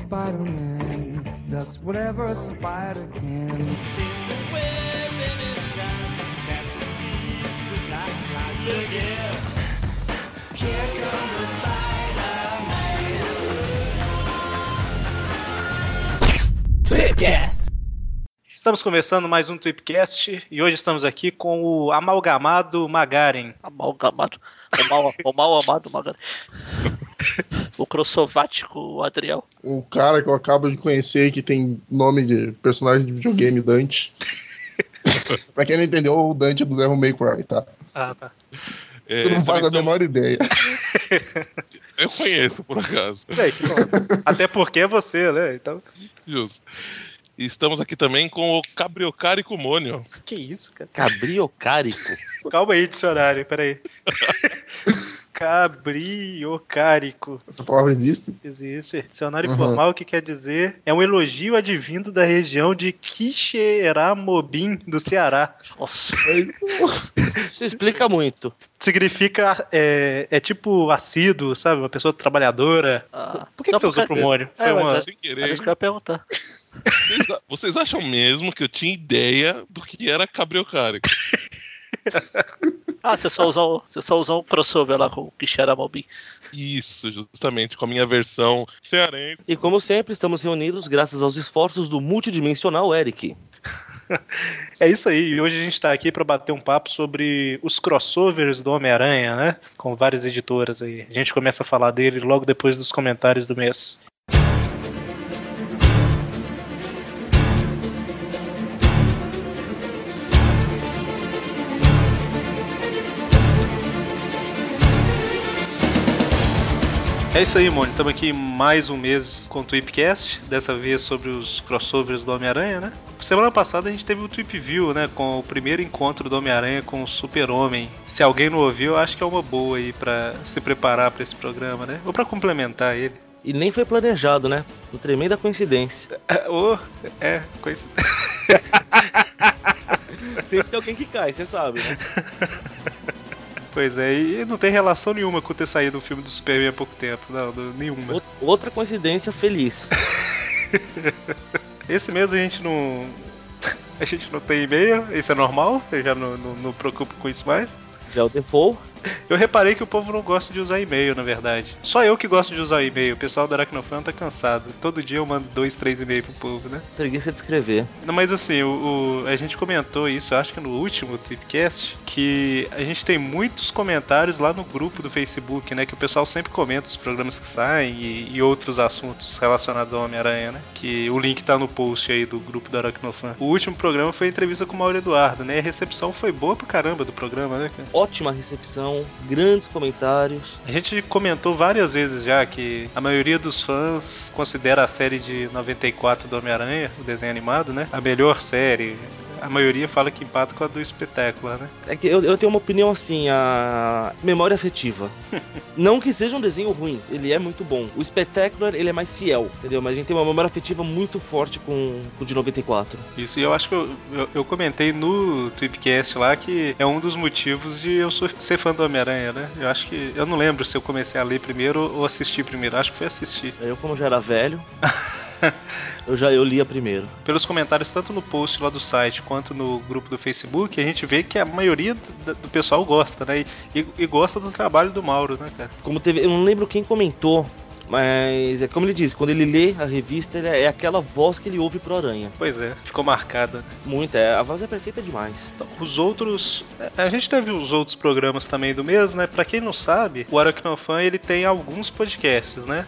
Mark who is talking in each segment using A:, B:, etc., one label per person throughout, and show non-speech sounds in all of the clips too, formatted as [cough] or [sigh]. A: Spider Man does whatever a spider can.
B: There's a web in his eyes that just beams just like flies. Look out! Here comes the Spider-Man.
C: Estamos começando mais um Tripcast e hoje estamos aqui com o amalgamado Magaren.
D: Tá Amalgamado. O mal, o mal amado Magari. O crossovático Adriel.
E: um cara que eu acabo de conhecer que tem nome de personagem de videogame
F: Uhum. [laughs]
E: Dante. pra quem não entendeu, o Dante é do Devil May Cry, tá?
C: Ah, tá.
F: É,
E: Tu não
F: também
E: faz a
F: sou-
E: menor ideia.
F: Eu conheço, por acaso. [laughs]
C: Bem, que bom. Até porque é você, né? Então,
F: Justo. E estamos aqui também com o Cabriocari Cumônio.
C: que isso, cara?
G: Cabriocárico.
C: Calma aí, dicionário, peraí. Cabriocárico.
E: Essa palavra existe.
C: Existe. Dicionário
E: Uhum.
C: formal que quer dizer é um elogio advindo da região de Quixeramobim, do Ceará.
D: Nossa,
G: Isso explica muito.
C: Significa, é, é tipo assíduo, sabe? Uma pessoa trabalhadora.
D: ah,
C: Por que, que você usou pro Mônio?
D: É,
C: Foi
D: mas
C: uma...
D: é-
F: Sem
D: Era
F: querer.
D: isso que eu ia perguntar.
F: Vocês, a- vocês acham mesmo que eu tinha ideia do que era Cabriocárico?
D: Ah, você só usou, você só usou um crossover lá com o Kixeramobim.
F: Isso, justamente, com a minha versão cearense.
G: E como sempre, estamos reunidos graças aos esforços do multidimensional Eric.
C: É isso aí, e hoje a gente tá aqui pra bater um papo sobre os crossovers do Homem-Aranha, né? Com várias editoras aí. A gente começa a falar dele logo depois dos comentários do mês. É isso aí, Mônio. Estamos aqui mais um mês com o Tweepcast, dessa vez sobre os crossovers do Homem-Aranha, né? Semana passada a gente teve o Tweep View, né? Com o primeiro encontro do Homem-Aranha com o Super-Homem. Se alguém não ouviu, eu acho que é uma boa aí pra se preparar pra esse programa, né? Ou pra complementar ele.
G: E nem foi planejado, né? Uma tremenda coincidência.
C: É, Ou, é, coisa.
G: [laughs] Sempre tem alguém que cai, você sabe, né?
C: Pois é, e não tem relação nenhuma com ter saído o filme do Superman há pouco tempo, não, não, nenhuma.
G: Ou- Outra coincidência feliz.
C: Esse mês a gente não. [laughs] A gente não tem e-mail, isso é normal, eu já não, não, não preocupo com isso mais.
G: Já o default.
C: Eu reparei que o povo não gosta de usar e-mail, na verdade. Só eu que gosto de usar e-mail, o pessoal da Aracnofan tá cansado. Todo dia eu mando dois, três e-mails pro povo, né?
G: Preguiça de escrever.
C: Não, mas assim, o, o- a gente comentou isso, eu acho que no último Tripcast, que a gente tem muitos comentários lá no grupo do Facebook, né? Que o pessoal sempre comenta os programas que saem e, e outros assuntos relacionados ao Homem-Aranha, né? Que o link tá no post aí do grupo da Aracnofan. O último programa foi a entrevista com o Mauro Eduardo, né? E a recepção foi boa pra caramba do programa, né, cara?
G: Ótima recepção, grandes comentários.
C: A gente comentou várias vezes já que a maioria dos fãs considera a série de 94 do Homem-Aranha, o desenho animado, né? A melhor série. A maioria fala que empata com a do espetáculo, né?
G: É que eu, eu tenho uma opinião assim, a memória [laughs] afetiva. Não que seja um desenho ruim, ele é muito bom. O Spectacular, ele é mais fiel, entendeu? Mas a gente tem uma memória afetiva muito forte com, com o de 94.
C: Isso, e eu acho que eu, eu, eu comentei no Tweepcast lá que é um dos motivos de eu sou- ser fã do Homem-Aranha, né? Eu acho que. Eu não lembro se eu comecei a ler primeiro ou assistir primeiro. Acho que foi assistir.
G: Eu, como já era velho, eu já eu lia primeiro.
C: pelos comentários tanto no post lá do site quanto no grupo do Facebook, a gente vê que a maioria do, do pessoal gosta, né? E, e- e gosta do trabalho do Mauro, né, cara?
G: Como teve, eu não lembro quem comentou, mas é como ele diz, quando ele lê a revista, ele- é aquela voz que ele ouve pro Aranha.
C: Pois é, ficou marcada. né?
G: Muito, é, a voz é perfeita demais.
C: Então, os outros, a- a gente teve os outros programas também do mês, né? Pra quem não sabe, o Aracnofan ele tem alguns podcasts, né?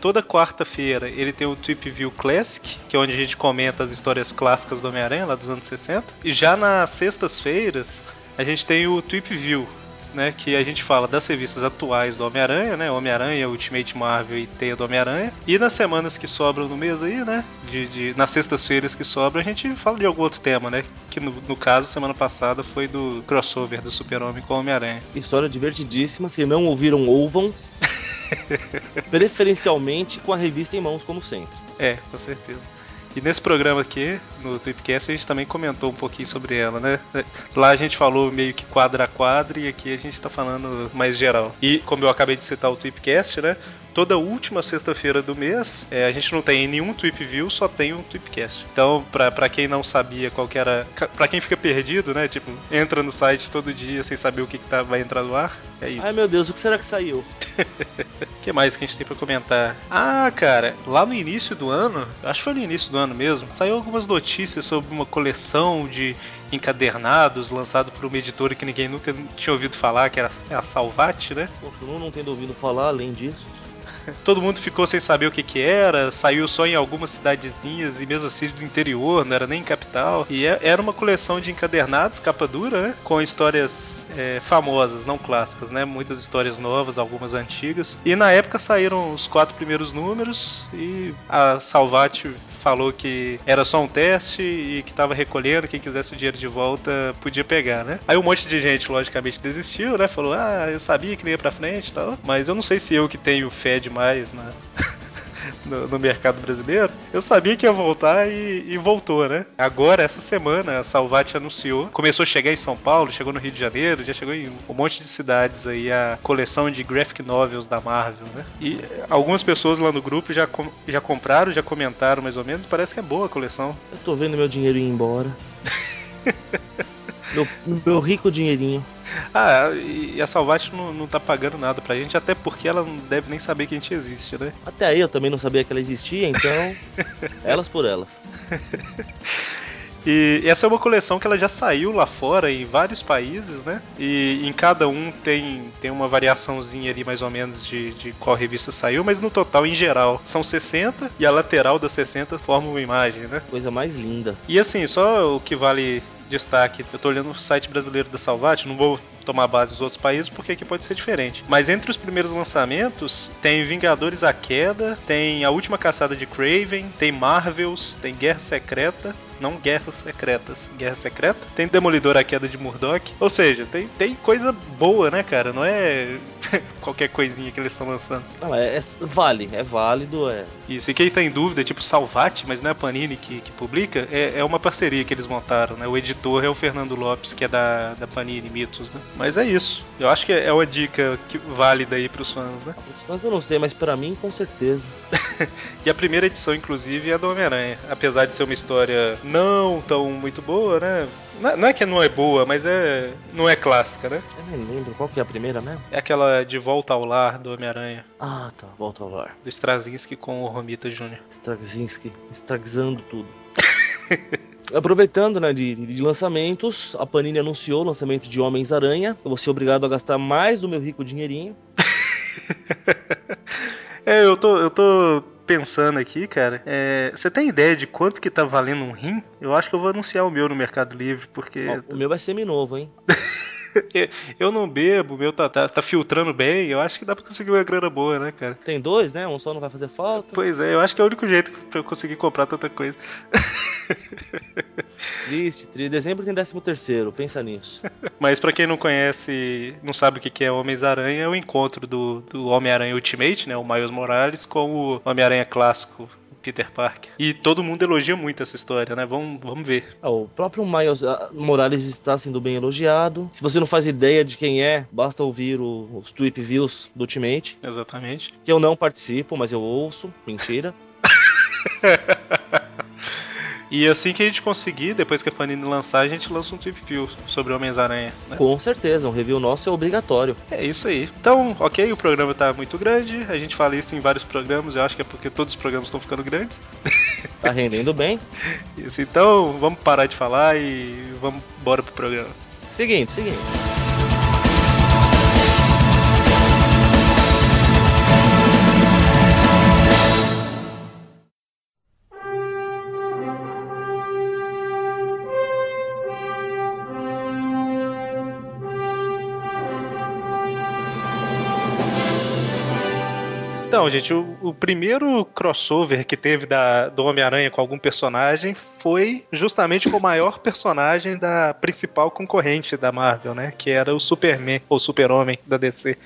C: Toda quarta-feira ele tem o Trip View Classic, que é onde a gente comenta as histórias clássicas do Homem-Aranha, lá dos anos 60. E já nas sextas-feiras a gente tem o Trip View, né, que a gente fala das revistas atuais do Homem-Aranha, né, Homem-Aranha, Ultimate Marvel e Teia do Homem-Aranha, e nas semanas que sobram no mês aí, né, de, de- nas sextas-feiras que sobram, a gente fala de algum outro tema, né, que no, no caso, semana passada foi do crossover do Super-Homem com o Homem-Aranha.
G: História divertidíssima, se não ouviram, ouvam. Preferencialmente com a revista em mãos, como sempre.
C: É, com certeza. E nesse programa aqui, no Tweepcast, a gente também comentou um pouquinho sobre ela, né? Lá a gente falou meio que quadra a quadra e aqui a gente tá falando mais geral. E como eu acabei de citar o Tweepcast, né? toda última sexta-feira do mês, é, a gente não tem nenhum Tweep View, só tem um Tweepcast. Então, pra, pra quem não sabia qual que era. ca- Pra quem fica perdido, né? Tipo, entra no site todo dia sem saber o que, que tá, vai entrar no ar, é isso.
G: Ai meu Deus, o que será que saiu?
C: O que mais que a gente tem pra comentar? Ah, cara, lá no início do ano, acho que foi no início do ano mesmo, saiu algumas notícias sobre uma coleção de encadernados lançado por uma editora que ninguém nunca tinha ouvido falar, que era a Salvati, né?
G: Continuo não tendo ouvido falar além disso.
C: Todo mundo ficou sem saber o que que era, saiu só em algumas cidadezinhas e mesmo assim do interior, não era nem em capital. E é- era uma coleção de encadernados, capa dura, né? Com histórias é, famosas, não clássicas, né? Muitas histórias novas, algumas antigas. E na época saíram os quatro primeiros números e a Salvati falou que era só um teste e que tava recolhendo, quem quisesse o dinheiro de volta podia pegar, né? Aí um monte de gente, logicamente, desistiu, né? Falou, ah, eu sabia que não ia pra frente e tal, mas eu não sei se eu que tenho fé demais na... no, no mercado brasileiro, eu sabia que ia voltar e, e voltou, né? Agora, essa semana, a Salvati anunciou, começou a chegar em São Paulo, chegou no Rio de Janeiro, já chegou em um monte de cidades aí, a coleção de graphic novels da Marvel, né? E algumas pessoas lá no grupo já, com- já compraram, já comentaram mais ou menos, parece que é boa a coleção.
G: Eu tô vendo meu dinheiro ir embora. meu, meu rico dinheirinho.
C: Ah, e a Salvati não, não tá pagando nada pra gente, até porque ela não deve nem saber que a gente existe, né?
G: Até aí eu também não sabia que ela existia, então. elas por elas.
C: E essa é uma coleção que ela já saiu lá fora em vários países, né? E em cada um tem, tem uma variaçãozinha ali mais ou menos de, de qual revista saiu, mas no total, em geral, são 60 e a lateral das 60 forma uma imagem, né?
G: Coisa mais linda.
C: E assim, só o que vale destaque, eu tô olhando o site brasileiro da Salvat, não vou tomar base dos outros países porque aqui pode ser diferente. Mas entre os primeiros lançamentos, tem Vingadores à Queda, tem A Última Caçada de Craven, tem Marvels, tem Guerra Secreta, não Guerras Secretas, Guerra Secreta, tem Demolidor à Queda de Murdoch. Ou seja, tem, tem coisa boa, né, cara? Não é [laughs] qualquer coisinha que eles estão lançando.
G: Não, é, é- vale, é válido, é.
C: Isso, e quem tá em dúvida, é tipo Salvati, mas não é a Panini que, que publica, é, é uma parceria que eles montaram, né? O editor é o Fernando Lopes, que é da, da Panini Mitos, né? Mas é isso. Eu acho que é uma dica que, válida aí pros fãs, né?
G: Os fãs eu não sei, mas pra mim com certeza.
C: E a primeira edição, inclusive, é a do Homem-Aranha. Apesar de ser uma história não tão muito boa, né? Não é- Não é que não é boa, mas é. não é clássica, né?
G: Eu nem lembro qual que é a primeira mesmo.
C: É aquela de volta ao lar do Homem-Aranha,
G: Ah, tá, volta ao lar.
C: do Straczynski com o Romita Jr.
G: Straczynski, estragizando tudo. Aproveitando né, de, de lançamentos, a Panini anunciou o lançamento de Homens-Aranha. Eu vou ser obrigado a gastar mais do meu rico dinheirinho.
C: É, eu tô, eu tô pensando aqui, cara. É, Você tem ideia de quanto que tá valendo um rim? Eu acho que eu vou anunciar o meu no Mercado Livre, porque
G: Ó, o meu vai ser novo, hein?
C: eu não bebo, o meu tá, tá, tá filtrando bem. Eu acho que dá pra conseguir uma grana boa, né, cara?
G: Tem dois, né? Um só não vai fazer falta.
C: Pois é, eu acho que é o único jeito pra eu conseguir comprar tanta coisa.
G: Triste, triste. Dezembro tem décimo terceiro, pensa nisso.
C: Mas pra quem não conhece, não sabe o que que é Homens-Aranha, é o encontro do, do Homem-Aranha Ultimate, né, o Miles Morales, com o Homem-Aranha clássico, o Peter Parker. E todo mundo elogia muito essa história, né? Vamos, vamos ver.
G: Ah, o próprio Miles ah, Morales está sendo bem elogiado. Se você não faz ideia de quem é, basta ouvir o- os tweet views do Ultimate,
C: Exatamente.
G: que eu não participo, mas eu ouço. [laughs] Mentira.
C: E assim que a gente conseguir, depois que a Panini lançar, a gente lança um tip view sobre Homens-Aranha. né?
G: Com certeza, um review nosso é obrigatório.
C: É isso aí. Então, ok, o programa tá muito grande. A gente fala isso em vários programas, eu acho que é porque todos os programas estão ficando grandes.
G: Tá rendendo bem.
C: Isso, então, vamos parar de falar e vamos embora pro programa.
G: Seguinte, seguinte.
C: Então, gente, o, o primeiro crossover que teve da, do Homem-Aranha com algum personagem foi justamente com o maior personagem da principal concorrente da Marvel, né? Que era o Superman, ou Super-Homem da DC.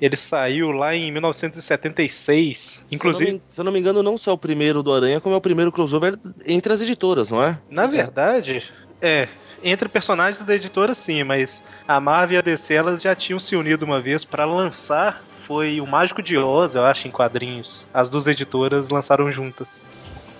C: Ele saiu lá em 1976. Inclusive,
G: Se eu, não me, se eu não me engano, não só é o primeiro do Aranha, como é o primeiro crossover entre as editoras, não é?
C: na verdade, É, entre personagens da editora sim, mas a Marvel e a DC elas já tinham se unido uma vez pra lançar. Foi o Mágico de Oz, eu acho, em quadrinhos. As duas editoras lançaram juntas.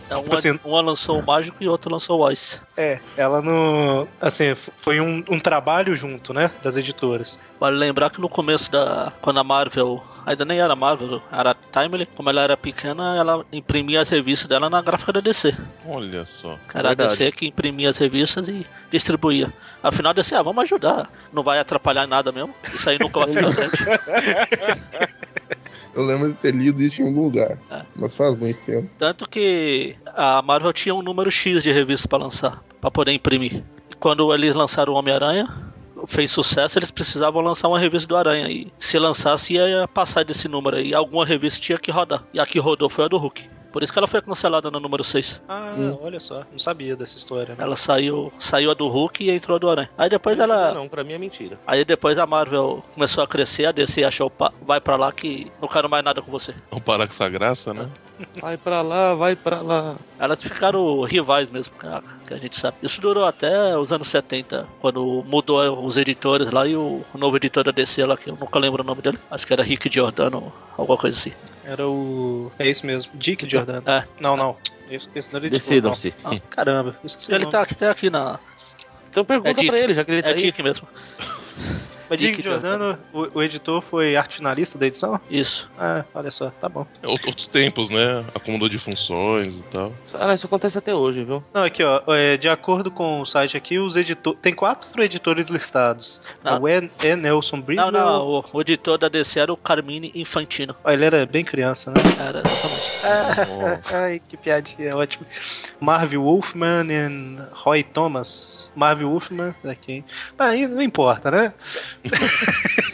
D: Então,
C: Tipo assim-
D: uma, uma lançou o Mágico e outra lançou o Oz.
C: É, ela no. Assim, f- foi um, um trabalho junto, né? Das editoras.
D: Vale lembrar que no começo da. Quando a Marvel. Ainda nem era Marvel, era Timely. Como ela era pequena, ela imprimia as revistas dela na gráfica da DC.
F: Olha só. É
D: Era
G: Verdade.
D: a DC que imprimia as revistas e distribuía. Afinal, a DC, ah, vamos ajudar. Não vai atrapalhar em nada mesmo. Isso aí nunca vai ficar grande.
E: Eu lembro de ter lido isso em algum lugar.
D: Ah.
E: Mas faz muito tempo.
D: Tanto que a Marvel tinha um número X de revistas pra lançar, pra poder imprimir. E quando eles lançaram o Homem-Aranha, fez sucesso, eles precisavam lançar uma revista do Aranha. E se lançasse, ia passar desse número aí. Alguma revista tinha que rodar. E a que rodou foi a do Hulk. Por isso que ela foi cancelada no número 6.
C: Ah,
D: Hum.
C: olha só, não sabia dessa história. né?
D: Ela saiu, saiu a do Hulk e entrou a do Aranha. Aí depois ela.
G: Não, pra mim é mentira.
D: Aí depois a Marvel começou a crescer, a DC achou, "Pá, vai pra lá que não quero mais nada com você.
F: Vamos parar com essa um graça, né?
G: Vai pra lá, vai pra lá.
D: Elas ficaram rivais mesmo, cara, que a gente sabe. Isso durou até os anos 70, quando mudou os editores lá e o novo editor da DC lá, que eu nunca lembro o nome dele, acho que era Rick Giordano, alguma coisa assim.
C: Era o. É isso mesmo, Dick Jordan.
D: É,
C: Não, não. Esse, esse não era editor,
G: Decidam-se.
D: Ah,
C: não. Caramba, esqueci.
D: ele tá aqui, até aqui na.
G: Então pergunta
D: É
G: pra
D: Dick.
G: ele, já que ele tá
D: É
G: aí.
D: Dick mesmo.
C: Mas Dick,
D: Dick
C: Giordano, o, o editor foi arte finalista da edição?
D: Isso.
C: Ah, olha só, tá bom.
F: É out- Outros tempos, né? Acumulou de funções e tal.
G: Ah, isso acontece até hoje, viu?
C: Não, aqui ó, é, de acordo com o site aqui, os editores. Tem quatro editores listados.
D: Ah.
C: O E. E. Nelson Bridwell.
D: Não, não, o, o editor da DC era o Carmine Infantino.
C: Ó, ele era bem criança, né?
D: Era exatamente.
C: [laughs] Ai, que piadinha, ótimo. Marvel Wolfman e Roy Thomas. Marvel Wolfman, aqui, hein? Ah, e não importa, né?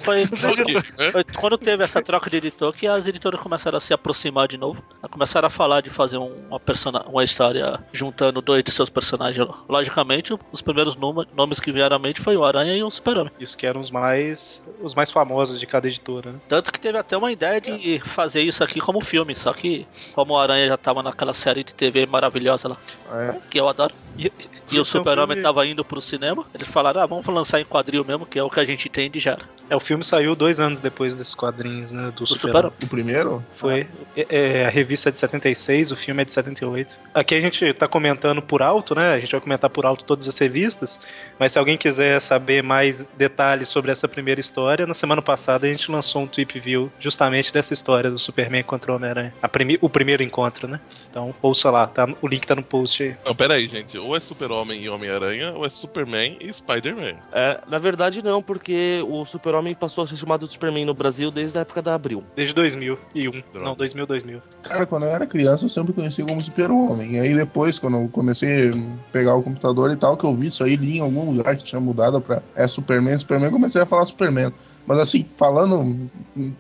D: Foi, [laughs]
F: Ok, né?
D: Foi Quando teve essa troca de editor, que as editoras começaram a se aproximar de novo, começaram a falar de fazer um- uma, persona, uma história juntando dois de seus personagens. Logicamente, os primeiros nome- nomes que vieram à mente foi o Aranha e o Super-Homem.
C: Isso que eram os mais. os mais famosos de cada editora, né?
D: Tanto que teve até uma ideia de fazer isso aqui como filme, só que como o Aranha já tava naquela série de TV maravilhosa lá,
E: Ah,
D: que eu adoro,
C: E,
D: e o
C: é
D: Super-Homem
C: um filme-
D: tava indo pro cinema, eles falaram, ah, vamos lançar em quadril mesmo, que é o que a gente tem de já.
C: É, o filme saiu dois anos depois desses quadrinhos, né?
D: tá-
C: Do
D: O
C: Super-Homem.
D: Super-Homem.
E: O primeiro?
C: Foi. É, é, a revista é de 76, o filme é de 78. Aqui a gente tá comentando por alto, né? A gente vai comentar por alto todas as revistas. Mas se alguém quiser saber mais detalhes sobre essa primeira história, na semana passada a gente lançou um tweet view justamente dessa história do Superman contra o Homem-Aranha. A prime- O primeiro encontro, né? Então, ouça lá, tá, o link tá no post aí.
F: Não, pera aí, gente. Ou é Super-Homem e Homem-Aranha, ou é Superman e Spider-Man.
G: É, na verdade, não, porque o Super-Homem passou a ser chamado de Superman no Brasil desde a época da Abril.
C: Desde 2001.
F: Droga.
C: Não, 2000, 2000.
E: Cara, quando eu era criança eu sempre conheci como super-homem. E aí depois, quando eu comecei a pegar o computador e tal, que eu vi isso aí, li em algum lugar que tinha mudado pra é Superman, Superman, eu comecei a falar Superman. Mas assim, falando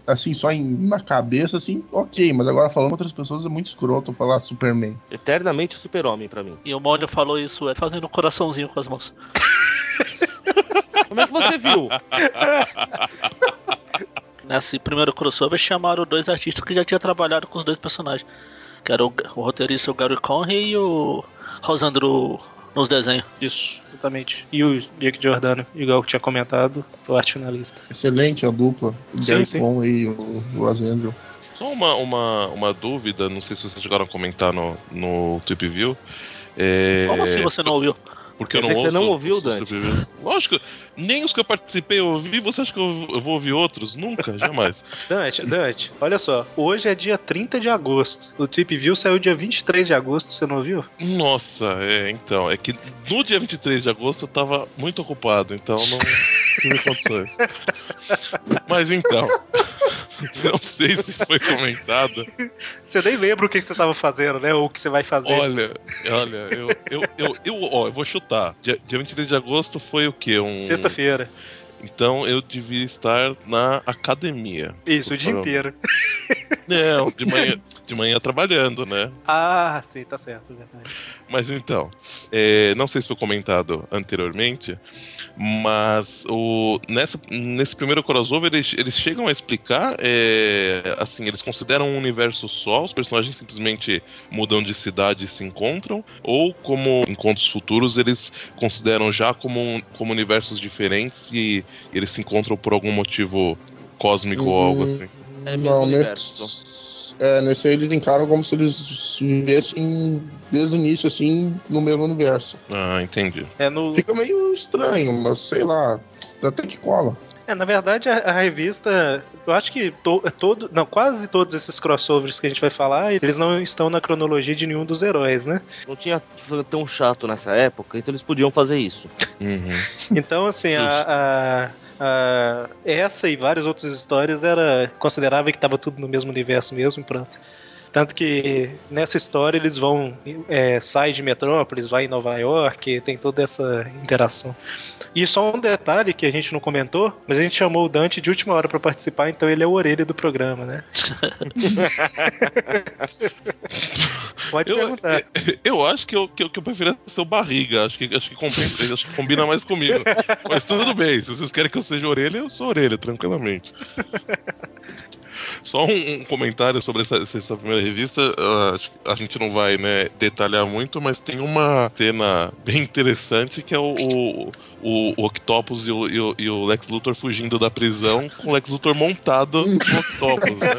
E: assim, só em- na cabeça, assim, ok, mas agora falando com outras pessoas é muito escroto falar Superman.
G: Eternamente o Super-Homem pra mim.
D: E o Mônio falou isso, é fazendo um coraçãozinho com as mãos.
G: Como é que você viu?
D: Nesse primeiro crossover chamaram dois artistas que já tinham trabalhado com os dois personagens. Que era o, o roteirista o Gary Conry e o Rosandro nos desenhos.
C: Isso, exatamente. E o Dick Giordano, igual eu tinha comentado, foi o arte finalista.
E: Excelente a dupla.
C: Sim,
E: Gary
C: sim.
E: Cohn e o, o Azendro.
F: Só uma, uma, uma dúvida, não sei se vocês chegaram a comentar no, no Tip View. É,
D: Como assim você não ouviu?
F: Porque eu
G: Quer
F: não
G: dizer que você
F: ouço
G: não ouviu,
F: os
G: Dante?
F: Tip View. Lógico, nem os que eu participei eu ouvi. Você acha que eu eu vou ouvir outros? Nunca, [laughs] jamais.
C: Dante, Dante, olha só. Hoje é dia 30 de agosto. O Trip View saiu dia 23 de agosto, você não viu?
F: Nossa, é, então. É que no dia 23 de agosto eu tava muito ocupado, então não
G: [laughs]
F: tive condições. Mas então. [laughs] Não sei se foi comentado.
C: Você nem lembra o que que você tava fazendo, né? Ou o que você vai fazer.
F: Olha, olha, eu, eu, eu, eu, ó, eu vou chutar. Dia, dia 23 de agosto foi o quê? Um...
C: Sexta-feira.
F: Então eu devia estar na academia.
C: Isso, o dia
F: Caramba.
C: inteiro.
F: Não, de manhã. de manhã trabalhando, né?
C: Ah, sim, tá certo, verdade.
F: Mas então, é, não sei se foi comentado anteriormente, mas o, nessa, nesse primeiro crossover eles, eles chegam a explicar, é, assim, eles consideram um universo só, os personagens simplesmente mudam de cidade e se encontram, ou como encontros futuros eles consideram já como, um- como universos diferentes e eles se encontram por algum motivo cósmico ou algo assim.
G: [laughs] É mesmo
E: Não,
G: universo.
E: nesse- É, nesse aí eles encaram como se eles vivessem desde o início, assim, no mesmo universo.
F: Ah, entendi.
C: É, no,
E: Fica meio estranho, mas sei lá, até que cola.
C: É, na verdade, a, a revista, eu acho que to- é todo, não, quase todos esses crossovers que a gente vai falar, eles não estão na cronologia de nenhum dos heróis, né?
G: Não tinha fã tão chato nessa época, então eles podiam fazer isso.
F: Uhum.
C: Então, assim, a, a- a- essa e várias outras histórias era considerava que estava tudo no mesmo universo mesmo, e pronto. Tanto que nessa história eles vão é, sai de Metrópolis, vai em Nova York, tem toda essa interação. E só um detalhe que a gente não comentou, mas a gente chamou o Dante de última hora para participar, então ele é o orelha do programa, né? Pode
F: Eu,
C: perguntar.
F: eu- eu acho que eu, que, eu, que eu prefiro ser o barriga. Acho que, acho, que compensa, acho que combina mais comigo. Mas tudo bem, se vocês querem que eu seja orelha, eu sou orelha, tranquilamente. Só um, um comentário sobre essa, essa primeira revista. ah, acho que a gente não vai né, detalhar muito, mas tem uma cena bem interessante que é o, o, o- o Octopus e o, e o- e o Lex Luthor fugindo da prisão com o Lex Luthor montado no Octopus, né?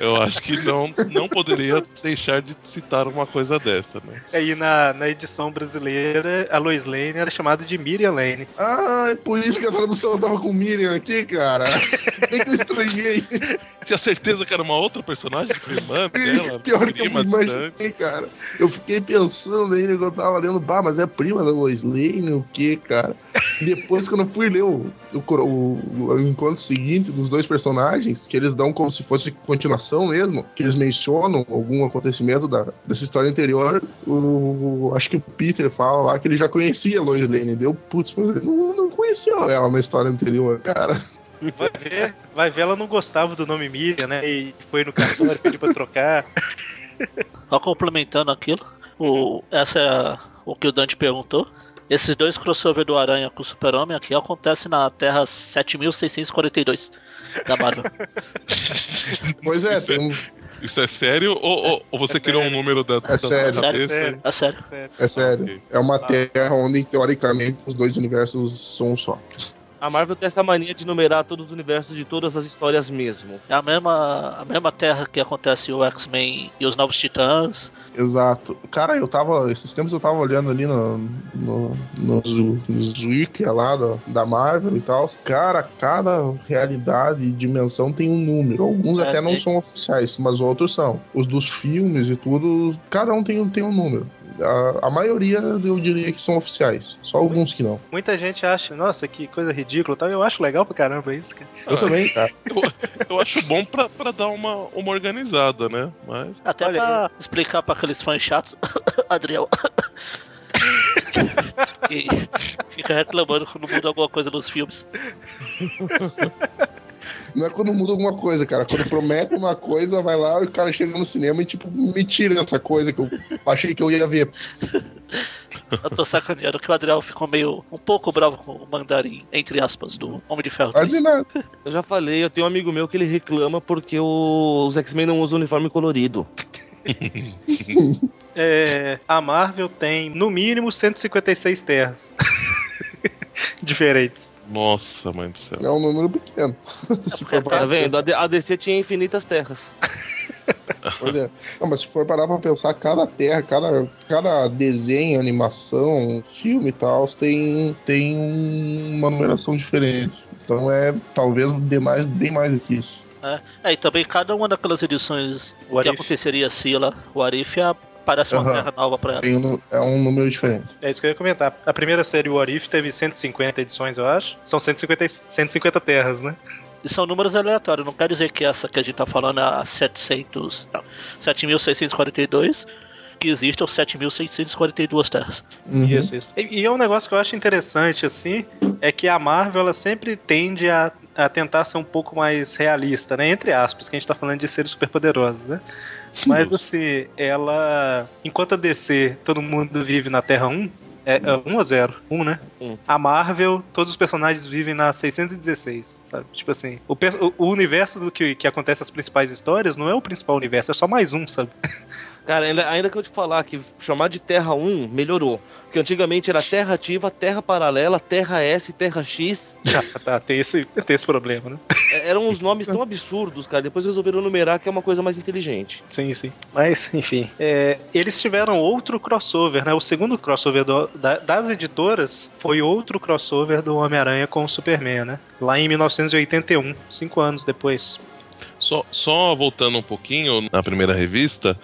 F: Eu acho que não, não poderia deixar de citar uma coisa dessa, né?
C: Aí na, na edição brasileira, a Lois Lane era chamada de Miriam Lane.
E: Ah, é por isso que a tradução tava com Miriam aqui, cara. Bem que eu estranhei.
F: [laughs] Tinha certeza que era uma outra personagem,
E: [laughs]
F: que irmã dela,
E: Pior que eu
F: é prima
E: me
F: distante.
E: imaginei, cara. Eu fiquei pensando aí quando eu tava lendo, bah, mas é prima da Lois Lane, o que,
F: [laughs]
E: cara? Depois, quando eu fui ler o, o, cro- o- o encontro seguinte dos dois personagens, que eles dão como se fosse continuação mesmo, que eles mencionam algum acontecimento da, dessa história anterior, o, acho que o Peter fala lá que ele já conhecia a Lois Lane. Deu, putz, mas ele não, não conhecia ela na história anterior, cara.
F: [laughs]
C: Vai ver, vai ver, ela não gostava do nome Miriam, né? E foi no cartório, pediu pra [laughs] trocar.
D: Só complementando aquilo, o, essa é a- o que o Dante perguntou. Esses dois crossover do Aranha com o Super-Homem aqui acontece na Terra 7642 da Marvel.
E: Pois é, tem um,
F: Isso é sério? Ou, ou- ou você
C: É
F: criou
C: sério.
F: um número da, da
E: sério.
F: sua
D: Sério,
F: cabeça?
C: sério.
D: é sério.
E: é sério.
F: Ok.
E: É uma
D: Tá.
E: terra onde, teoricamente, os dois universos são um só.
G: A Marvel tem essa mania de numerar todos os universos de todas as histórias mesmo.
D: É a mesma, a mesma Terra que acontece o X-Men e os Novos Titãs.
E: Exato. Cara, eu tava. Esses tempos eu tava olhando ali no, no, no, nos wiki lá da, da Marvel e tal. Cara, cada realidade e dimensão tem um número. Alguns
D: É,
E: até não
D: tem.
E: são oficiais, mas outros são. Os dos filmes e tudo, cada um tem, um- tem um número. A, a maioria eu diria que são oficiais. Só alguns que não.
C: Muita gente acha, nossa, que coisa ridícula e tal. Eu acho legal pra caramba isso, cara.
E: Eu
F: Ah.
E: também, cara.
F: Eu acho bom pra, pra dar uma, uma organizada, né? Mas.
D: Até
C: Olha
D: pra explicar pra aqueles fãs chatos, [coughs] Adriel. que fica reclamando quando muda alguma coisa nos filmes.
E: Não é quando muda alguma coisa, cara. Quando promete uma coisa, vai lá e o cara chega no cinema e, tipo, me tira essa coisa que eu achei que eu ia ver.
D: Eu tô sacaneando que o Adriel ficou meio um pouco bravo com o mandarim, entre aspas, do Homem de Ferro 3.
E: Quase nada.
G: Eu já falei, eu tenho um amigo meu que ele reclama porque o- os X-Men não usam uniforme colorido. Tá
C: É, a Marvel tem, no mínimo, 156 terras. [laughs] Diferentes.
F: Nossa, mãe do céu.
E: É um número pequeno. [laughs]
D: porque
E: se for parar
G: Tá
E: pra
G: vendo?
E: pensar,
G: A D- A DC tinha infinitas terras.
E: pois é. Não, mas se for parar pra pensar, cada terra, cada, cada desenho, animação, filme e tal, tem, tem um- uma numeração diferente. Então é talvez dê mais, bem mais do que isso.
D: É, e também cada uma daquelas edições
C: What
D: que
C: if?
D: aconteceria se lá o Arif aparece uma
E: Aham.
D: terra nova pra ela.
E: Tem um nu- é um número diferente.
C: É isso que eu ia comentar. A primeira série, o Arif, teve 150 edições, eu acho. São 150, e- 150 terras, né?
D: E são números aleatórios, não quer dizer que essa que a gente tá falando é a 700, não, 7642, que existam 7642 terras.
E: Uhum.
C: Isso, isso. E, e é um negócio que eu acho interessante, assim, é que a Marvel ela sempre tende a a tentar ser um pouco mais realista, né? Entre aspas, que a gente tá falando de seres superpoderosos, né? Mas assim, ela. Enquanto a DC, todo mundo vive na Terra 1. É, é 1 ou 0? 1, né?
G: Um.
C: A Marvel, todos os personagens vivem na 616, sabe? Tipo assim, o, pe- o- o universo do que, que acontece as principais histórias não é o principal universo, é só mais um, sabe? [laughs]
G: Cara, ainda, ainda que eu te falar que chamar de Terra 1 melhorou. Porque antigamente era Terra Ativa, Terra Paralela, Terra S, Terra X.
C: Ah, tá, tem esse, tem esse problema, né?
G: É, Eram uns nomes tão absurdos, cara. Depois resolveram numerar que é uma coisa mais inteligente.
C: Sim, sim. Mas, enfim. é, eles tiveram outro crossover, né? O segundo crossover do- da- das editoras foi outro crossover do Homem-Aranha com o Superman, né? Lá em 1981, cinco anos depois.
F: Só, só voltando um pouquinho na primeira revista,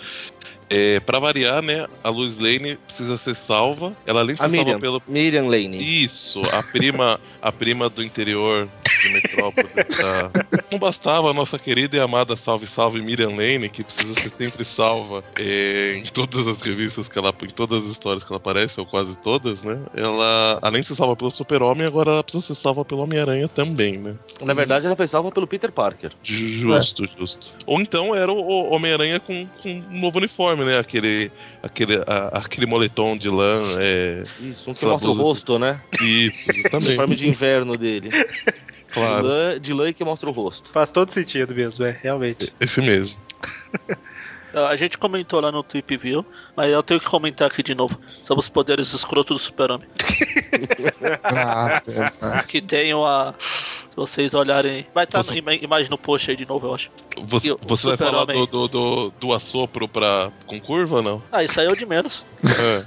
F: é, para variar, né? A Luz Lane precisa ser salva. Ela além de
G: A
F: ser
G: Miriam,
F: salva pelo.
G: Miriam Lane.
F: Isso, a prima, a prima do interior de Metrópole. tá? Não bastava a nossa querida e amada Salve Salve Miriam Lane, que precisa ser sempre salva é, em todas as revistas que ela. em todas as histórias que ela aparece, ou quase todas, né? Ela, além de ser salva pelo Super-Homem, agora ela precisa ser salva pelo Homem-Aranha também, né?
G: Na verdade, ela foi salva pelo Peter Parker.
F: Justo, justo. Ou então era o- o Homem-Aranha com, com um novo uniforme, né? Aquele, aquele, a- aquele moletom de lã. É...
G: Isso, um que
F: Sua
G: mostra o
F: blusa.
G: rosto, né? [laughs]
F: Isso,
G: Uniforme
F: justamente.
G: de inverno dele. De
F: claro,
G: lã- De lã que mostra o rosto.
C: Faz todo sentido mesmo, é, realmente.
F: esse mesmo.
D: Ah, A gente comentou lá no Tweep View, mas eu tenho que comentar aqui de novo sobre os poderes escroto do Super-Homem.
E: Ah, pera, cara.
D: Que tem uma. Se vocês olharem. Vai estar tá ima- imagem no post aí de novo, eu acho. E
F: Você,
D: o
F: você vai falar do,
D: Super-Homem?
F: do, do, do assopro pra, com curva
D: [laughs]
F: ou não?
D: Ah, isso aí é o de menos.
F: É.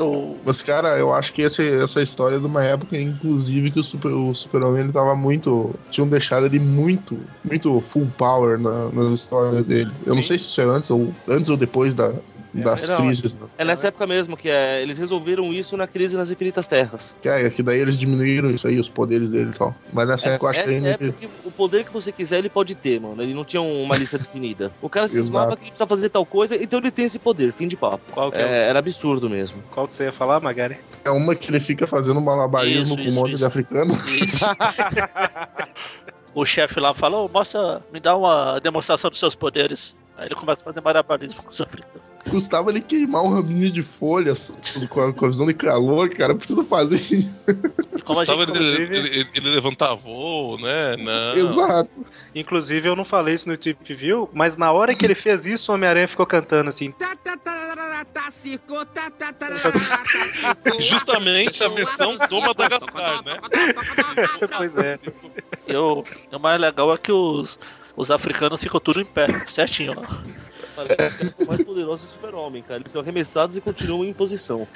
D: O-
E: Mas, cara, eu acho que esse- essa história é de uma época, inclusive, que o Super- o Super-Homem ele tava muito. Tinham deixado ele muito, muito full power na- nas histórias dele. Eu não
C: Sim.
E: sei se isso é antes ou, antes ou depois da- das
G: era
E: crises. né?
G: É nessa época mesmo que é, eles resolveram isso na crise nas Infinitas Terras.
E: Que, é, que daí eles diminuíram isso aí, os poderes dele e tal. Mas nessa época eu acho que
G: essa
E: ainda.
G: época que o poder que você quiser ele pode ter, mano. Ele não tinha uma lista definida. O cara se
E: Exato.
G: esmava que ele precisa fazer tal coisa, então ele tem esse poder. Fim de papo.
C: Qual que, é,
G: É, era absurdo mesmo.
C: o- qual que você ia falar, Magari?
E: É uma que ele fica fazendo malabarismo
D: Isso,
E: com
D: isso,
E: um monte
D: isso.
E: de africano. [laughs]
D: Isso. o chefe lá fala, "Ô, mostra, me dá uma demonstração dos seus poderes. Aí ele começa a fazer malabarismo com os africanos.
E: Custava ele queimar um raminho de folhas com a, com a visão de calor, cara. Precisa fazer isso.
D: E como a
F: Gustavo,
D: gente
F: ele,
C: inclusive-
F: ele, ele, ele levantar voo, né? Não.
E: [laughs] Exato.
C: Inclusive, eu não falei isso no Tip View, mas na hora que ele fez isso, o Homem-Aranha ficou cantando assim.
F: Justamente a versão do Madagascar, né?
C: Pois é.
D: Eu, o mais legal é que os, os africanos ficam tudo em pé, certinho. ó.
G: Parece que eles são mais poderosos que o super-homem, cara. Eles são arremessados e continuam em posição.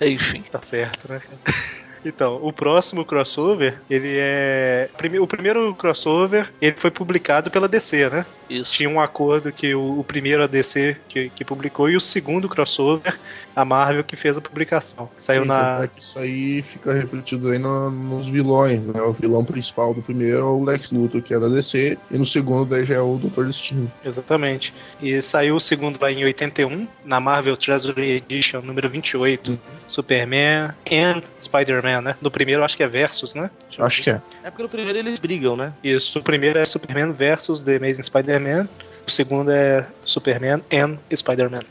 D: Enfim.
C: Tá certo, né? [laughs] Então, o próximo crossover, ele é. prime- O primeiro crossover, ele foi publicado pela DC, né?
D: Isso.
C: Tinha um acordo que o, o primeiro a DC que, que publicou e o segundo crossover, a Marvel que fez a publicação. Saiu
E: Tanto
C: na.
E: é que isso aí fica refletido aí no- nos vilões, né? O vilão principal do primeiro é o Lex Luthor, que é da DC, e no segundo daí já é o Dr. Destino.
C: Exatamente. E saiu o segundo lá em 81, na Marvel Treasury Edition número 28. Superman and Spider-Man, né? No primeiro acho que é Versus, né? Deixa eu
E: Acho que é.
G: É porque no primeiro eles brigam, né?
C: Isso, o primeiro é Superman versus The Amazing Spider-Man, o segundo é Superman and Spider-Man.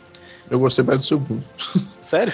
E: Eu gostei mais do segundo.
C: Sério?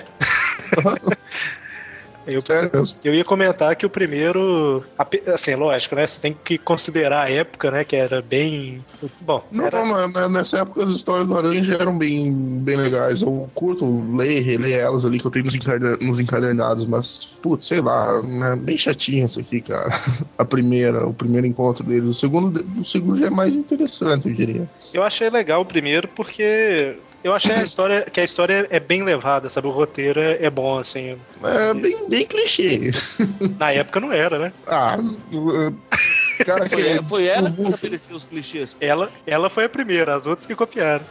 C: eu,
E: Sério mesmo.
C: eu ia comentar que o primeiro, ape- assim, lógico, né, você tem que considerar a época, né, que era bem, bom,
E: Não,
C: era-
E: não, não, nessa época as histórias do Aranha já eram bem, bem legais. Eu curto ler, reler elas ali que eu tenho nos, encaderna- nos encadernados, mas, putz, sei lá, né, bem chatinha essa aqui, cara. [laughs] A primeira, o primeiro encontro deles. O segundo, o segundo já é mais interessante, eu diria.
C: eu achei legal o primeiro porque eu achei a história que a história é bem levada, sabe, o roteiro é, é bom assim.
E: É
C: Isso.
E: bem, bem clichê.
C: Na época não era, né?
E: Ah, eh, cara,
G: [laughs] Foi,
E: que
G: foi ela que
E: desculpa.
G: estabeleceu os clichês.
C: Ela, ela foi a primeira, as outras que copiaram.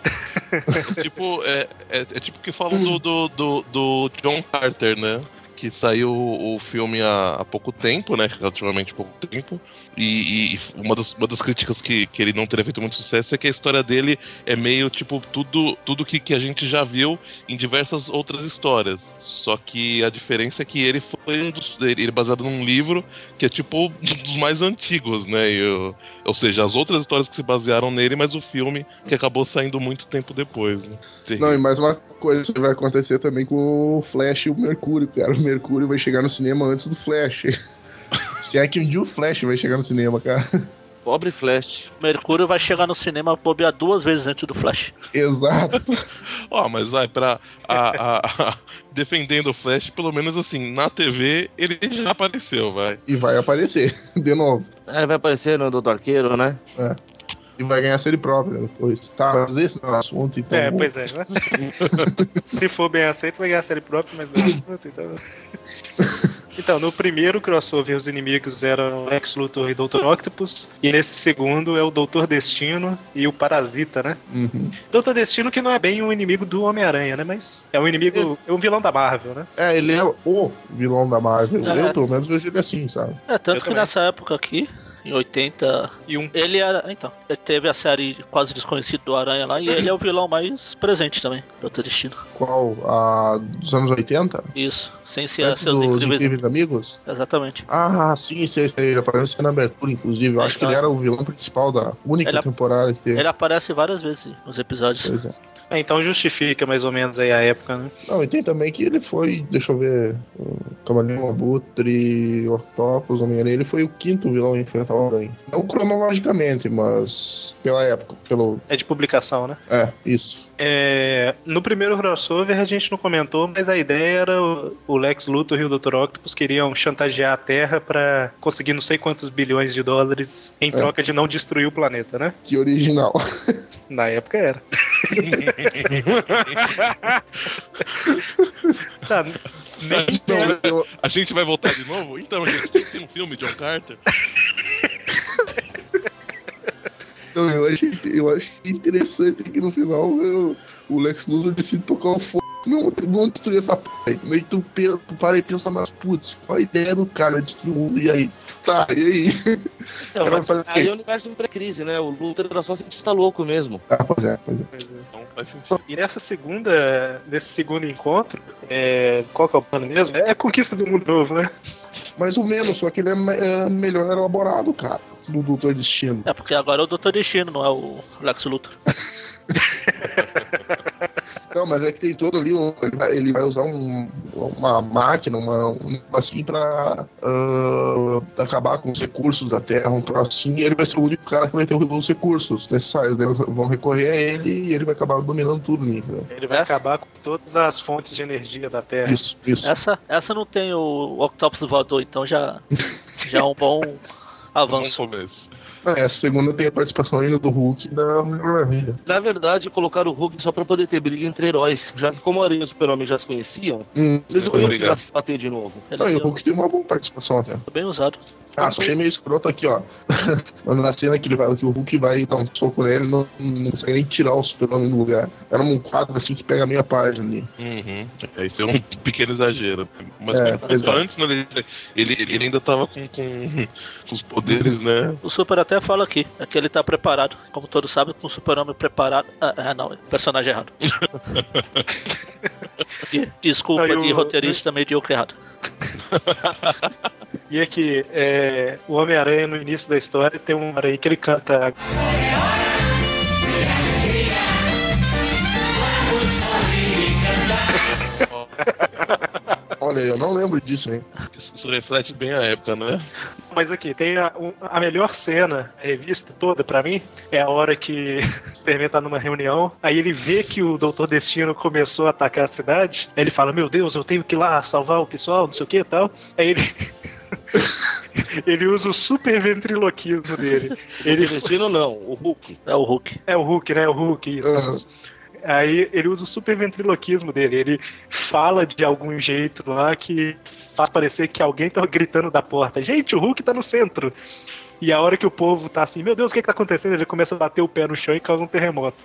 F: tipo, é, é, é tipo que falam do, do, do, do John Carter, né? Que saiu o filme há, há pouco tempo, né? Relativamente pouco tempo. E, e uma, das, uma das críticas que, que ele não teria feito muito sucesso é que a história dele é meio tipo tudo, tudo que, que a gente já viu em diversas outras histórias. Só que a diferença é que ele foi um dos. Ele é baseado num livro que é tipo um dos mais antigos, né? E o- ou seja, as outras histórias que se basearam nele, mas o filme que acabou saindo muito tempo depois, né?
E: Não, e mais uma coisa que vai acontecer também com o Flash e o Mercúrio, cara. O Mercúrio vai chegar no cinema antes do Flash. [laughs] Se é que um dia o Flash vai chegar no cinema, cara. [laughs]
G: Pobre Flash.
D: Mercúrio vai chegar no cinema bobear duas vezes antes do Flash.
E: Exato.
F: Ó, mas vai pra. a- a- a- defendendo o Flash, pelo menos assim, na TV ele já apareceu, vai.
E: E vai aparecer, [laughs] de novo.
G: É, vai aparecer no Doutor Arqueiro, né?
E: E vai ganhar série própria depois. Tá, mas esse não é o assunto, então.
C: É, pois é, né? [laughs] Se for bem aceito, vai ganhar a série própria, mas não é assunto, então. Então, no primeiro crossover, os inimigos eram Lex Luthor e Dr. Octopus, e nesse segundo é o Doutor Destino e o Parasita, né?
E: Uhum.
C: Doutor Destino que não é bem um inimigo do Homem-Aranha, né? Mas é um inimigo, é um vilão da Marvel, né?
E: É, ele é o vilão da Marvel.
D: É.
E: Eu, pelo menos, vejo ele assim, sabe?
D: É, tanto
C: Eu
D: que
C: também.
D: nessa época aqui, em 80,
C: E um
D: ele era. Então, ele teve a série quase desconhecida do Aranha lá, e ele é o vilão mais presente também, Dr. Destino.
E: Qual? A dos anos 80?
D: Isso, sem ser
E: Antes
D: é seus
E: dos
D: incríveis.
E: incríveis amigos?
D: Exatamente.
E: Ah, sim, sei, sei. Ele apareceu na abertura, inclusive. Eu acho que ele era o vilão principal da
D: É,
E: única
D: então. Ele-
E: temporada que teve.
D: Ele aparece várias vezes nos episódios.
E: Pois é.
C: É, então justifica mais ou menos aí a época, né?
E: Não, e tem também que ele foi, deixa eu ver, o Cavalinho Abutre, Octopus, Homem-Aranha, ele foi o quinto vilão a enfrentar o Aranha. Não cronologicamente, mas pela época, pelo...
C: É de publicação, né?
E: É, isso.
C: É, no primeiro crossover a gente não comentou, mas a ideia era o, o Lex Luthor e o Dr. Octopus queriam chantagear a Terra pra conseguir não sei quantos bilhões de dólares em troca de não destruir o planeta, né?
E: Que original. [laughs]
C: Na época era. tá, nem-
D: É.
E: Não, eu-
F: A gente vai voltar de novo? Então, a gente tem um filme, John Carter.
E: Não, eu achei, eu achei interessante que no final eu- o Lex Luthor decide tocar o fogo. Não, vamos destruir essa porra aí. Daí tu, pe- tu para e pensa, mas putz, qual a ideia do cara? Vai destruir o mundo e aí? Tá, e aí?
H: Não, mas
E: Vai fazer o
H: aí
E: quê?
H: o universo entra em crise, né? O Luthor era só cientista louco mesmo.
E: Ah, pois é, pois é.
F: Não faz sentido.
C: e nessa segunda, nesse segundo encontro, é, qual que é o plano mesmo? É a conquista do mundo novo, né?
E: Mais ou menos, só que ele é, me- é melhor elaborado, cara, do Doutor Destino.
D: É porque agora é o Dr. Destino, não é o Lex Luthor.
E: Não, mas é que tem todo ali, um, ele vai- ele vai usar um- uma máquina, uma, um negócio assim pra ah, acabar com os recursos da Terra, um troço assim, e ele vai ser o único cara que vai ter os recursos necessários, né? vão recorrer a ele e ele vai acabar dominando tudo, né?
C: Ele vai
D: Essa-
C: acabar com todas as fontes de energia da
H: É.
C: Terra.
E: Isso, isso.
D: Essa, essa não tem o Octopus voador, então
E: [laughs]
D: já, já é um bom
F: Vamos
D: avanço.
F: começo.
E: É, Essa segunda tem a participação ainda do Hulk e da Mulher Maravilha.
H: Na verdade, colocaram o Hulk só pra poder ter briga entre heróis. Já que como a Aranha e o Super-Homem já se conheciam,
E: Hum.
H: eles não iam
F: Obrigado.
H: precisar se bater de novo.
E: Não, e o
D: Ele
E: Hulk tem uma boa participação até.
D: é bem usado.
E: Ah, só achei meio escroto aqui, ó. [laughs] Mas na cena que, ele vai, que o Hulk vai dar um soco nele, não, não consegue nem tirar o super-homem do lugar. Era um quadro assim que pega meia página ali.
F: Uhum. É, isso é um pequeno exagero. Mas
E: É,
F: mas
E: exato.
F: antes, né, ele, ele, ele ainda tava com, com, com os poderes, né?
D: O Super até fala aqui, é que ele tá preparado. Como todos sabem, com o Super-Homem preparado. Ah, ah, não, personagem
C: [laughs]
D: errado. De- Desculpa
C: Aí o- né?
D: de roteirista medíocre errado.
C: E é que é, o Homem-Aranha, no início da história, tem uma hora aí que ele canta.
E: Olha, eu não lembro disso, hein?
F: Isso, isso reflete bem a época, né?
C: Mas aqui, tem a, um- a melhor cena da revista toda, pra mim, é a hora que [laughs] o Superman tá numa reunião, aí ele vê que o Doutor Destino começou a atacar a cidade, aí ele fala: Meu Deus, eu tenho que ir lá salvar o pessoal, não sei o que e tal. Aí ele. [laughs] ele usa o super ventriloquismo dele.
H: O
C: Ele
H: Destino não, o Hulk.
D: É o Hulk.
C: É o Hulk, né? É O Hulk, isso.
E: Aham.
C: Aí ele usa o super ventriloquismo dele. Ele fala de algum jeito lá que faz parecer que alguém tá gritando da porta. Gente, o Hulk tá no centro. E a hora que o povo tá assim, meu Deus, o que que tá acontecendo? Ele começa a bater o pé no chão e causa um terremoto.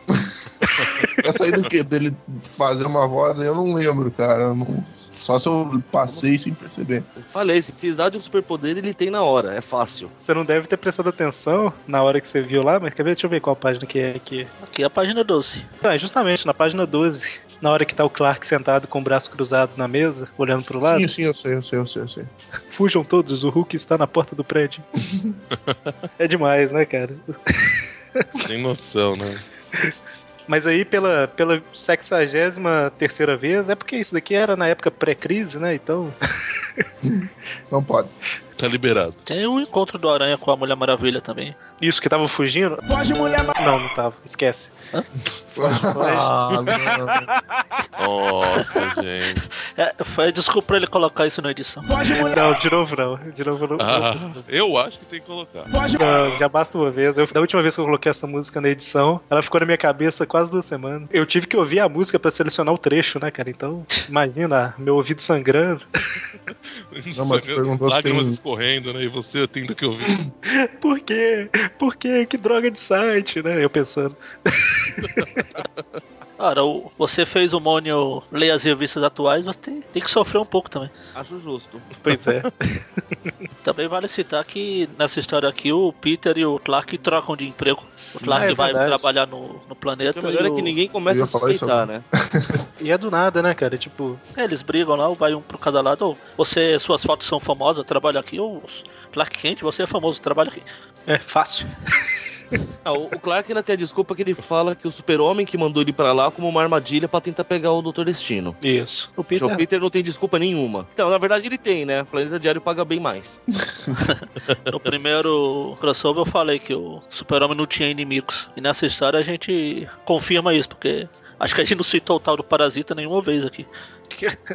E: Essa aí do que? Dele fazer uma voz, eu não lembro, cara. Eu não- Só se eu passei sem perceber.
G: Eu Falei, se precisar de um superpoder, ele tem na hora. É fácil.
C: Você não deve ter prestado atenção na hora que você viu lá, mas quer ver? Deixa eu ver qual página que é aqui.
D: Aqui é a página 12.
C: Ah, é justamente na página 12, na hora que tá o Clark sentado com o braço cruzado na mesa, olhando pro lado.
E: Sim, sim, eu sei, eu sei, eu sei, eu sei.
C: Fujam todos, o Hulk está na porta do prédio. é demais, né, cara?
F: Sem noção, né?
C: Mas aí, pela, pela 63 vez, é porque isso daqui era na época pré-crise, né? Então,
E: Não pode.
F: Tá liberado.
D: Tem o encontro do Aranha com a Mulher Maravilha também.
C: isso que tava fugindo.
B: Foge, mulher ma-
C: Não, não tava, esquece.
E: Ah, não.
F: Nossa, gente.
D: É, foi desculpa pra ele colocar isso na edição.
B: Foge, mulher
C: Não, de novo não, de novo não.
F: Ah, eu acho que tem que colocar.
B: Foge,
C: Não, já basta uma vez. Eu, da última vez que eu coloquei essa música na edição, ela ficou na minha cabeça quase duas semanas. Eu tive que ouvir a música pra selecionar o trecho, né, cara? Então, imagina, meu ouvido sangrando.
E: Não, mas você perguntou se
F: Lágrimas
E: tem-
F: escorrendo, né? E você tendo que ouvir.
C: Por quê? Por quê? Que droga de site, né? Eu pensando.
D: Cara, o- você fez o Mônio ler as revistas atuais, você tem, tem que sofrer um pouco também.
G: Acho justo.
C: Pois é.
D: Também vale citar que nessa história aqui o Peter e o Clark trocam de emprego. O Clark
C: É, é
D: vai
C: verdade.
D: trabalhar no, no
G: Ah, O que
D: planeta.
G: é melhor
D: e
G: é que
D: o-
G: ninguém
E: Eu
G: começa
E: ia
G: a
E: falar isso
G: suspeitar, né?
C: [laughs] E é do nada, né, cara? Tipo,
D: É, eles brigam lá, vai um pro cada lado. Ou você, suas fotos são famosas, trabalha aqui. Ou Clark Kent, você é famoso, trabalha aqui.
C: é fácil.
G: Ah, o o Clark ainda tem a desculpa que ele fala que o super-homem que mandou ele pra lá como uma armadilha pra tentar pegar o Dr. Destino.
C: Isso. O
G: Peter...
C: Peter.
G: O Peter não tem desculpa nenhuma. Então, na verdade, ele tem, né? O Planeta Diário paga bem mais.
D: No primeiro crossover eu falei que o Super-Homem não tinha inimigos. E nessa história a gente confirma isso, porque acho que a gente não citou o tal do Parasita nenhuma vez aqui.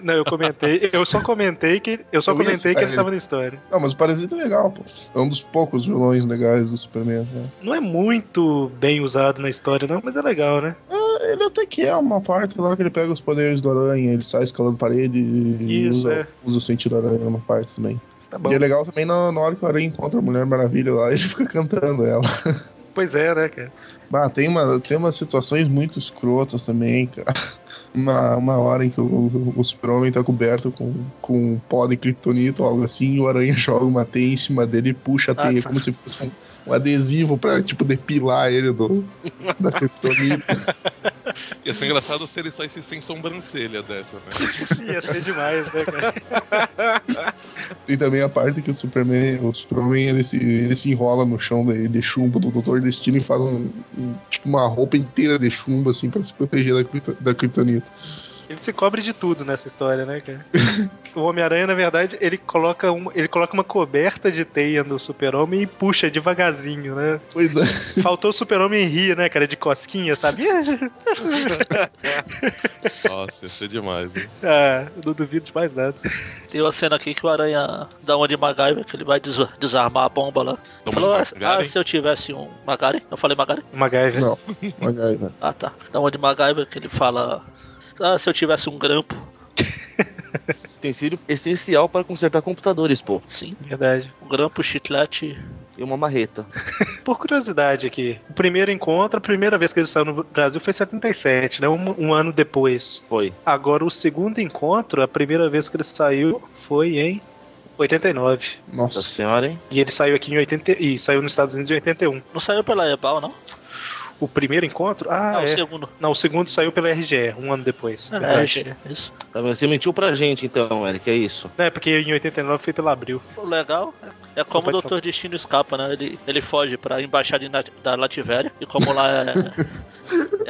C: Não, eu comentei. Eu só comentei que. Eu só
E: Eu ia
C: comentei que ele
E: citar
C: tava na história.
E: Não, mas o Parasita é legal, pô. É um dos poucos vilões legais do Superman. Né?
C: Não é muito bem usado na história, não, mas é legal, né?
E: É, Ele até que é uma parte lá que ele pega os poderes do aranha, ele sai escalando parede e
C: Isso,
E: usa,
C: é.
E: usa o sentido aranha uma parte também.
C: Tá bom.
E: E é legal também na, na hora que o aranha encontra a Mulher Maravilha lá, [laughs] ele fica cantando ela.
C: Pois é, né, cara?
E: Ah, tem, uma, tem umas situações muito escrotas também, cara. Uma, uma hora em que o, o, o super-homem tá coberto com, com um pó de kryptonita ou algo assim, e o aranha [laughs] joga uma teia em cima dele e puxa a
D: Ah,
E: teia
D: tá.
E: como se fosse um, um adesivo pra, tipo, depilar ele do, [laughs] da kryptonita.
F: Ia ser é engraçado se ele saísse sem sobrancelha dessa, né?
C: Ia ser demais, né, cara?
E: Tem também a parte que o Superman, o Superman ele se, ele se enrola no chão de, de chumbo do Doutor Destino e faz um, um- tipo uma roupa inteira de chumbo, assim, pra se proteger da, cripto- da kryptonita.
C: Ele se cobre de tudo nessa história, né, cara? O Homem-Aranha, na verdade, ele coloca, um, ele coloca uma coberta de teia no super-homem e puxa devagarzinho, né?
E: Pois é.
C: Faltou o super-homem rir, né, cara? De cosquinha, [laughs] sabe? É,
F: Nossa, ia ser demais. Hein?
C: ah, não duvido de mais nada.
D: Tem uma cena aqui que o Aranha dá uma de MacGyver, que ele vai des- desarmar a bomba lá.
F: Então,
D: Falou,
F: vamos
D: ah,
F: pagar,
D: ah,
F: hein?
D: se eu tivesse um Magari? Eu falei Magari?
C: Uma gaiva.
E: Não, uma gaiva.
D: Ah, tá. Da onde MacGyver que ele fala. Ah, se eu tivesse um grampo.
G: Tem sido essencial para consertar computadores, pô.
D: Sim,
C: Verdade.
D: um grampo, chiclete.
G: E uma marreta.
C: Por curiosidade aqui, o primeiro encontro, a primeira vez que ele saiu no Brasil foi em 77, né? Um, um ano depois.
G: Foi.
C: Agora, o segundo encontro, a primeira vez que ele saiu foi em 89.
E: Nossa.
G: senhora, hein?
C: E ele saiu aqui em 80 e saiu nos Estados Unidos em 81.
D: Não saiu pela Ebal, não?
C: O primeiro encontro? Ah,
D: não,
C: é.
D: o segundo.
C: Não, o segundo saiu pela RGE, um ano depois.
D: É,
C: Verdade.
D: é, isso.
H: Você mentiu pra gente então, Eric, é isso.
C: É, porque em 89 foi pela Abril.
D: O legal é é como
C: Pode
D: o Dr. Destino escapa, né? Ele, ele foge pra embaixada de Nat- da Lativéria. E como lá é,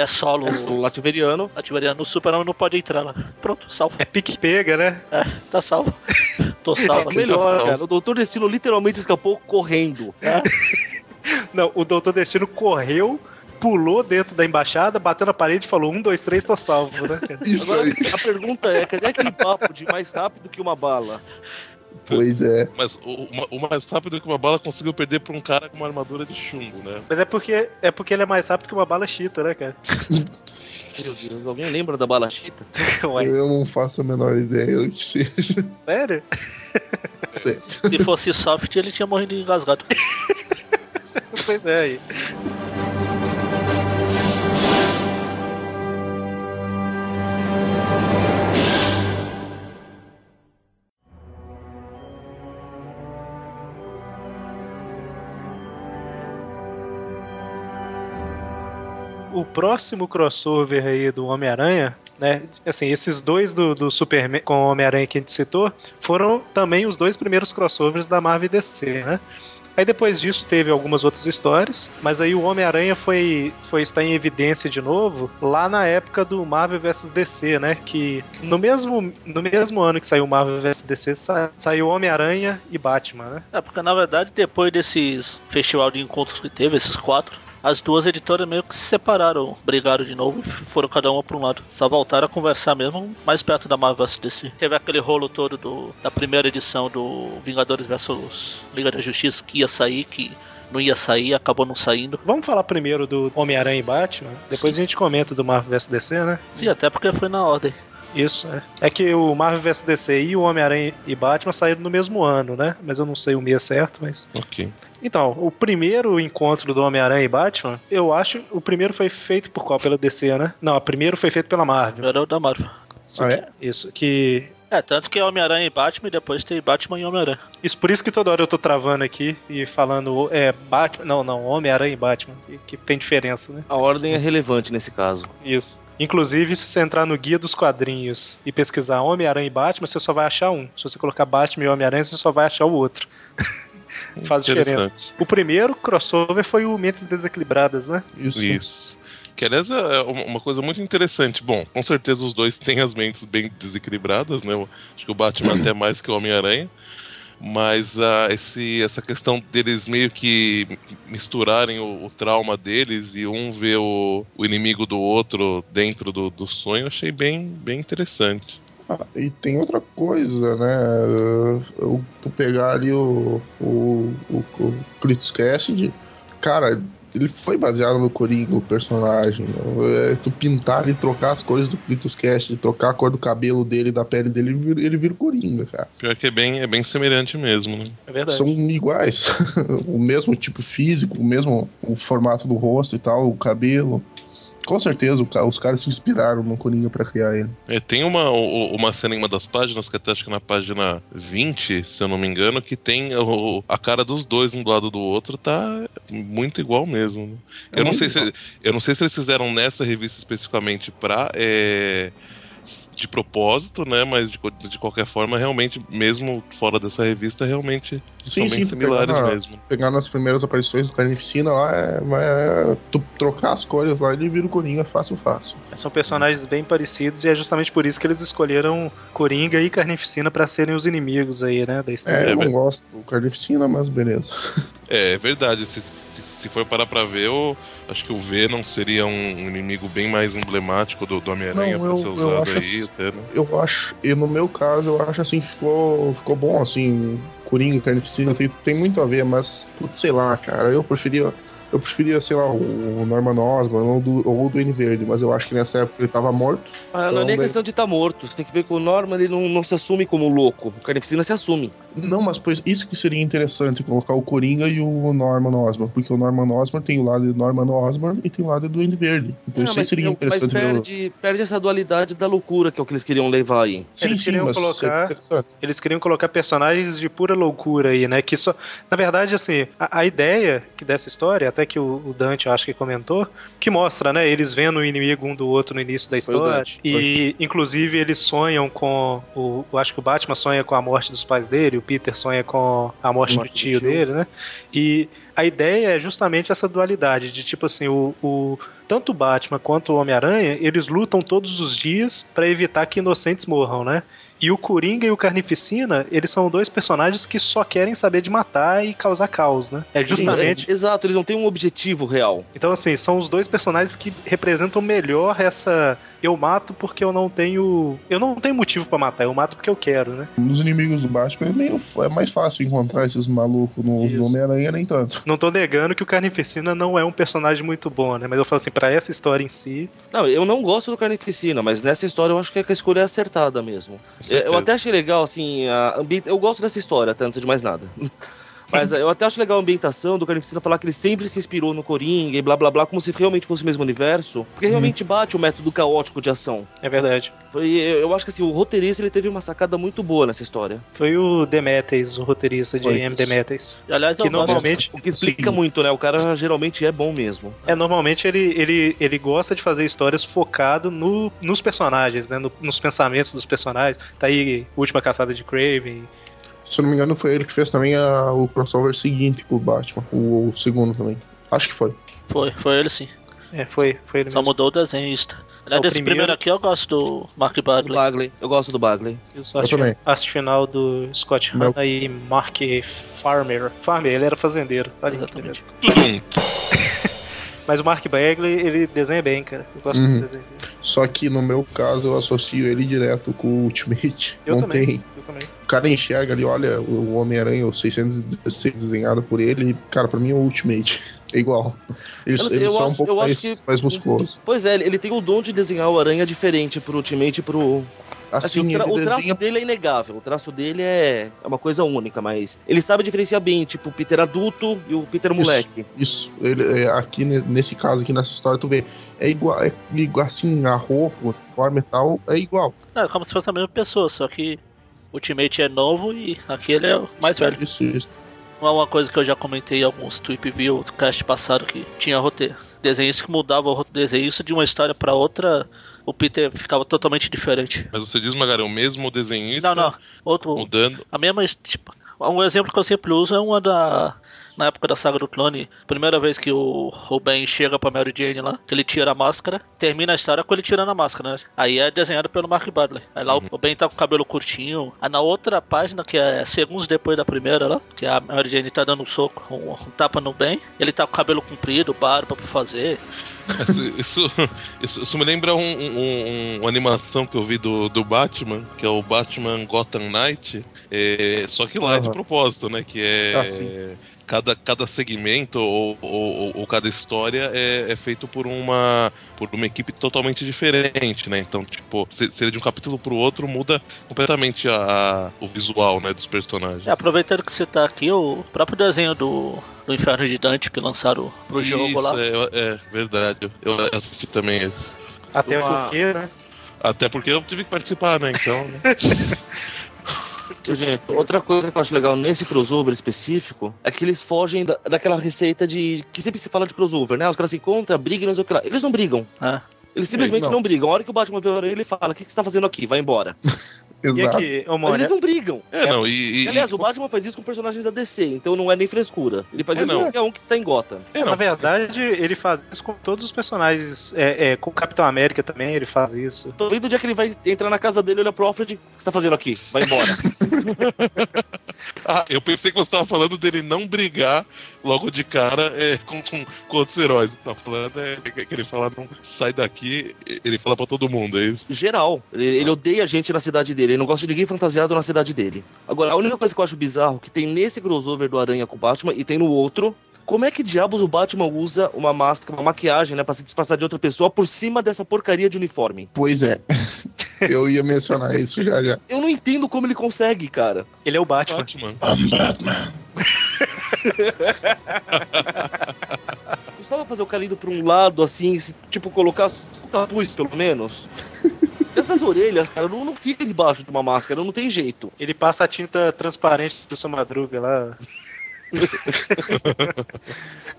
D: é solo
G: O lativeriano.
D: lativeriano, o super-homem não pode entrar lá. Pronto, salvo.
C: É pique pega, né?
D: É, tá salvo. Tô
E: Tá
D: salvo.
G: É melhor, cara. O Doutor Destino literalmente escapou correndo.
C: Não, o Doutor Destino correu, pulou dentro da embaixada, bateu na parede e falou: um, dois, três, tô salvo, né? cara?
E: Isso
G: Agora,
E: aí.
G: a pergunta é, cadê aquele papo de mais rápido que uma bala?
E: Pois é.
F: Mas o, o ma- o mais rápido que uma bala conseguiu perder pra um cara com uma armadura de chumbo, né?
C: Mas é porque é porque ele é mais rápido que uma bala chita, né, cara? [laughs]
G: Meu Deus, alguém lembra da bala chita?
C: Ué,
E: Eu não faço a menor ideia do que seja.
C: sério?
D: Se fosse soft, ele tinha morrido engasgado.
C: Pois é, aí. o próximo crossover aí do Homem-Aranha, né? Assim, esses dois do, do Superman com o Homem-Aranha que a gente citou foram também os dois primeiros crossovers da Marvel e DC, né? Aí depois disso teve algumas outras histórias, mas aí o Homem-Aranha foi, foi estar em evidência de novo lá na época do Marvel vs DC, né? Que no mesmo, no mesmo ano que saiu Marvel vs DC, sa- saiu Homem-Aranha e Batman, né?
D: É, porque na verdade, depois desses festival de encontros que teve, esses quatro, as duas editoras meio que se separaram, brigaram de novo e foram cada uma para um lado. Só voltaram a conversar mesmo mais perto da Marvel vs DC. Teve aquele rolo todo do- da primeira edição do Vingadores vs Liga da Justiça que ia sair, que não ia sair, acabou não saindo.
C: Vamos falar primeiro do Homem-Aranha e Batman, depois a gente comenta do Marvel vs DC, né?
D: Sim, até porque foi na ordem.
C: Isso, é. É que o Marvel vs DC e o Homem-Aranha e Batman saíram no mesmo ano, né? Mas eu não sei o mês certo, mas.
F: Ok.
C: Então, o primeiro encontro do Homem-Aranha e Batman, eu acho. O primeiro foi feito por qual? Pela DC, né? Não, o primeiro foi feito pela Marvel.
D: Era o da Marvel.
C: Isso,
E: Ah,
C: que-
E: é?
C: isso que.
D: É, tanto que é Homem-Aranha e Batman, e depois tem Batman e Homem-Aranha.
C: Isso por isso que toda hora eu tô travando aqui e falando é Batman. Não, não, Homem-Aranha e Batman. Que, que tem diferença, né?
G: A ordem é relevante nesse caso.
C: Isso. Inclusive, se você entrar no guia dos quadrinhos e pesquisar Homem-Aranha e Batman, você só vai achar um. Se você colocar Batman e Homem-Aranha, você só vai achar o outro. [laughs] Faz diferença.
F: Interessante.
C: O primeiro crossover foi o Mentes Desequilibradas, né?
E: Isso.
F: Isso. Que aliás é uma uma coisa muito interessante. Bom, com certeza os dois têm as mentes bem desequilibradas, né? Eu Acho que o Batman até mais que o Homem-Aranha. Mas ah, esse, essa questão deles meio que misturarem o, o trauma deles e um ver o, o inimigo do outro dentro do, do sonho, eu achei bem, bem interessante.
E: Ah, e tem outra coisa, né? Eu, tu pegar ali o, o, o, o Cletus Cassidy, cara, ele foi baseado no Coringa, o personagem. É, tu pintar ali, trocar as cores do Cletus Cassidy, trocar a cor do cabelo dele, da pele dele, ele vira, ele vira o Coringa, cara.
F: Pior que é bem, é bem semelhante mesmo, né?
C: É verdade.
E: São iguais. [laughs] o mesmo tipo físico, o mesmo o formato do rosto e tal, o cabelo. Com certeza o ca- os caras se inspiraram no Coringa pra criar ele.
F: É, tem uma, o- o- uma cena em uma das páginas, que até acho que na página 20, se eu não me engano, que tem o- a cara dos dois um do lado do outro, tá muito igual mesmo. né?
E: É
F: eu, não
E: muito
F: sei se, eu não sei se eles fizeram nessa revista especificamente pra. é, de propósito, né? Mas de, co- de qualquer forma, realmente, mesmo fora dessa revista, realmente são bem
E: tu
F: similares
E: pegar na-
F: mesmo.
E: pegar nas primeiras aparições do Carnificina lá, é, mas é, tu trocar as cores lá, ele vira o Coringa fácil, fácil.
C: São personagens bem parecidos e é justamente por isso que eles escolheram Coringa e Carnificina pra serem os inimigos aí, né? Da história.
E: É, eu não
F: velho.
E: gosto do Carnificina, mas beleza.
F: É, é verdade. Se, se, se for parar pra ver, eu acho que o Venom seria um, um inimigo bem mais emblemático do, do Homem-Aranha
E: Não,
F: pra
E: eu-
F: ser
E: eu
F: usado
E: acho
F: aí,
E: ass-
F: até, né?
E: Eu acho, e no meu caso, eu acho assim, ficou, ficou bom, assim, Coringa e Carnificina tem, tem muito a ver, mas, putz, sei lá, cara, eu preferia, eu preferia, sei lá, o Norman Osborn ou do, ou o Duende Verde, mas eu acho que nessa época ele tava morto.
G: Ah, não é nem
E: Também.
G: questão de estar morto. Você tem que ver que o Norman ele não, não se assume como louco. O Carnificina se assume.
E: Não, mas pois isso que seria interessante, colocar o Coringa e o Norman Osborn, porque o Norman Osborn tem o lado de Norman Osborn e tem o lado do Duende Verde. Então
G: Ah,
E: isso aí
G: mas,
E: seria
G: mas
E: interessante ver o-
G: perde, perde essa dualidade da loucura que é o que eles queriam levar aí.
C: Eles queriam
E: mas
C: colocar-
E: seria interessante.
C: Eles queriam colocar personagens de pura loucura aí, né? Que só. Na verdade, assim, a, a ideia que dessa história, até que o, o Dante eu acho que comentou, que mostra, né? Eles vendo o inimigo um do outro no início da
G: Foi o
C: história.
G: Dante,
C: E, inclusive, eles sonham com. O, eu acho que o Batman sonha com a morte dos pais dele, o Peter sonha com a morte, do, tio dele, né? E a ideia é justamente essa dualidade, de tipo assim, o. o tanto o Batman quanto o Homem-Aranha, eles lutam todos os dias pra evitar que inocentes morram, né? E o Coringa e o Carnificina, eles são dois personagens que só querem saber de matar e causar caos, né? É justamente.
G: É, Exato, eles não têm um objetivo real.
C: Então, assim, são os dois personagens que representam melhor essa. Eu mato porque eu não tenho. Eu não tenho motivo pra matar, eu mato porque eu quero, né?
E: Nos Um inimigos do Batman é, meio, é mais fácil encontrar esses malucos no
C: Isso.
E: no Homem-Aranha, nem tanto.
C: Não tô negando que o Carnificina não é um personagem muito bom, né? Mas eu falo assim, pra essa história em si.
G: Não, eu não gosto do Carnificina, mas nessa história eu acho que a escolha é acertada mesmo.
F: Com
G: É, Eu
F: certeza.
G: tá, até achei legal, assim, a ambi- eu gosto dessa história, até antes de mais nada. [laughs] Mas eu até acho legal a ambientação do Carnificina falar que ele sempre se inspirou no Coringa e blá blá blá, como se realmente fosse o mesmo universo. Porque realmente bate o método caótico de ação.
C: É verdade.
G: Foi, eu eu acho que assim, o roteirista ele teve uma sacada muito boa nessa história.
C: Foi o Demetes, o roteirista de
E: Foi
C: M.
E: isso.
C: Demetes.
D: E, aliás, é um
C: Que
D: eu gosto-
C: normalmente.
G: O que explica
E: Sim.
G: muito, né? O cara geralmente é bom mesmo.
C: É, normalmente ele, ele, ele gosta de fazer histórias focado no, nos personagens, né? no- nos pensamentos dos personagens. Tá aí Última Caçada de Craven.
E: Se eu não me engano, foi ele que fez também a- o crossover seguinte com o Batman. O, o segundo também. Acho que foi.
D: Foi, foi ele sim.
C: É, foi, foi ele
D: Só
C: mesmo.
D: mudou o desenhista.
C: É o
D: Aliás, desse
C: primeiro.
D: primeiro aqui eu gosto do Mark
G: O
D: Bagley.
G: Bagley, eu gosto do Bagley.
C: E o sorte-
E: Eu também.
C: arte final do Scott
E: Meu.
C: Hanna e Mark Farmer. Farmer, ele era fazendeiro. Olha que
D: Exatamente.
C: beleza. [laughs] Mas o Mark Bagley, ele desenha bem, cara. Eu gosto desse
E: Uhum.
C: desenho. dele.
E: Só que no meu caso eu associo ele direto com o Ultimate.
C: Eu
E: não
C: também.
E: tem.
C: Eu também.
E: O cara enxerga ali, olha o o Homem-Aranha, o 616 desenhado por ele. e, Cara, pra mim é o Ultimate. É igual. Ele,
G: Eu não sei,
E: ele
G: eu
E: só é um
G: acho-
E: pouco
G: eu
E: mais,
G: acho que-
E: mais musculoso.
G: Pois é, ele- ele tem o dom de desenhar o Aranha diferente pro Ultimate e pro. Assim,
E: Assim,
G: o, tra-
E: ele
G: o traço
E: desenha
G: dele é inegável. O traço dele é... é uma coisa única, mas ele sabe diferenciar bem, tipo, o Peter adulto e o Peter moleque.
E: Isso, ele, é, aqui ne- nesse caso, aqui nessa história, tu vê, é igual, é igual assim, a roupa, a forma e tal, é igual.
D: É como se fosse a mesma pessoa, só que o Ultimate é novo e aqui ele é o mais velho.
E: Isso, isso.
D: Uma uma coisa que eu já comentei em alguns Tweep View, do cast passado, que tinha roteiro. Desenhista que mudava o rote- desenhista de uma história pra outra, o Peter ficava totalmente diferente.
F: Mas você diz, Magalhão, o mesmo desenhista
D: Não,
C: né?
D: não. Outro.
F: mudando.
D: A mesma. his- Tipo, um exemplo que eu sempre uso é uma da. Na época da saga do clone, primeira vez que o, o Ben chega pra Mary Jane lá, que ele tira a máscara, termina a história com ele tirando a máscara, né? Aí é desenhado pelo Mark Butler. Aí lá o Ben tá com o cabelo curtinho. Aí na outra página, que é segundos depois da primeira lá, que a Mary Jane tá dando um soco, um, um tapa no Ben, ele tá com o cabelo comprido, barba pra fazer.
F: Isso, isso, isso me lembra um, um- um- uma animação que eu vi do, do Batman, que é o Batman Gotham Knight. É, só que lá é de
E: Aham.
F: propósito, né? Que é.
E: Ah, sim.
F: Cada, cada segmento ou, ou- ou- ou cada história é, é feito por uma por uma equipe totalmente diferente, né? Então, tipo, se, se ele de um capítulo pro outro muda completamente a, a- o visual, né, dos personagens.
D: E aproveitando que você tá aqui, o próprio desenho do, do Inferno de Dante que lançaram pro jogo
F: Isso,
D: lá.
F: É, é verdade. Eu assisti também esse.
C: Até
G: Uma-
C: porque, né?
F: Até porque eu tive que participar, né? Então. né?
G: Eu, gente, outra coisa que eu acho legal nesse crossover específico é que eles fogem da- daquela receita de. que sempre se fala de crossover, né? Os caras se encontram, brigam, não sei o que lá. Eles não brigam.
D: É.
G: Eles simplesmente
E: não.
G: não. brigam. A hora que o Batman vê o Aranha, ele fala: O que, que você tá fazendo aqui? Vai embora.
C: E
E: Exato.
C: aqui, ô
G: Mas
C: Mônia,
G: eles não brigam.
F: É, não, e. e-
G: Aliás, o Batman faz isso com personagens da DC, então não é nem frescura. Ele faz
F: É,
G: isso
F: não.
G: com qualquer um que tá em Gotham.
F: é, não.
C: Na verdade, ele faz isso com todos os personagens. É, é, com o Capitão América também ele faz isso.
G: Tô vendo o dia que ele vai entrar na casa dele, olha pro Alfred, o que você tá fazendo aqui? Vai embora.
F: Ah, eu pensei que você tava falando dele não brigar logo de cara é, com, com, com outros heróis. Tá falando é, que que ele fala, não sai daqui, ele fala pra todo mundo, é isso?
G: Geral. Ele, ele odeia a gente na cidade dele, ele não gosta de ninguém fantasiado na cidade dele. Agora, a única coisa que eu acho bizarro que tem nesse crossover do Aranha com o Batman e tem no outro. Como é que diabos o Batman usa uma máscara, uma maquiagem, né, pra se disfarçar de outra pessoa por cima dessa porcaria de uniforme?
E: Pois é. [laughs] Eu ia mencionar isso já já.
G: Eu não entendo como ele consegue, cara.
C: Ele é o Batman.
F: Batman.
G: Custava fazer o cara indo pra um lado assim, se, tipo, colocar o capuz,
F: [laughs]
G: pelo menos. Essas orelhas, cara, não, não fica debaixo de uma máscara, não tem jeito.
C: Ele passa a tinta transparente do seu Madruga
G: [laughs]
C: lá.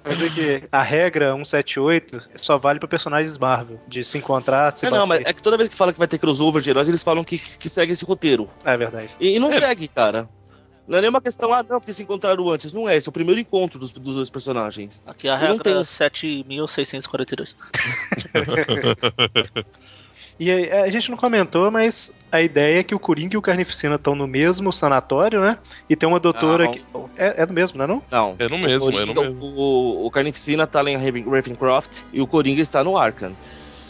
C: mas é que a regra 178 só vale pra personagens Marvel, de se encontrar, se
G: É, não, mas
C: bater.
G: é que toda vez que fala que vai ter crossover de heróis, eles falam que, que segue esse roteiro.
C: É verdade.
G: E, e não segue, cara. Não é nenhuma questão, ah, não, porque se encontraram antes. Não é, esse é o primeiro encontro dos, dos dois personagens.
D: Aqui a
G: Eu não
D: regra
G: tenho-
D: é 7.642.
C: E aí, a gente não comentou, mas a ideia é que o Coringa e o Carnificina estão no mesmo sanatório, né? E tem uma doutora
G: Não.
C: que. É, é do mesmo, não é não?
G: Não. Então,
F: É no mesmo, é no
G: Coringa,
F: mesmo.
G: o, o Carnificina tá lá em Raven- Ravencroft e o Coringa está no Arkham.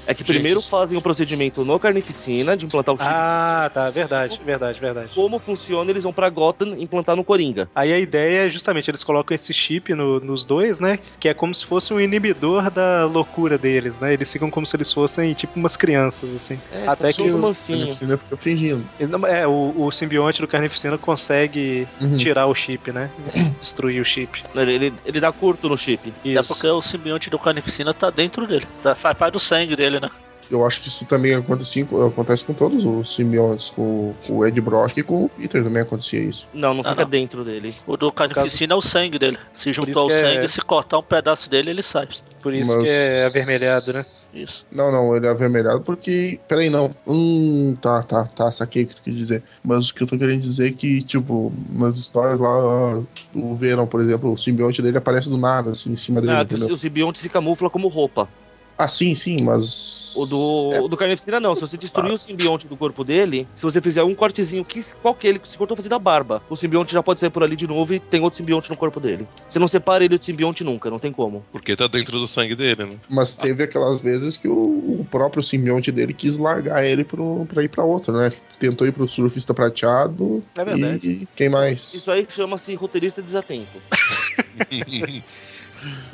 G: É que
F: Gente,
G: primeiro
F: isso-
G: fazem o procedimento no Carnificina de implantar o chip.
C: Ah, tá, verdade, verdade, verdade.
G: Como funciona, eles vão pra Gotham implantar no Coringa.
C: Aí a ideia é justamente, eles colocam esse chip no- nos dois, né? Que é como se fosse um inibidor da loucura deles, né? Eles ficam como se eles fossem tipo umas crianças, assim.
G: É,
C: Até que
G: tudo
C: o-
G: mansinho.
E: Ele fica fingindo.
C: Ele não- É, o, o simbionte do Carnificina consegue
E: Uhum.
C: tirar o chip,
E: [coughs]
C: né? Destruir o chip.
G: Ele, ele- ele dá curto no chip.
C: Isso.
D: É porque o simbionte do Carnificina tá dentro dele. Tá, faz parte do sangue dele, né?
E: Eu acho que isso também acontecia, acontece com todos os simbiontes, com, com o Ed Brock e com o Peter também acontecia isso.
G: Não, não
D: Ah,
G: fica
D: não.
G: dentro dele.
D: O do Carnificina é o sangue dele. Se juntar ao
C: isso que é-
D: sangue, se cortar um pedaço dele, ele sai.
C: Por isso
E: Mas-
C: que é avermelhado, né?
D: Isso.
E: Não, não, ele é avermelhado porque. Peraí, não. Hum, tá, tá, tá, saquei o que tu quis dizer. Mas o que eu tô querendo dizer é que, tipo, nas histórias lá, o Verão, por exemplo, o simbionte dele aparece do nada, assim, em cima dele.
G: Ah, que
E: entendeu?
G: o simbionte se camufla como roupa.
E: Ah, sim, sim, mas.
G: O do, o do Carnificina não. Se você destruir o simbionte do corpo dele, se você fizer um cortezinho que, qualquer ele se cortou fazendo a barba, o simbionte já pode sair por ali de novo e tem outro simbionte no corpo dele. Você não separa ele do simbionte nunca, não tem como.
F: Porque tá dentro do sangue dele, [laughs] né?
E: Mas teve aquelas vezes que o, o próprio simbionte dele quis largar ele pro, pra ir pra outra, né? Tentou ir pro surfista prateado.
C: É verdade.
E: E quem mais?
G: Isso aí chama-se roteirista desatento.
C: Tá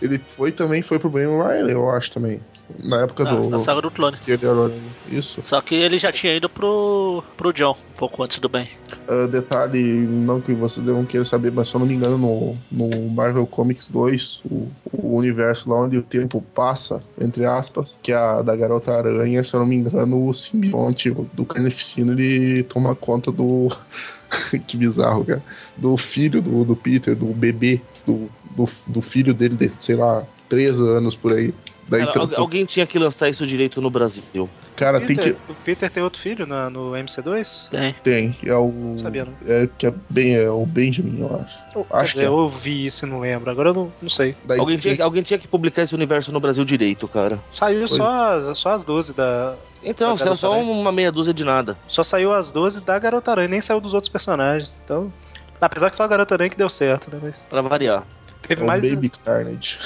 E: Ele foi também, foi pro Ben Riley, eu acho também. Na
C: Tá
E: época
D: Na,
E: do.
D: Ah, na saga do clone.
E: que ele era- Isso.
D: Só que ele já tinha ido pro, pro John, um pouco antes do bem.
E: Ah, detalhe, não que vocês devam querer saber, mas se eu não me engano, no, no Marvel Comics 2, o, o universo lá onde o tempo passa, entre aspas, que é a da Garota Aranha, se eu não me engano, o simbionte do Carnificina, ele toma conta do. [laughs] que bizarro, cara. Do filho do, do Peter, do bebê, do, do, do filho dele, de, sei lá, 13 anos por aí. Daí,
G: Cara,
E: tra-
G: al- alguém tinha que lançar isso direito no Brasil.
E: cara ah, tem que.
C: Peter, O Peter tem outro filho na- no MC2?
D: Tem.
E: Tem, é o.
C: Sabia, não.
E: É, que é, bem, é o Benjamin, eu acho.
C: Quer
E: acho
C: dizer,
E: que é.
C: Eu ouvi isso e não lembro. Agora eu não, não sei.
E: Daí
G: Alguém
E: tem-
G: tinha, que- alguém tinha que publicar esse universo no Brasil direito, cara.
C: Saiu só as, só as 12 da.
G: Então,
C: Eu
G: será
C: quero
G: só
C: saber.
G: uma meia dúzia de nada.
C: Só saiu as 12 da Garota Aranha, nem saiu dos outros personagens. Então. Apesar que só a Garota Aranha que deu certo, né? Mas
G: Pra variar.
C: teve
E: é o
C: mais. um.
E: Baby Carnage.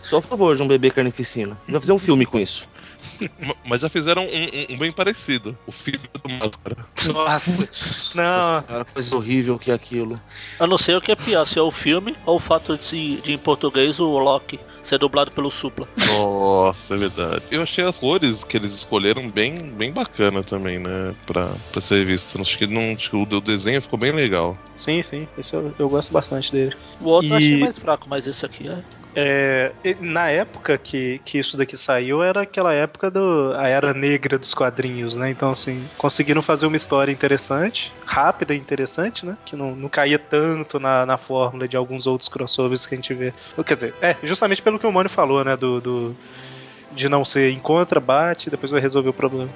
G: Só a favor de um bebê carnificina. Já fizer um filme com isso.
F: Ma- Mas já fizeram um, um- um bem parecido. O filho do Máscara.
C: Nossa! Não,
G: Nossa senhora, coisa horrível que é aquilo.
D: Eu não sei o que é pior, se é o filme ou o fato de, se- de em português o Loki ser dublado pelo Supla.
F: Nossa, é verdade. Eu achei as cores que eles escolheram bem, bem bacana também, né? Pra, pra essa revista. Acho que, não, acho que o o desenho ficou bem legal.
C: Sim, sim. Esse eu, eu gosto bastante dele.
D: O outro eu
C: E-
D: achei mais fraco, mas esse aqui é.
C: É, e na época que, que isso daqui saiu, era aquela época do a era negra dos quadrinhos, né? Então, assim, conseguiram fazer uma história interessante, rápida e interessante, né? Que não, não caía tanto na, na fórmula de alguns outros crossovers que a gente vê. Quer dizer, é, justamente pelo que o Mônio falou, né? Do, do- de não ser encontra, bate, depois vai resolver o problema.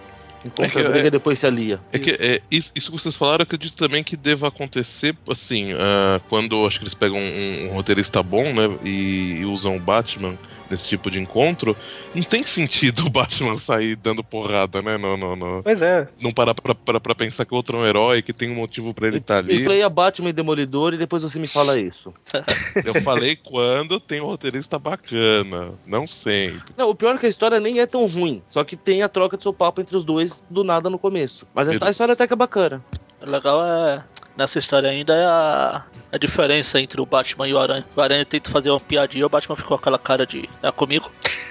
G: Encontra
F: É que-
G: a briga
F: é-
G: e depois se alia.
F: É que
C: Isso.
F: é, isso, isso que vocês falaram, eu acredito também que deva acontecer, assim, ah, quando acho que eles pegam um, um roteirista bom, né, e, e usam o Batman nesse tipo de encontro, não tem sentido [laughs] o Batman sair dando porrada, né, no, no, no-
C: Pois é, [laughs]
F: não parar pra, pra, pra pensar que o outro é um herói, que tem um motivo pra ele estar
G: E [laughs]
F: ali.
G: play a Batman e Demolidor e depois você me fala isso.
D: é.
F: Eu falei quando tem um roteirista bacana, não sempre.
G: Não, o pior é que a história nem é tão ruim. Só que tem a troca de sopapo entre os dois do nada no começo. Mas a,
F: Meu
G: a história até que é bacana.
D: O legal é. Nessa história ainda é a, a diferença entre o Batman e o Aranha. O Aranha tenta fazer uma piadinha e o Batman ficou com aquela cara de. É comigo?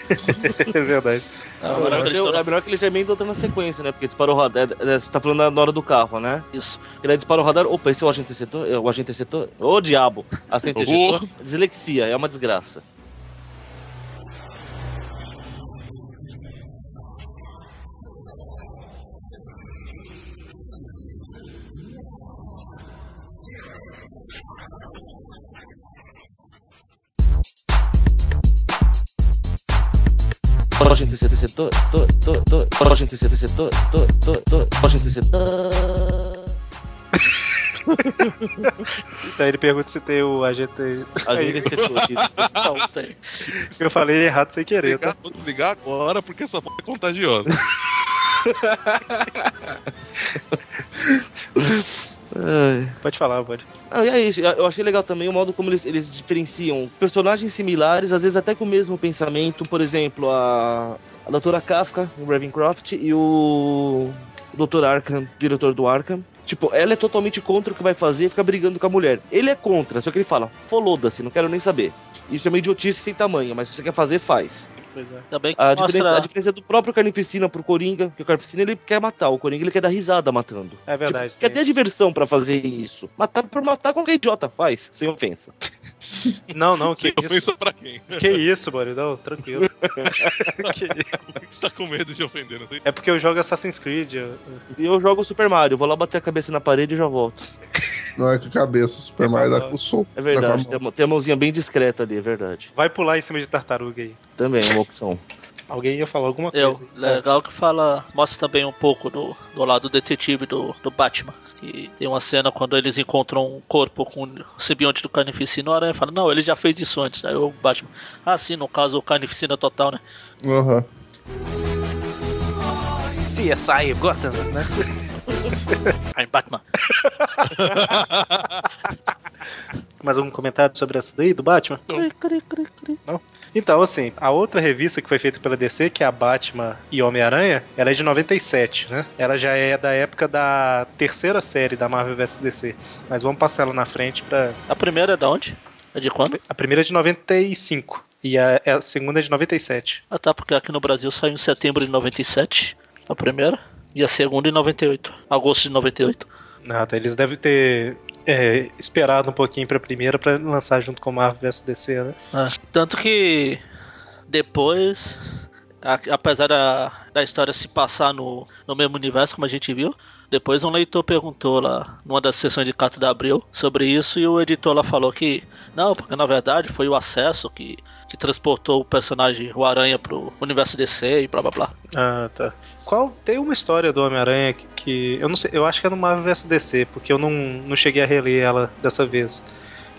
C: é verdade.
D: É
G: é, melhor
D: melhor
G: que ele, é melhor que ele já emenda outra na sequência, né? Porque disparou o radar. é- é, Você tá falando na hora do carro, né?
D: isso.
G: Ele dispara o radar. Opa, esse é o agente setor? É o agente setor? Ô diabo! Acento
F: Ô.
G: ejetor? Dislexia, é uma desgraça. Para o agente setor, to, to, to, para o agente setor, to, to, to, para o agente setor.
C: Então ele pergunta se tem o agente.
G: Agente setor, isso.
D: Não, Então, tem.
C: Eu falei errado sem querer, tá?
F: Ligar- Vou desligar agora porque essa porra é contagiosa.
G: Ai.
C: Pode falar, pode.
G: É. Ah, e aí, eu achei legal também o modo como eles, eles diferenciam personagens similares, às vezes até com o mesmo pensamento. Por exemplo, a, a Doutora Kafka, o Ravencroft, e o Dr. Arkham, diretor do Arkham. Tipo, ela é totalmente contra o que vai fazer e fica brigando com a mulher. Ele é contra, só que ele fala, foloda-se, não quero nem saber. Isso é uma idiotice sem tamanho, mas se você quer fazer, faz.
C: Pois é.
D: Também que
G: A
D: mostra-
G: diferença, a diferença é do próprio Carnificina pro Coringa, que o Carnificina ele quer matar, o Coringa ele quer dar risada matando.
C: É verdade.
G: Tipo, cadê
C: tem-
G: a diversão pra fazer isso? Matar por matar qualquer idiota faz, sem ofensa.
C: Não, não, que
F: Eu
C: isso.
F: penso pra quem? [laughs]
C: Que isso, Boridão, tranquilo. Que-
F: Você tá com medo de ofender, não sei.
C: É porque eu jogo Assassin's Creed. eu-
G: E eu jogo o Super Mario, vou lá bater a cabeça na parede e já volto.
E: Não é com a cabeça, o Super Mario dá com o soco. Dá com
G: É
E: a
G: verdade,
E: mão.
G: tem a, mão- tem a mãozinha bem discreta ali, é verdade.
C: Vai pular em cima de tartaruga aí.
G: Também é uma opção.
C: Alguém ia falar alguma
D: Eu, é.
C: coisa. né? aí.
D: legal que fala, mostra também um pouco do, do lado detetive do, do Batman. Que tem uma cena quando eles encontram um corpo com o simbionte do Carnificina, o Aranha fala, não, ele já fez isso antes, aí o Batman. Ah, sim, no caso o Carnificina total, né?
E: Aham.
C: É. CSI Gotham, né?
D: Aí Batman.
C: Mais algum comentário sobre essa daí, do Batman?
F: Não.
C: Não? Então, assim, a outra revista que foi feita pela DC, que é a Batman e Homem-Aranha, ela é de 97, né? Ela já é da época da terceira série da Marvel vs DC. Mas vamos passar ela na frente pra.
D: A primeira é da onde? É de quando?
C: A primeira é de 95 e a, a segunda é de 97.
D: Ah tá, porque aqui no Brasil saiu em setembro de 97, a primeira, e a segunda em 98, agosto de 98.
C: Nada, eles devem ter é, esperado um pouquinho pra primeira pra lançar junto com Marvel vs DC, né?
D: Ah, tanto que depois, a- apesar da, da história se passar no, no mesmo universo, como a gente viu, depois um leitor perguntou lá numa das sessões de carta da Abril sobre isso e o editor lá falou que não, porque na verdade foi o acesso que, que transportou o personagem, o Aranha, pro universo DC e blá blá blá.
C: Ah, tá. Qual tem uma história do Homem-Aranha que, que- eu não sei, eu acho que é no Marvel vs DC, porque eu não, não cheguei a reler ela dessa vez.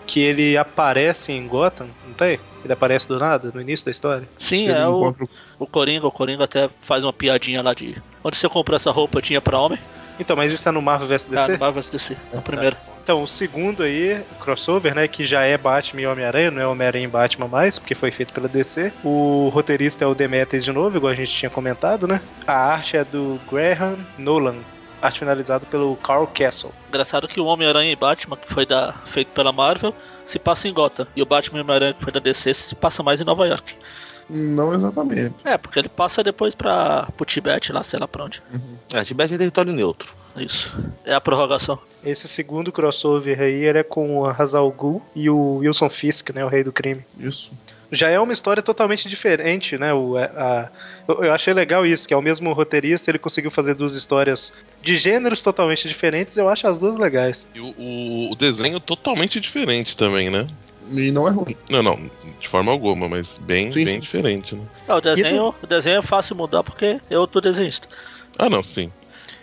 C: Que ele aparece em Gotham, não tem? Ele aparece do nada no início da história.
D: Sim,
E: Ele
D: é o,
E: encontra o-
D: o Coringa, o Coringa até faz uma piadinha lá de onde você comprou essa roupa tinha pra homem?
C: Então, mas isso é no Marvel vs
D: Ah,
C: DC?
D: no Marvel vs DC,
E: É.
D: a primeira.
C: Então, o segundo aí, o crossover, né, que já é Batman e Homem-Aranha, não é Homem-Aranha e Batman mais, porque foi feito pela DC. O roteirista é o Demetrius de novo, igual a gente tinha comentado, né? A arte é do Graham Nolan, arte finalizada pelo Carl Castle.
D: Engraçado que o Homem-Aranha e Batman, que foi da, feito pela Marvel, se passa em Gotham. E o Batman e o Homem-Aranha, que foi da DC, se passa mais em Nova York.
E: Não exatamente.
D: É, porque ele passa depois pra, pro Tibete, lá, sei lá pra onde.
G: É, Tibete é território neutro.
D: Isso. É a prorrogação.
C: Esse segundo crossover aí ele é com a Hazal Ghul e o Wilson Fisk, né, o Rei do Crime.
E: Isso.
C: Já é uma história totalmente diferente, né? O, a- eu eu achei legal isso, que é o mesmo roteirista, ele conseguiu fazer duas histórias de gêneros totalmente diferentes, eu acho as duas legais.
F: E o, o- o desenho totalmente diferente também, né?
E: E não é ruim.
F: Não, não, de forma alguma, mas bem,
E: Sim.
F: bem diferente, né?
D: É, o desenho, o desenho é fácil mudar porque eu tô desenhista.
F: Ah, não, sim.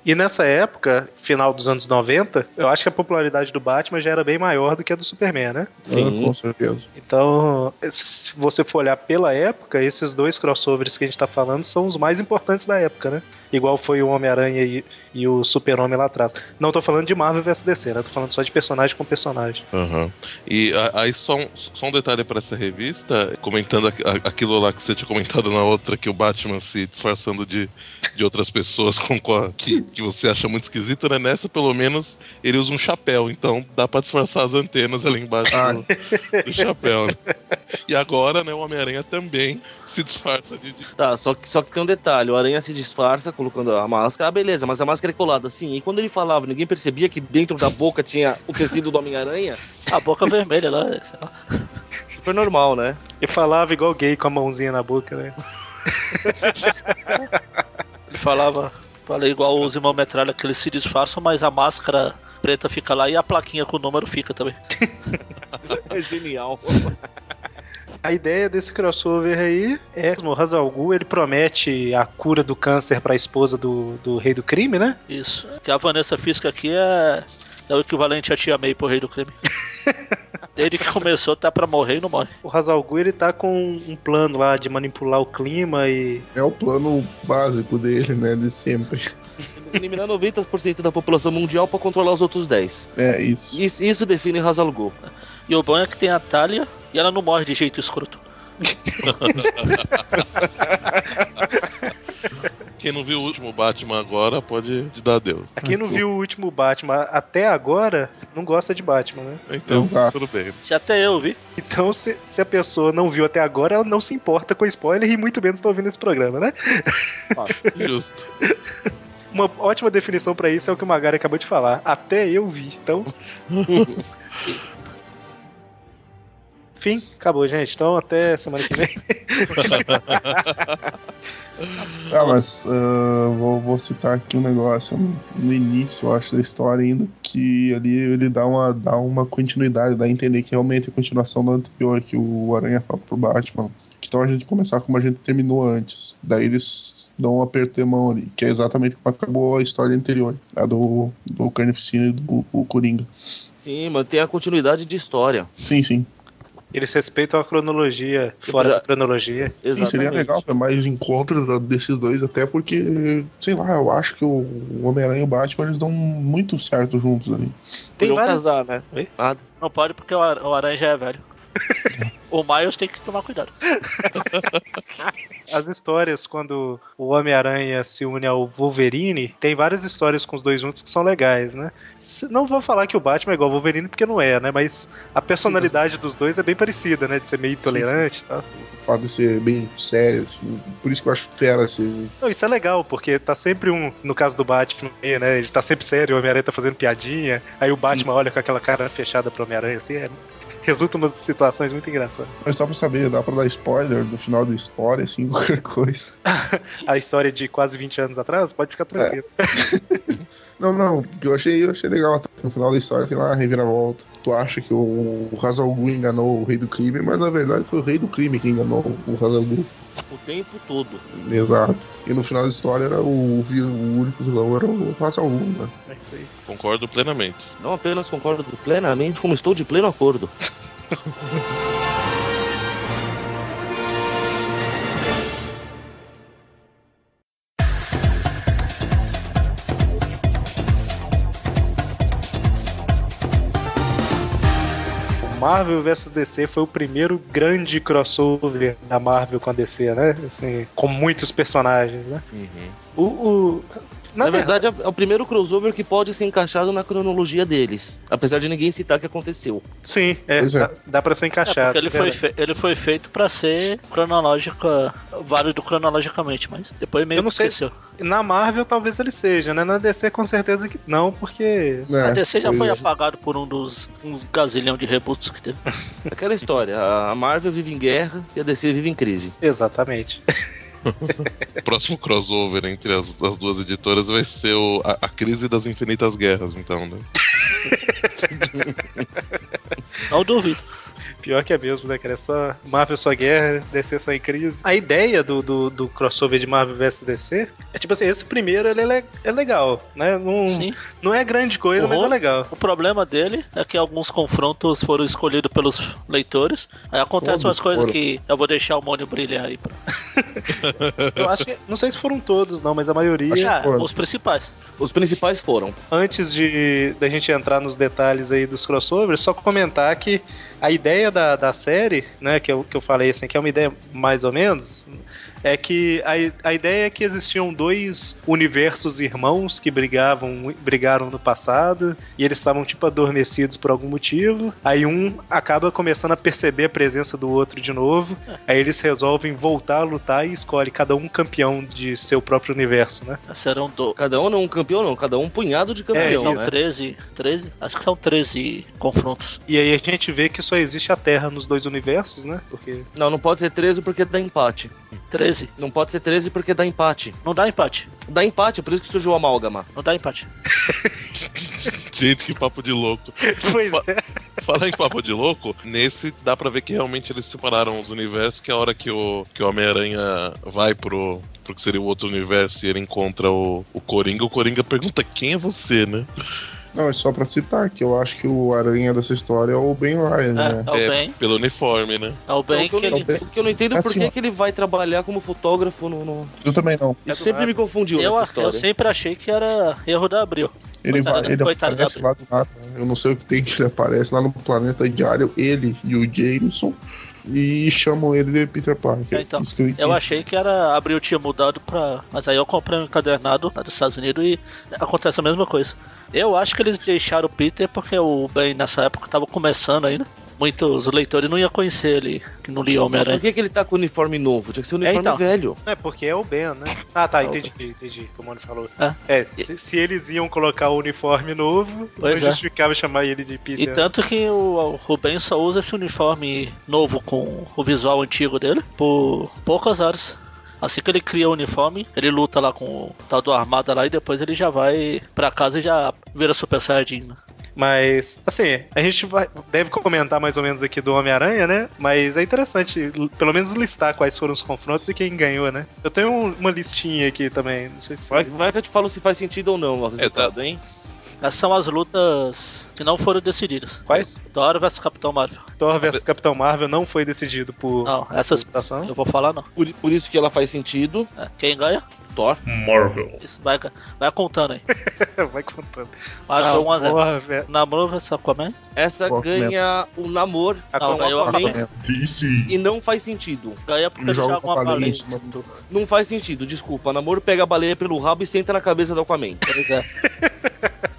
C: E nessa época, final dos anos 90, eu acho que a popularidade do Batman já era bem maior do que a do Superman, né?
G: Sim.
E: Ah, com certeza.
C: Então, se se você for olhar pela época, esses dois crossovers que a gente tá falando são os mais importantes da época, né? Igual foi o Homem-Aranha e, e o Super-Homem lá atrás. Não tô falando de Marvel vs DC, né? Tô falando só de personagem com personagem.
F: Aham. E a- aí só um, só um detalhe pra essa revista, comentando aqu- a- aquilo lá que você tinha comentado na outra, que o Batman se disfarçando de, de outras pessoas com, com a- que, que você acha muito esquisito, né? Nessa, pelo menos, ele usa um chapéu, então dá pra disfarçar as antenas ali embaixo
E: Ah.
F: do, do chapéu, né? E agora, né, o Homem-Aranha também se disfarça de. de-
G: Tá, só que, só que tem um detalhe: o aranha se disfarça colocando a máscara, ah, beleza, mas a máscara é colada assim. E quando ele falava, ninguém percebia que dentro da boca tinha o tecido do Homem-Aranha?
D: A boca [laughs] vermelha lá, é sei lá.
G: Super normal, né? [laughs]
C: E falava igual gay com a mãozinha na boca, né?
D: Ele falava, falei igual os irmãos metralha que eles se disfarçam, mas a máscara preta fica lá e a plaquinha com o número fica também.
G: É genial.
C: A ideia desse crossover aí é o Hazal Ghul, ele promete a cura do câncer pra esposa do, do rei do crime, né?
D: Isso. Que a Vanessa Fisca aqui é É o equivalente a Tia May pro Rei do
C: [laughs]
D: Crime. Desde que começou, tá pra morrer e não morre.
C: O Hazalgu ele tá com um plano lá de manipular o clima e.
E: É o plano básico dele, né? De sempre.
G: Eliminar 90% da população mundial pra controlar os outros 10.
E: É isso.
G: Isso, isso define Hazal Gul.
D: E o bom é que tem a Talia e ela não morre de jeito escroto.
F: Quem não viu o último Batman agora pode te dar adeus.
C: Quem não viu o último Batman até agora não gosta de Batman, né?
F: Então,
E: Exato.
F: tudo bem.
D: Se até eu vi.
C: Então, se, se a pessoa não viu até agora, ela não se importa com spoiler e muito menos tá ouvindo esse programa, né?
F: Justo.
C: Uma ótima definição pra isso é o que o Magari acabou de falar. Até eu vi. Então. Fim, acabou, gente. Então, até semana que vem.
E: Ah, mas ah, vou, vou citar aqui um negócio no início, eu acho, da história ainda, que ali ele dá uma, dá uma continuidade, dá a entender que realmente é a continuação do anterior que o Aranha fala pro Batman. Que tal a gente começar como a gente terminou antes? Daí eles dão um aperto de mão ali, que é exatamente como acabou a história anterior, a do, do Carnificina e do do Coringa.
G: [laughs] Sim, mantém a continuidade de história.
E: Sim, sim.
C: Eles respeitam a cronologia, fora da cronologia.
E: Sim,
G: Exatamente.
E: seria legal ter mais encontros da- desses dois, até porque, sei lá, eu acho que o Homem-Aranha e o Batman eles dão muito certo juntos ali.
C: Tem
G: Podiam
C: várias-
G: casar, né?
C: um Oi?
G: Nada.
D: Não pode porque o ar- o Aranha já é
C: [laughs]
D: velho. o Miles tem que tomar cuidado.
C: As histórias, quando o Homem-Aranha se une ao Wolverine, tem várias histórias com os dois juntos que são legais, né? Se- Não vou falar que o Batman é igual ao Wolverine, porque não é, né? Mas a personalidade dos dois é bem parecida, né? De ser meio intolerante e tal.
E: O fato de ser bem sério, assim, por isso que eu acho fera assim.
C: Não, isso é legal, porque tá sempre um. No caso do Batman, né? Ele tá sempre sério, o Homem-Aranha tá fazendo piadinha. Aí o Batman olha com aquela cara fechada pro Homem-Aranha, assim. É, resulta umas situações muito engraçadas.
E: Mas só pra saber, dá pra dar spoiler do final da história, assim, [laughs] qualquer coisa.
C: A história de quase 20 anos atrás, pode ficar tranquilo.
E: Não, não, porque eu achei, eu achei legal até no final da história, tem lá a reviravolta. Tu acha que o Hazal Gu enganou o rei do crime, mas na verdade foi o rei do crime que enganou o Hazal Gu.
G: O tempo todo.
E: Exato. E no final da história era o, o, vi- o único vilão era o Hazal Gu, né?
C: É isso aí.
F: Concordo plenamente.
G: Não apenas concordo plenamente, como estou de pleno acordo.
C: O Marvel vs DC foi o primeiro grande crossover da Marvel com a DC, né? Assim, com muitos personagens, né?
D: Uhum.
C: O. o-
G: Na, verdade, é é o primeiro crossover que pode ser encaixado na cronologia deles. Apesar de ninguém citar que aconteceu.
C: Sim, é,
E: Pois é.
C: Dá, dá pra ser
D: É,
C: encaixado.
D: porque ele
C: é
D: foi,
C: verdade.
D: fe- ele foi feito pra ser cronológica, válido cronologicamente, mas depois meio
C: Eu não
D: que
C: sei.
D: esqueceu.
C: Na Marvel talvez ele seja, né? Na DC com certeza que não, porque
D: A DC já
E: pois
D: foi
E: é.
D: apagado por um dos um gazilhão de reboots que teve.
E: [laughs]
G: Aquela história, a Marvel vive em guerra e a DC vive em crise.
C: Exatamente. [laughs]
F: O próximo crossover entre as, as duas editoras vai ser o- a, a crise das infinitas guerras, então, né? [laughs]
D: Não
E: [laughs]
D: duvido.
C: Pior que é mesmo, né, cara? É só Marvel só guerra, DC só em crise. A ideia do, do, do crossover de Marvel vs DC é tipo assim, esse primeiro ele é, le- é legal, né?
E: Um.
C: Não,
D: Sim.
C: não é grande coisa, mas é
D: Uhum.
C: legal.
D: O problema dele é que alguns confrontos foram escolhidos pelos leitores. Aí acontecem
E: Todos
D: umas coisas
E: foram.
D: que eu vou deixar o Mônio brilhar aí. Pra...
C: Eu acho que. Não sei se foram todos, não, mas a maioria.
E: Acho que é.
D: Ah,
E: foram.
D: os principais.
G: Os principais foram.
C: antes de da gente entrar nos detalhes aí dos crossovers, só comentar que a ideia da, da série, né, que eu, que eu falei assim, que é uma ideia mais ou menos, é que a, a ideia é que existiam dois universos irmãos que brigavam, mui- brigaram no passado, e eles estavam tipo adormecidos por algum motivo. Aí um acaba começando a perceber a presença do outro de novo.
E: É.
C: Aí eles resolvem voltar a lutar e escolhe cada um campeão de seu próprio universo, né?
D: Ah, Serão do...
G: Cada um não um campeão, não. Cada um um punhado de
C: É,
G: campeão.
D: são
G: né?
D: 13, 13? Acho que são 13 confrontos.
C: E aí a gente vê que só existe a Terra nos dois universos, né? Porque.
G: Não, não pode ser 13 porque dá empate.
D: 13.
G: Não pode ser 13 porque dá empate.
D: Não dá empate.
G: Dá empate, por isso que surgiu o amálgama.
D: Não dá empate.
F: Gente, que papo de louco.
C: [laughs] Pois é.
F: Falar em papo de louco, nesse dá pra ver que realmente eles separaram os universos, que é a hora que o, que o Homem-Aranha vai pro, pro que seria o outro universo e ele encontra o, o Coringa, o Coringa pergunta quem é você, né?
E: Não, é só pra citar que eu acho que o aranha dessa história é o Ben Ryan, né?
D: É, é o
F: É.
D: bem,
F: Pelo uniforme, né?
D: é o bem
G: Então,
D: que
G: o
D: ele.
E: Então,
G: O que eu não entendo é por
E: Assim,
G: que
E: ó.
G: que ele vai trabalhar como fotógrafo no. no-
E: Eu também não.
G: Isso sempre me confundiu
D: Eu,
G: nessa
D: eu
G: história.
D: sempre achei que era erro da Abril.
E: Ele,
D: Coitado da-
E: vai, ele
D: coitado da
E: aparece lá do nada. né? Eu não sei o que tem que ele aparece lá no Planeta Diário, ele e o Jameson. E chamam ele de Peter Parker.
D: É, então.
E: Isso que eu,
D: Eu
E: entendo.
D: achei que era Abril tinha mudado pra. Mas aí eu comprei um encadernado lá dos Estados Unidos e acontece a mesma coisa. Eu acho que eles deixaram o Peter porque o Ben nessa época tava começando ainda. Muitos leitores não iam conhecer ele, que não lia
G: Por
D: Homem-Aranha.
G: que, que ele tá com o uniforme novo? Tinha que ser um
D: É,
G: uniforme
D: então.
G: velho.
C: É, porque é o Ben, né? Ah, tá, entendi, entendi como o Mano falou.
D: Ah.
C: É, se, se eles iam colocar o uniforme novo,
D: Pois
C: não
D: é.
C: justificava chamar ele de Peter.
D: E tanto que o Rubens só usa esse uniforme novo com o visual antigo dele por poucas horas. Assim que ele cria o uniforme, ele luta lá com o tal do Armada lá e depois ele já vai pra casa e já vira Super Saiyajin. né?
C: Mas, assim, a gente vai, deve comentar mais ou menos aqui do Homem-Aranha, né? Mas é interessante, l- pelo menos listar quais foram os confrontos e quem ganhou, né? Eu tenho um- uma listinha aqui também, não sei se.
G: Vai, vai que eu te falo se faz sentido ou não o resultado, hein?
D: Essas são as lutas que não foram decididas.
C: Quais?
D: Thor versus Capitão Marvel.
C: Thor versus Capitão Marvel não foi decidido por.
D: Não, essas
C: votação?
D: eu vou falar não.
G: Por, por isso que ela faz sentido.
D: É, Quem ganha?
G: Thor.
D: Isso, vai, vai contando aí.
C: [laughs] Vai contando. Ah,
E: Ah,
D: Marvel 1x0.
C: Porra, velho.
D: Namor versus Aquaman.
G: Essa
E: Gosto
G: ganha o namoro
D: Não, ganhou
G: Aquaman.
D: Aquaman.
E: É,
G: e não faz sentido.
D: Ganha porque ele
E: Joga
D: joga uma
E: uma baleia em
D: baleia.
E: cima
D: em
E: do-
D: cima do-
G: Não faz sentido, desculpa. Namoro pega a baleia pelo rabo e senta na cabeça do Aquaman.
D: Pois Um é. 1x1.
E: [laughs]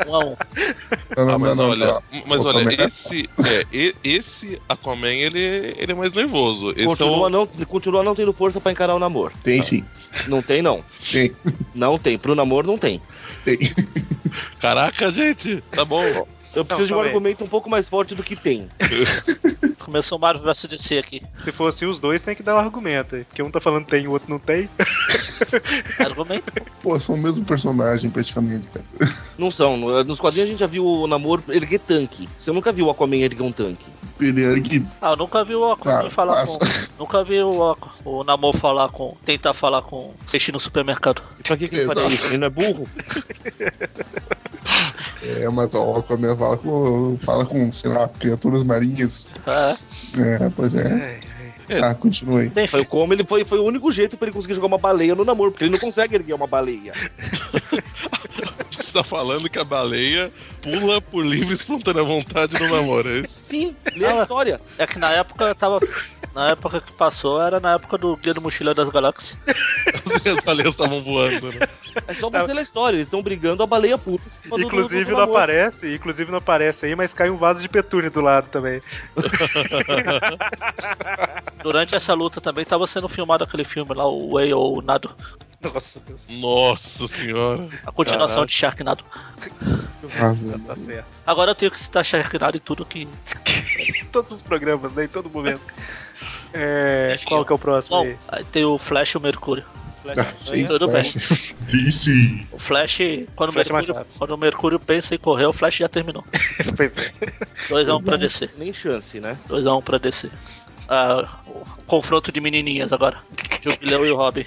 E: não, não,
F: Ah, mas
E: não, não,
F: olha,
E: não.
F: mas
E: O
F: olha
E: Aquaman-
F: esse, é, e- esse Aquaman, ele, ele é mais nervoso. Esse
G: Continua,
F: é o...
G: não, continua não tendo força pra encarar o namoro.
F: tá.
E: Tem sim.
G: Não tem, não.
E: Tem,
G: Não tem. Pro namoro, não tem.
E: tem. [laughs]
F: Caraca, gente, tá bom.
G: Eu preciso de um
C: calma aí.
G: argumento um pouco mais forte do que tem.
D: Começou o Marvel vs DC aqui.
C: Se for assim, os dois tem que dar o argumento aí. Porque um tá falando tem e o outro não tem.
D: Argumento.
E: Pô, são o mesmo personagem praticamente, cara.
G: Não são. No- Nos quadrinhos a gente já viu o namoro erguer tanque. Você nunca viu o Aquaman erguer um tanque.
E: Ele é que
D: Ah, eu nunca vi o Aquaman
E: Ah,
D: falar
E: passa.
D: com. Nunca vi o, Aqu- o Namor falar com. Tentar falar com peixe no supermercado.
G: E pra que, que ele faria
E: Exato.
G: isso? Ele não é burro?
E: é, mas ó, o Aquaman fala com, fala com, sei lá, criaturas marinhas.
D: É.
E: É,
C: [laughs]
E: pois é. Tá, continue.
D: Tem
G: Foi como ele foi, foi o único jeito pra ele conseguir jogar uma baleia no namoro, porque ele não consegue erguer uma baleia.
F: Você tá falando que a baleia pula por livre e espontânea vontade no namoro. é isso?
G: Sim, lê a
D: Ah.
G: história.
D: É que na época tava. Na época que passou, era na época do Guia do Mochila das Galáxias.
F: As baleias estavam voando, né?
G: É só você ler a história. Eles estão brigando a baleia pula. em cima do- do- do
C: inclusive não
G: namoro.
C: aparece, inclusive não aparece aí, mas cai um vaso de petúnia do lado também.
D: Durante essa luta também tava sendo filmado aquele filme lá, o Way ou Nado.
C: Nossa, Deus.
F: Nossa senhora.
D: A continuação
F: Caraca.
D: de Sharknado.
E: Ah, velho.
C: Tá certo.
D: Agora eu tenho que citar Sharknado e tudo que.
C: Em todos os programas, né? Em todo [laughs] momento. É,
D: Enfim,
C: qual que é o próximo
D: Bom,
C: aí?
D: aí tem o Flash e o Mercúrio.
E: Ah, sei,
D: Tudo
E: [laughs]
D: bem.
E: Flash.
D: O Flash, quando, o
C: Flash é mais
D: Mercúrio,
C: rápido.
D: quando o Mercúrio pensa em correr, o Flash já terminou.
C: [laughs] Pois é.
D: 2x1 pra DC.
G: Nem chance, né?
D: 2x1 pra DC. Ah, o confronto de menininhas agora. Jubileu e o Robin.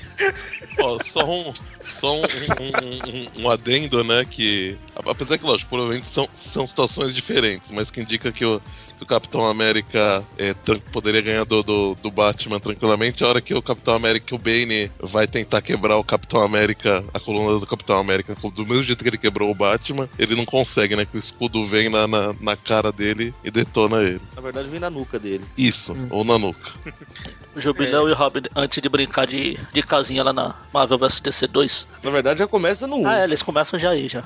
F: Ó, só um, só um, um, um- um adendo, né? Que. Apesar que, lógico, provavelmente são, são situações diferentes, mas que indica que o, que o Capitão América é, tran- poderia ganhar do, do, do Batman tranquilamente. A hora que o Capitão América, o Bane, vai tentar quebrar o Capitão América, a coluna do Capitão América, do mesmo jeito que ele quebrou o Batman, ele não consegue, né? Que o escudo vem na, na, na cara dele e detona ele.
G: Na verdade, vem na nuca dele.
F: Isso, ou na nuca.
D: Jubileu
C: É.
D: e o Robin antes de brincar de, de casinha lá na Marvel vs DC 2.
G: Na verdade, já começa no 1.
D: Ah, é, eles começam já aí já.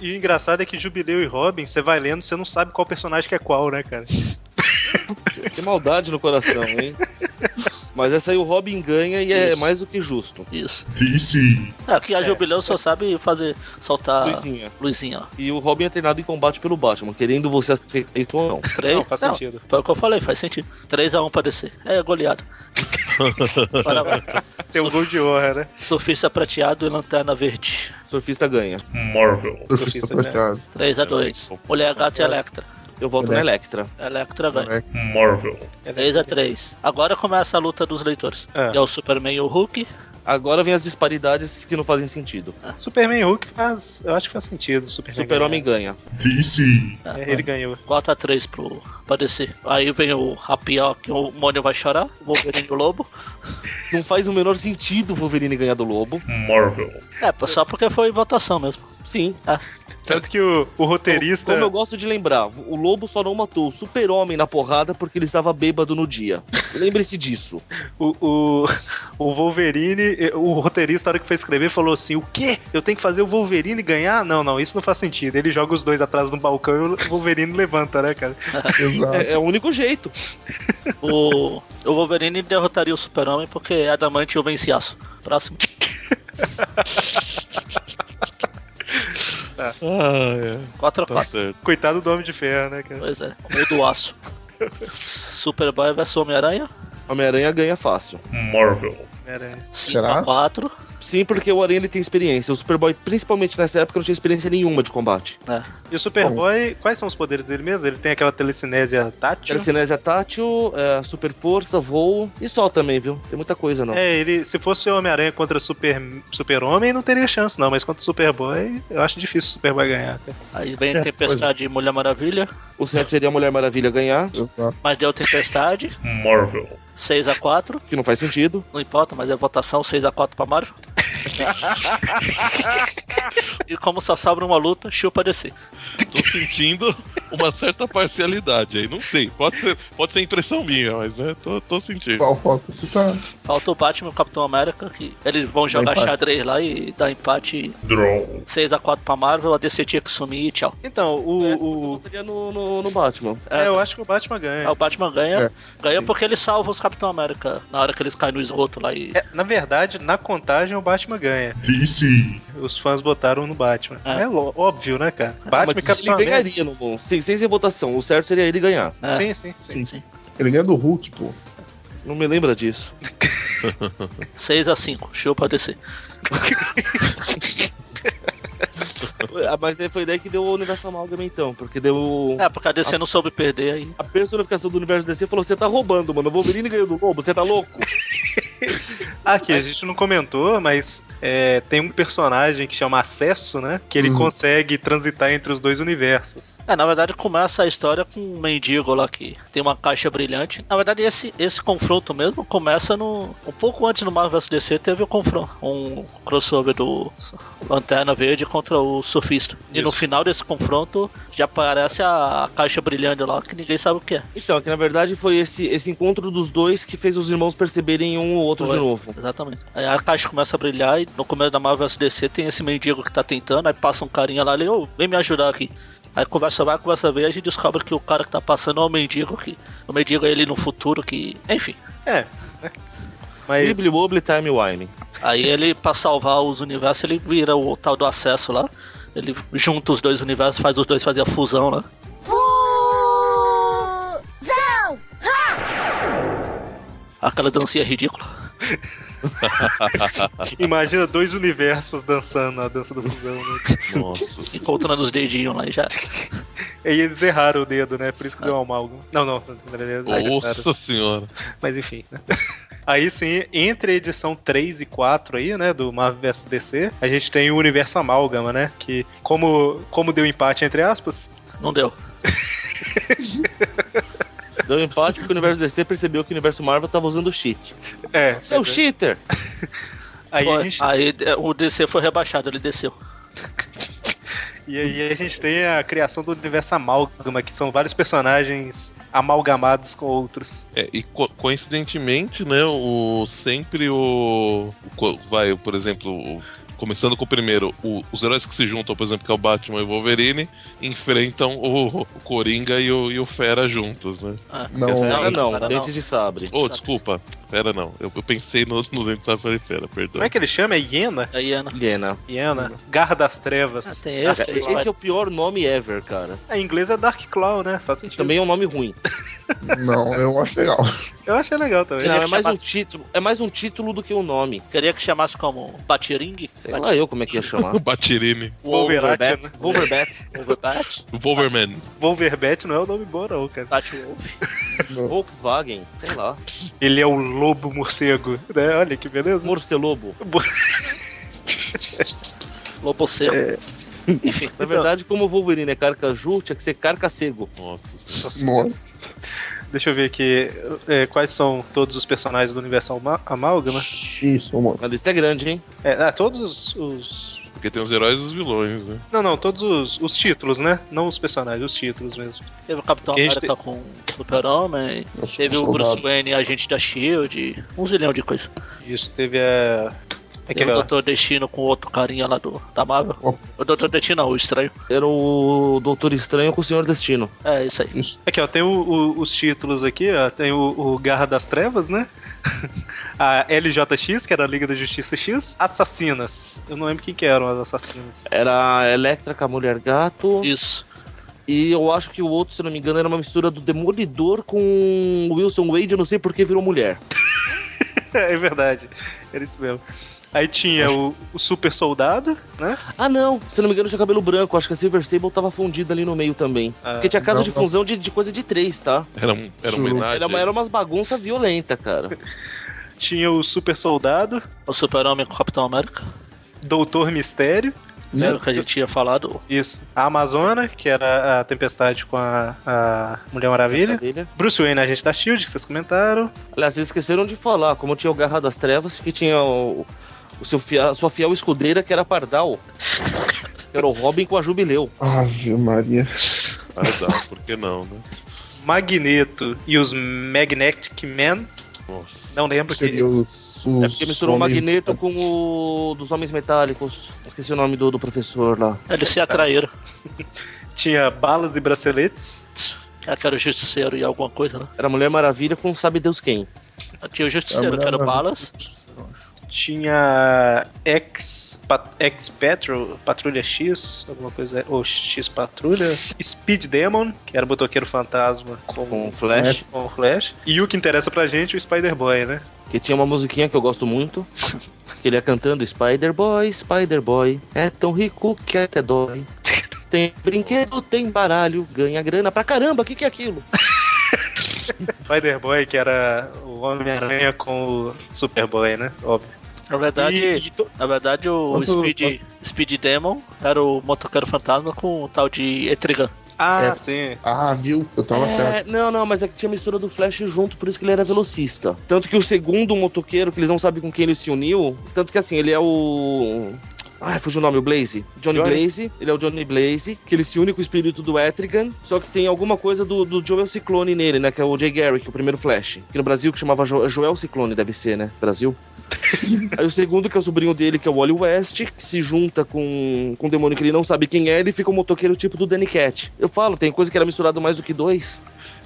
C: E o engraçado é que Jubileu e Robin, você vai lendo, você não sabe qual personagem que é qual, né, cara?
D: é.
G: Que maldade no coração, hein? Mas essa aí o Robin ganha e é
D: Isso.
G: mais do que justo.
D: Isso. É, que a Jubileu só sabe fazer soltar luzinha,
G: Luizinha.
D: lá.
G: E o Robin é treinado em combate pelo Batman, querendo você aceitar ou não.
D: Três-
C: Não, faz sentido.
D: Foi o que eu falei, faz sentido. 3x1 pra DC. É
C: [laughs]
D: goleado. Parabéns.
C: Tem um gol de honra, né?
D: Surfista prateado e lanterna verde.
G: Surfista ganha.
E: Surfista
C: Surfista, né?
E: prateado.
D: 3x2. Mulher
C: É.
D: gata e Electra.
G: Eu
D: Né?
G: volto na Electra.
D: Electra ganha.
E: Electra.
C: É
D: 3x3. Agora começa a luta dos leitores.
C: Ah.
D: É o Superman e o Hulk
G: Agora vem as disparidades que não fazem sentido.
C: Superman e Hulk faz. Eu acho que faz sentido.
D: É
C: Superman
G: Super-Homem ganha.
C: ganhar. É, ele ganhou.
D: Bota 3 pro aparecer. Aí vem o Rapial, que o Mônio vai chorar. O Wolverine e o Lobo.
G: Não faz o menor sentido o Wolverine ganhar do Lobo.
D: É, pô, só porque foi votação mesmo.
G: Sim. então,
C: Tanto que o, o roteirista.
G: Como eu gosto de lembrar, o Lobo só não matou o Super-Homem na porrada porque ele estava bêbado no dia. Lembre-se disso.
C: O, o, [laughs] o Wolverine, eh, o roteirista, na hora que foi escrever, falou assim: O quê? Eu tenho que fazer o Wolverine ganhar? Não, não, isso não faz sentido. Ele joga os dois atrás do balcão e o Wolverine [laughs] levanta, né, cara?
E: Exato.
G: É, é o único jeito.
D: O, o Wolverine derrotaria o Super-Homem porque Adamantium vence aço. Próximo.
F: Ah, é. Tá
D: 4x4.
F: certo.
C: Coitado do Homem de Ferro, né, cara?
D: Pois é, o meio do aço. Superboy versus Homem-Aranha.
G: Homem-Aranha ganha fácil.
C: Era-
D: 5x4.
G: Sim, porque o Aranha ele tem experiência. O Superboy, principalmente nessa época, não tinha experiência nenhuma de combate.
C: E o Superboy, quais são os poderes dele mesmo? Ele tem aquela telecinésia tátil.
G: Telecinésia tátil, é, super força, voo e sol também, viu? Tem muita coisa, não.
C: É, ele, se fosse o Homem-Aranha contra Super- Super-Homem, não teria chance, não. Mas contra o Superboy, eu acho difícil o Superboy ganhar. cara.
D: Aí vem
E: É,
D: Tempestade e Mulher Maravilha.
G: O certo seria a Mulher Maravilha ganhar,
E: Exato.
D: Mas deu Tempestade. Marvel. 6x4.
G: que não faz sentido.
D: Não importa, mas é votação 6x4 pra Marvel. e como só sobra uma luta, chupa DC.
F: Tô sentindo uma certa parcialidade aí. Não sei. Pode ser, pode ser impressão minha, mas né, tô, tô sentindo.
E: Qual foto você tá?
D: Falta o Batman e o Capitão América, que eles vão jogar
E: empate.
D: xadrez lá e dar empate. 6x4 pra Marvel, a DC tinha que sumir e tchau.
C: Então,
G: É, Essa eu
C: o. o-
G: votaria no, no, no Batman.
C: é,
D: É,
C: eu acho que o Batman ganha.
D: Ah, o Batman ganha.
E: É,
D: ganha
E: sim.
D: porque ele salva os Capitão América na hora que eles caem no esgoto lá e.
C: É, na verdade, na contagem o Batman ganha. Os fãs botaram no Batman.
D: É.
C: É, ló- óbvio, né, cara?
G: Ah,
C: Batman
G: mas
C: e Capitão
G: ele
C: América.
G: ganharia no bom. Sem, sem ser votação, o certo seria ele ganhar.
D: É.
C: Sim, sim, sim.
E: Ele ganha do Hulk, pô.
G: Não me lembra disso.
D: 6x5, chupa DC.
G: [laughs] Ah, mas aí foi daí que deu o universo amálgama então, porque deu.
D: É, porque a DC não soube perder aí.
G: A personificação do universo DC falou: você tá roubando, mano. O Wolverine ganhou do Lobo, você tá louco?
C: Aqui, a gente não comentou, mas é, tem um personagem que chama Acesso, né? Que ele
E: Uhum.
C: consegue transitar entre os dois universos.
D: É, na verdade começa a história com um mendigo lá que tem uma caixa brilhante. Na verdade, esse, esse confronto mesmo começa no. Um pouco antes do Marvel vs DC teve o confronto. Um crossover do Lanterna Verde contra o Surfista. E no
F: Isso.
D: final desse confronto já aparece a caixa brilhante lá que ninguém sabe o que é.
G: Então, é que na verdade foi esse, esse encontro dos dois que fez os irmãos perceberem um ou outro
D: Foi.
G: de novo.
D: É, Exatamente. Aí a caixa começa a brilhar e no começo da Marvel SDC tem esse mendigo que tá tentando, aí passa um carinha lá ali, ô, vem me ajudar aqui. Aí conversa vai, conversa vem, a gente descobre que o cara que tá passando é o mendigo que. O mendigo é ele no futuro que. Enfim.
C: É. né? Mas
G: Wibble Wobble Time Wime.
D: Aí ele, pra salvar os universos, ele vira o tal do acesso lá. Ele junta os dois universos, faz os dois fazer a fusão lá.
I: Fusão!
D: Aquela dancinha ridícula.
C: imagina dois universos dançando a dança do fusão.
G: [laughs]
C: Né?
F: Nossa.
D: Encontrando os dedinhos lá e já.
C: e eles erraram o dedo, né? Por isso
G: Ah.
C: que deu um amálgama. Não, não. na verdade, eles erraram.
F: Nossa senhora.
C: Mas enfim, né? [laughs] Aí sim, entre a edição 3 e 4 aí, né, do Marvel vs DC, a gente tem o Universo Amálgama, né, que como, como deu empate entre aspas,
D: Não deu.
G: Deu um empate porque o universo DC percebeu que o universo Marvel tava usando cheat.
C: é,
G: Seu um cheater!
C: aí
D: Pô,
C: a gente,
D: aí é, o DC foi rebaixado, ele desceu.
C: e aí a gente tem a criação do Universo Amálgama, que são vários personagens amalgamados com outros.
F: É, e co- coincidentemente, né, o sempre o, o co- vai, por exemplo, o- começando com o primeiro, o- os heróis que se juntam, por exemplo, que é o Batman e o Wolverine, enfrentam o, o Coringa e o, e o Fera juntos, né?
E: Não,
F: Não,
G: Cara, não,
D: cara, Ah, não.
G: dentes de sabre.
F: Oh, desculpa, Fera não. Eu, eu pensei no, no Dente Sabe falei Fera, perdão.
C: Como é que ele chama? É Hiena?
D: Aí Ana.
G: Liena.
C: Hiena? Garra das
D: Ah,
C: Trevas.
D: tem esse,
G: Cara,
D: tem
G: esse é o pior nome ever, cara.
C: Em inglês é Dark Claw, né? Faz sentido.
G: Também é um nome ruim.
E: Não, eu acho legal.
C: Eu achei legal também.
D: Queria
G: Não,
D: que
G: é mais um
D: chamasse-
G: título, é mais um título do que um nome.
D: Queria que chamasse como Batiringue?
G: Sei lá eu como é que ia chamar.
F: O Batirine.
C: Wolverine,
G: Wolverbat,
C: né?
G: Wolverbat,
D: Wolverbat?
F: O Wolverman.
C: Wolverbat não é um nome bom, não, cara.
D: Batwolf?
G: Volkswagen, sei lá.
C: Ele é o lobo morcego, né? Olha que beleza.
G: Morcelobo.
D: Lobo Seco?
G: Na verdade, como o Wolverine é carcaju, tinha que ser carcacego.
F: Nossa.
C: Nossa.
E: Nossa.
C: Deixa eu ver aqui. é, quais são todos os personagens do universo Ama- Amálgama?
E: Isso, amor.
G: A lista é grande, hein?
C: É, ah, todos os, os-
F: Porque tem os heróis e os vilões, né?
C: Não, não, todos os, os títulos, né? Não os personagens, os títulos mesmo.
D: Teve o Capitão
C: Quem a gente
D: América com o Super-Homem,
E: Eu sou
D: teve
E: um
D: o Bruce
E: soldado.
D: Wayne, agente da SHIELD, um zilhão de coisa.
C: Isso teve a.
D: Teve o
C: Aquela.
D: Doutor Destino com outro carinha lá do, da Marvel.
E: Opa.
D: O Doutor Destino, não, o estranho.
G: Era o Doutor Estranho com o Senhor Destino.
D: É, isso aí.
C: Aqui, ó, tem o- o- os títulos aqui, ó. Tem o, o Garra das Trevas, né? [laughs] a LJX, que era a Liga da Justiça X. Assassinas. Eu não lembro quem que eram as assassinas. [laughs]
G: Era a Electra com a Mulher Gato.
D: Isso.
G: E eu acho que o outro, se não me engano, era uma mistura do Demolidor com o Wilson Wade. Eu não sei por que virou mulher.
C: é verdade. Era isso mesmo. Aí tinha o, o Super Soldado, né?
G: Ah, não. Se não me engano, tinha cabelo branco. Acho que a Silver Sable tava fundida ali no meio também.
C: Ah,
G: Porque tinha caso
E: não,
G: de
E: não.
G: fusão de, de coisa de três, tá?
F: Era, um, era uma
E: Sim.
F: homenagem.
G: Era, uma- era umas bagunça violenta, cara.
C: Tinha o Super Soldado,
D: O Super-Homem com o Capitão América.
C: Doutor Mistério.
E: Né?
D: Era o que a gente tinha falado.
C: Isso. A Amazona, que era a Tempestade com a, a Mulher Maravilha.
G: Maravilha.
C: Bruce Wayne, agente da Shield, que vocês comentaram.
G: Aliás, vocês esqueceram de falar, como tinha o Garra das Trevas, que tinha o, o seu fia- sua fiel escudeira, que era a Pardal. Que era o Robin com a Jubileu.
E: Ave Maria.
G: É um-
F: Ah, dá, por que não, né?
C: Magneto e os Magnetic Men.
F: Nossa.
C: Não lembro
E: Seria
C: que.
E: os,
G: É
E: os
G: porque misturou o
E: homens-
G: Magneto com o dos Homens Metálicos. Esqueci o nome do, do professor lá.
D: Eles
C: É.
D: se atraíram.
C: Tinha balas e braceletes.
D: É que era o Justiceiro e alguma coisa, né?
G: Era a Mulher Maravilha com sabe Deus quem.
D: Tinha o Justiceiro, que era o Balas.
C: Tinha X, Pat- X Patrol, Patrulha X, alguma coisa, é, ou X Patrulha, Speed Demon, que era o motoqueiro fantasma
G: Com o
C: com, É,
G: Flash.
C: com o Flash, e o que interessa pra gente, o Spider-Boy, né?
G: Que tinha uma musiquinha que eu gosto muito. Que ele ia cantando Spider-Boy, Spider-Boy. É tão rico que até dói. Tem brinquedo, tem baralho, ganha grana pra caramba, o que, que é aquilo?
C: Spider-Boy, que era o Homem-Aranha com o Superboy, né? Óbvio.
D: Na verdade,
C: E- e to-
D: na verdade o
E: Quanto-
D: Speed, Speed Demon era o motoqueiro fantasma com o tal de Etrigan.
C: Ah,
E: É.
C: sim.
E: Ah, viu? Eu tava certo.
G: É, não, não, mas é que tinha mistura do Flash junto, por isso que ele era velocista. Tanto que o segundo motoqueiro, que eles não sabem com quem ele se uniu, tanto que assim, ele é o. Ai, fugiu o nome, o Blaze. Johnny,
C: Johnny.
G: Blaze, ele é o Johnny Blaze, que ele se une com o espírito do Etrigan, só que tem alguma coisa do, do Joel Ciclone nele, né? Que é o Jay Garrick, o primeiro Flash. Que no Brasil que chamava Jo- Joel Ciclone, deve ser, né?
E: [laughs]
G: Brasil. Aí o segundo, que é o sobrinho dele, que é o Wally West, que se junta com, com um demônio que ele não sabe quem é, ele fica um motoqueiro tipo do Danny Cat. Eu falo, tem coisa que era misturado mais do que dois.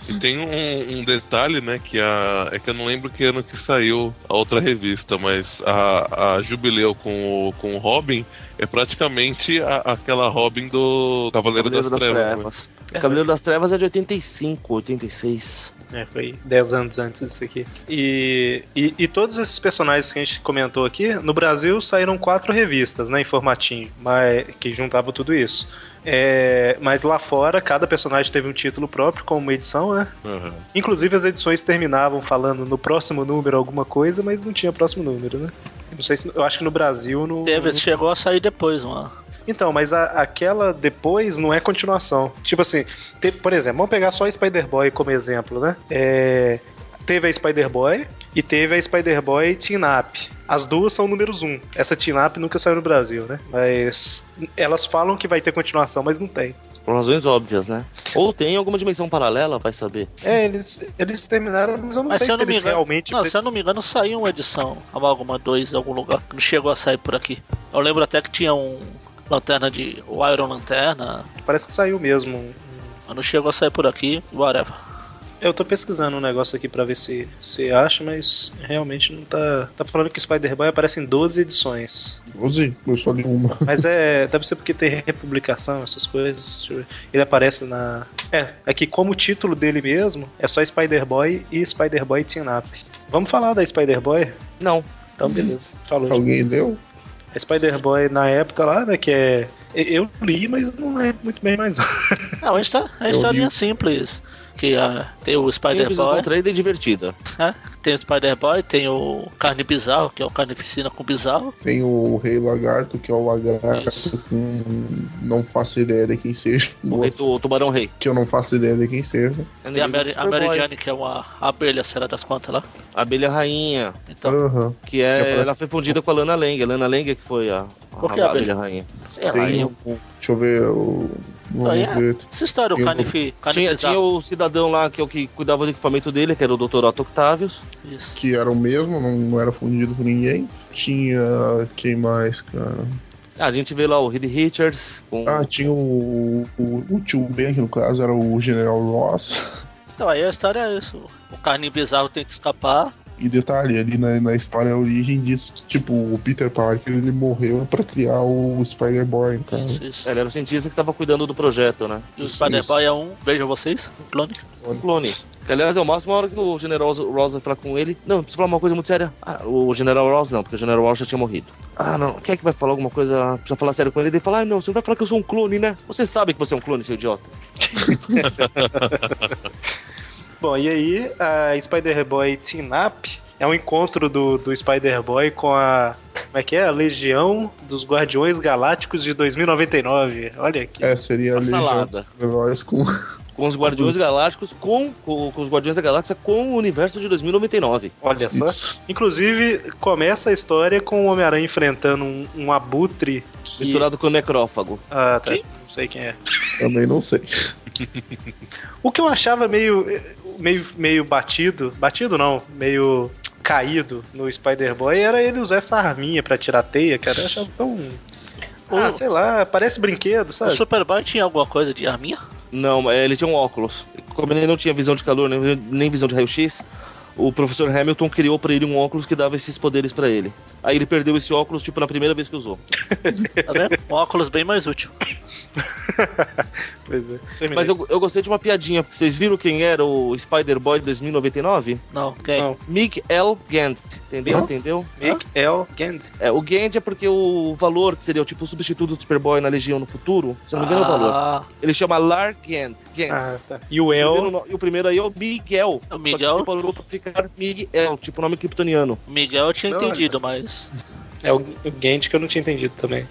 F: E tem um, um detalhe, né? Que a. É que eu não lembro que ano que saiu a outra revista, mas a, a Jubileu com o, com o Robin é praticamente a- aquela Robin do Cavaleiro, das,
G: Cavaleiro das,
F: Trevas. né?
G: Trevas. Cavaleiro das Trevas é de 85, 86.
C: É, foi 10 anos antes disso aqui. E, e, e todos esses personagens que a gente comentou aqui, no Brasil saíram quatro revistas, né, em formatinho, mas, que juntavam tudo isso. É, mas lá fora, cada personagem teve um título próprio, com uma edição, né?
F: Aham.
C: Inclusive as edições terminavam falando no próximo número alguma coisa, mas não tinha próximo número, né? Eu Não sei se. Eu acho que no Brasil não.
D: Teve, chegou a sair depois, mano.
C: Então, mas a- aquela depois não é continuação. Tipo assim, teve- por exemplo, vamos pegar só a Spider-Boy como exemplo, né? É, teve a Spider-Boy e teve a Spider-Boy Teen Up. As duas são números um. Essa Teen Up nunca saiu no Brasil, né? Mas elas falam que vai ter continuação, mas não tem.
G: Por razões óbvias, né? Ou tem alguma dimensão paralela, vai saber.
C: É, eles, eles terminaram, mas eu não
D: Mas
C: sei
D: se eu
C: se
D: não me
C: eles
D: engano.
C: realmente.
D: Não, se eu não me engano, saiu uma edição, Amálgama 2 em algum lugar, que não chegou a sair por aqui. Eu lembro até que tinha um Lanterna de. O Iron Lanterna,
C: Parece que saiu mesmo. [laughs]
D: mas não chegou a sair por aqui, whatever.
C: Eu tô pesquisando um negócio aqui pra ver se, se acha, mas realmente não tá. Tá falando que Spider-Boy aparece em 12 edições.
E: 12, eu só li uma. [laughs]
C: Mas é. Deve ser porque tem republicação, essas coisas. Deixa eu ver. Ele aparece na. É, aqui como o título dele mesmo é só Spider-Boy e Spider-Boy Team Up. Vamos falar da Spider-Boy?
G: Não.
C: Então, beleza. Falou.
E: Alguém leu?
C: A Spider-Boy na época lá, né? Que é. Eu li, mas não é muito bem mais não.
D: Não, a histó- a
E: Eu
D: historinha
E: li.
D: simples. Que ah, tem o
G: Simples,
D: Spider-Boy,
G: descontraída e divertida.
D: né? tem o Spider-Boy, tem o Carne Bizarro, que é o Carnificina com Bizarro.
E: Tem o Rei Lagarto, que é o Lagarto
D: Isso.
E: com. Não faço ideia de quem seja.
G: O rei do Tubarão Rei.
E: Que eu não faço ideia de quem seja.
D: Tem a Mary, a Mary
G: Superboy.
D: Jane, que é uma abelha, será das contas lá.
G: A Abelha Rainha,
D: Então,
E: Aham.
G: que é.
E: Que aparece-
G: Ela foi fundida com a Lana Lang. A Lana Lang é que foi a,
D: Por que
G: a
D: a Abelha?
G: Rainha. um- Sei lá,
E: Tem
G: eu-
E: o- Deixa eu ver o. Vamos
D: Ah, é?
E: ver.
D: essa história, o
E: Eu-
D: Carnifi, Carne
G: Tinha, tinha
D: Bizarro.
G: o cidadão lá que é o que cuidava do equipamento dele, que era o Dr. Otto Octavius.
D: Isso.
E: Que era o mesmo, não, não era fundido por ninguém. Tinha. Quem mais, cara?
G: Ah, a gente vê lá o Reed Richards com
E: Ah, tinha o. O, o tio Ben, que no caso era o General Ross.
D: Então, aí a história é isso. O Carne Bizarro tem que escapar.
E: E detalhe, ali na, na história, a origem disso, tipo, o Peter Parker, ele morreu pra criar o Spider-Boy, então cara.
G: Uhum.
D: Isso, isso.
G: Ele era o cientista que tava cuidando do projeto, né?
D: E o
E: é Isso,
D: Spider-Boy é um, vejam vocês, um clone.
G: Um clone. Que, aliás, é o máximo a hora que o General Ross vai falar com ele. Não, preciso falar uma coisa muito séria. Ah, o General Ross não, porque o General Ross já tinha morrido. Ah, não. Quem é que vai falar alguma coisa? Precisa falar sério com ele. Ele fala, ah, não, você não vai falar que eu sou um clone, né? Você sabe que você é um clone, seu idiota.
C: [laughs] Bom, e aí a Spider-Boy Team Up é um encontro do, do Spider-Boy com a. Como é que é? A Legião dos Guardiões Galácticos de 2099. Olha que
E: É, seria
G: Uma
E: a Legião
G: salada.
E: dos Heróis com.
G: Com os Guardiões Galácticos, com, com, com os Guardiões da Galáxia, com o universo de 2099.
C: Olha só.
E: Isso.
C: Inclusive, começa a história com o Homem-Aranha enfrentando um, um abutre. que-
G: Misturado com o Necrófago.
C: Ah, tá. Não sei quem é.
E: Também não sei.
C: O que eu achava meio, meio, meio batido. Batido não, meio caído no Spider-Boy era ele usar essa arminha pra tirar a teia, cara. Eu achava tão. Ah,
D: O-
C: sei lá, parece brinquedo,
G: É.
D: O
C: sabe?
D: Superboy tinha alguma coisa de arminha?
G: Não, é, ele tinha um óculos. Como ele não tinha visão de calor, nem, nem visão de raio-x, o professor Hamilton criou pra ele um óculos que dava esses poderes pra ele. Aí ele perdeu esse óculos, tipo, na primeira vez que usou.
D: Tá
G: [laughs]
D: vendo? Um óculos bem mais útil.
C: Pois é. Terminei.
G: Mas eu, eu gostei de uma piadinha. Vocês viram quem era o Spider-Boy 2099?
D: Não, quem?
C: Não.
G: Mig L. Gant. Entendeu?
E: Hã?
G: Entendeu?
C: Make L. Gand.
G: É, o Gant é porque o valor, que seria tipo o substituto do Superboy na Legião no futuro, se eu não me engano é o valor.
D: Ah,
G: Ele chama Lar Gant. Gant.
C: Ah, tá. E o
G: O primeiro
C: El.
G: no- E o primeiro aí é o Miguel.
D: o
G: Só que
D: Miguel,
G: separou pra ficar Miguel, tipo nome kryptoniano.
D: o Miguel eu tinha
C: Não,
D: entendido,
C: olha,
D: mas.
C: É o o Gant que eu não tinha entendido também.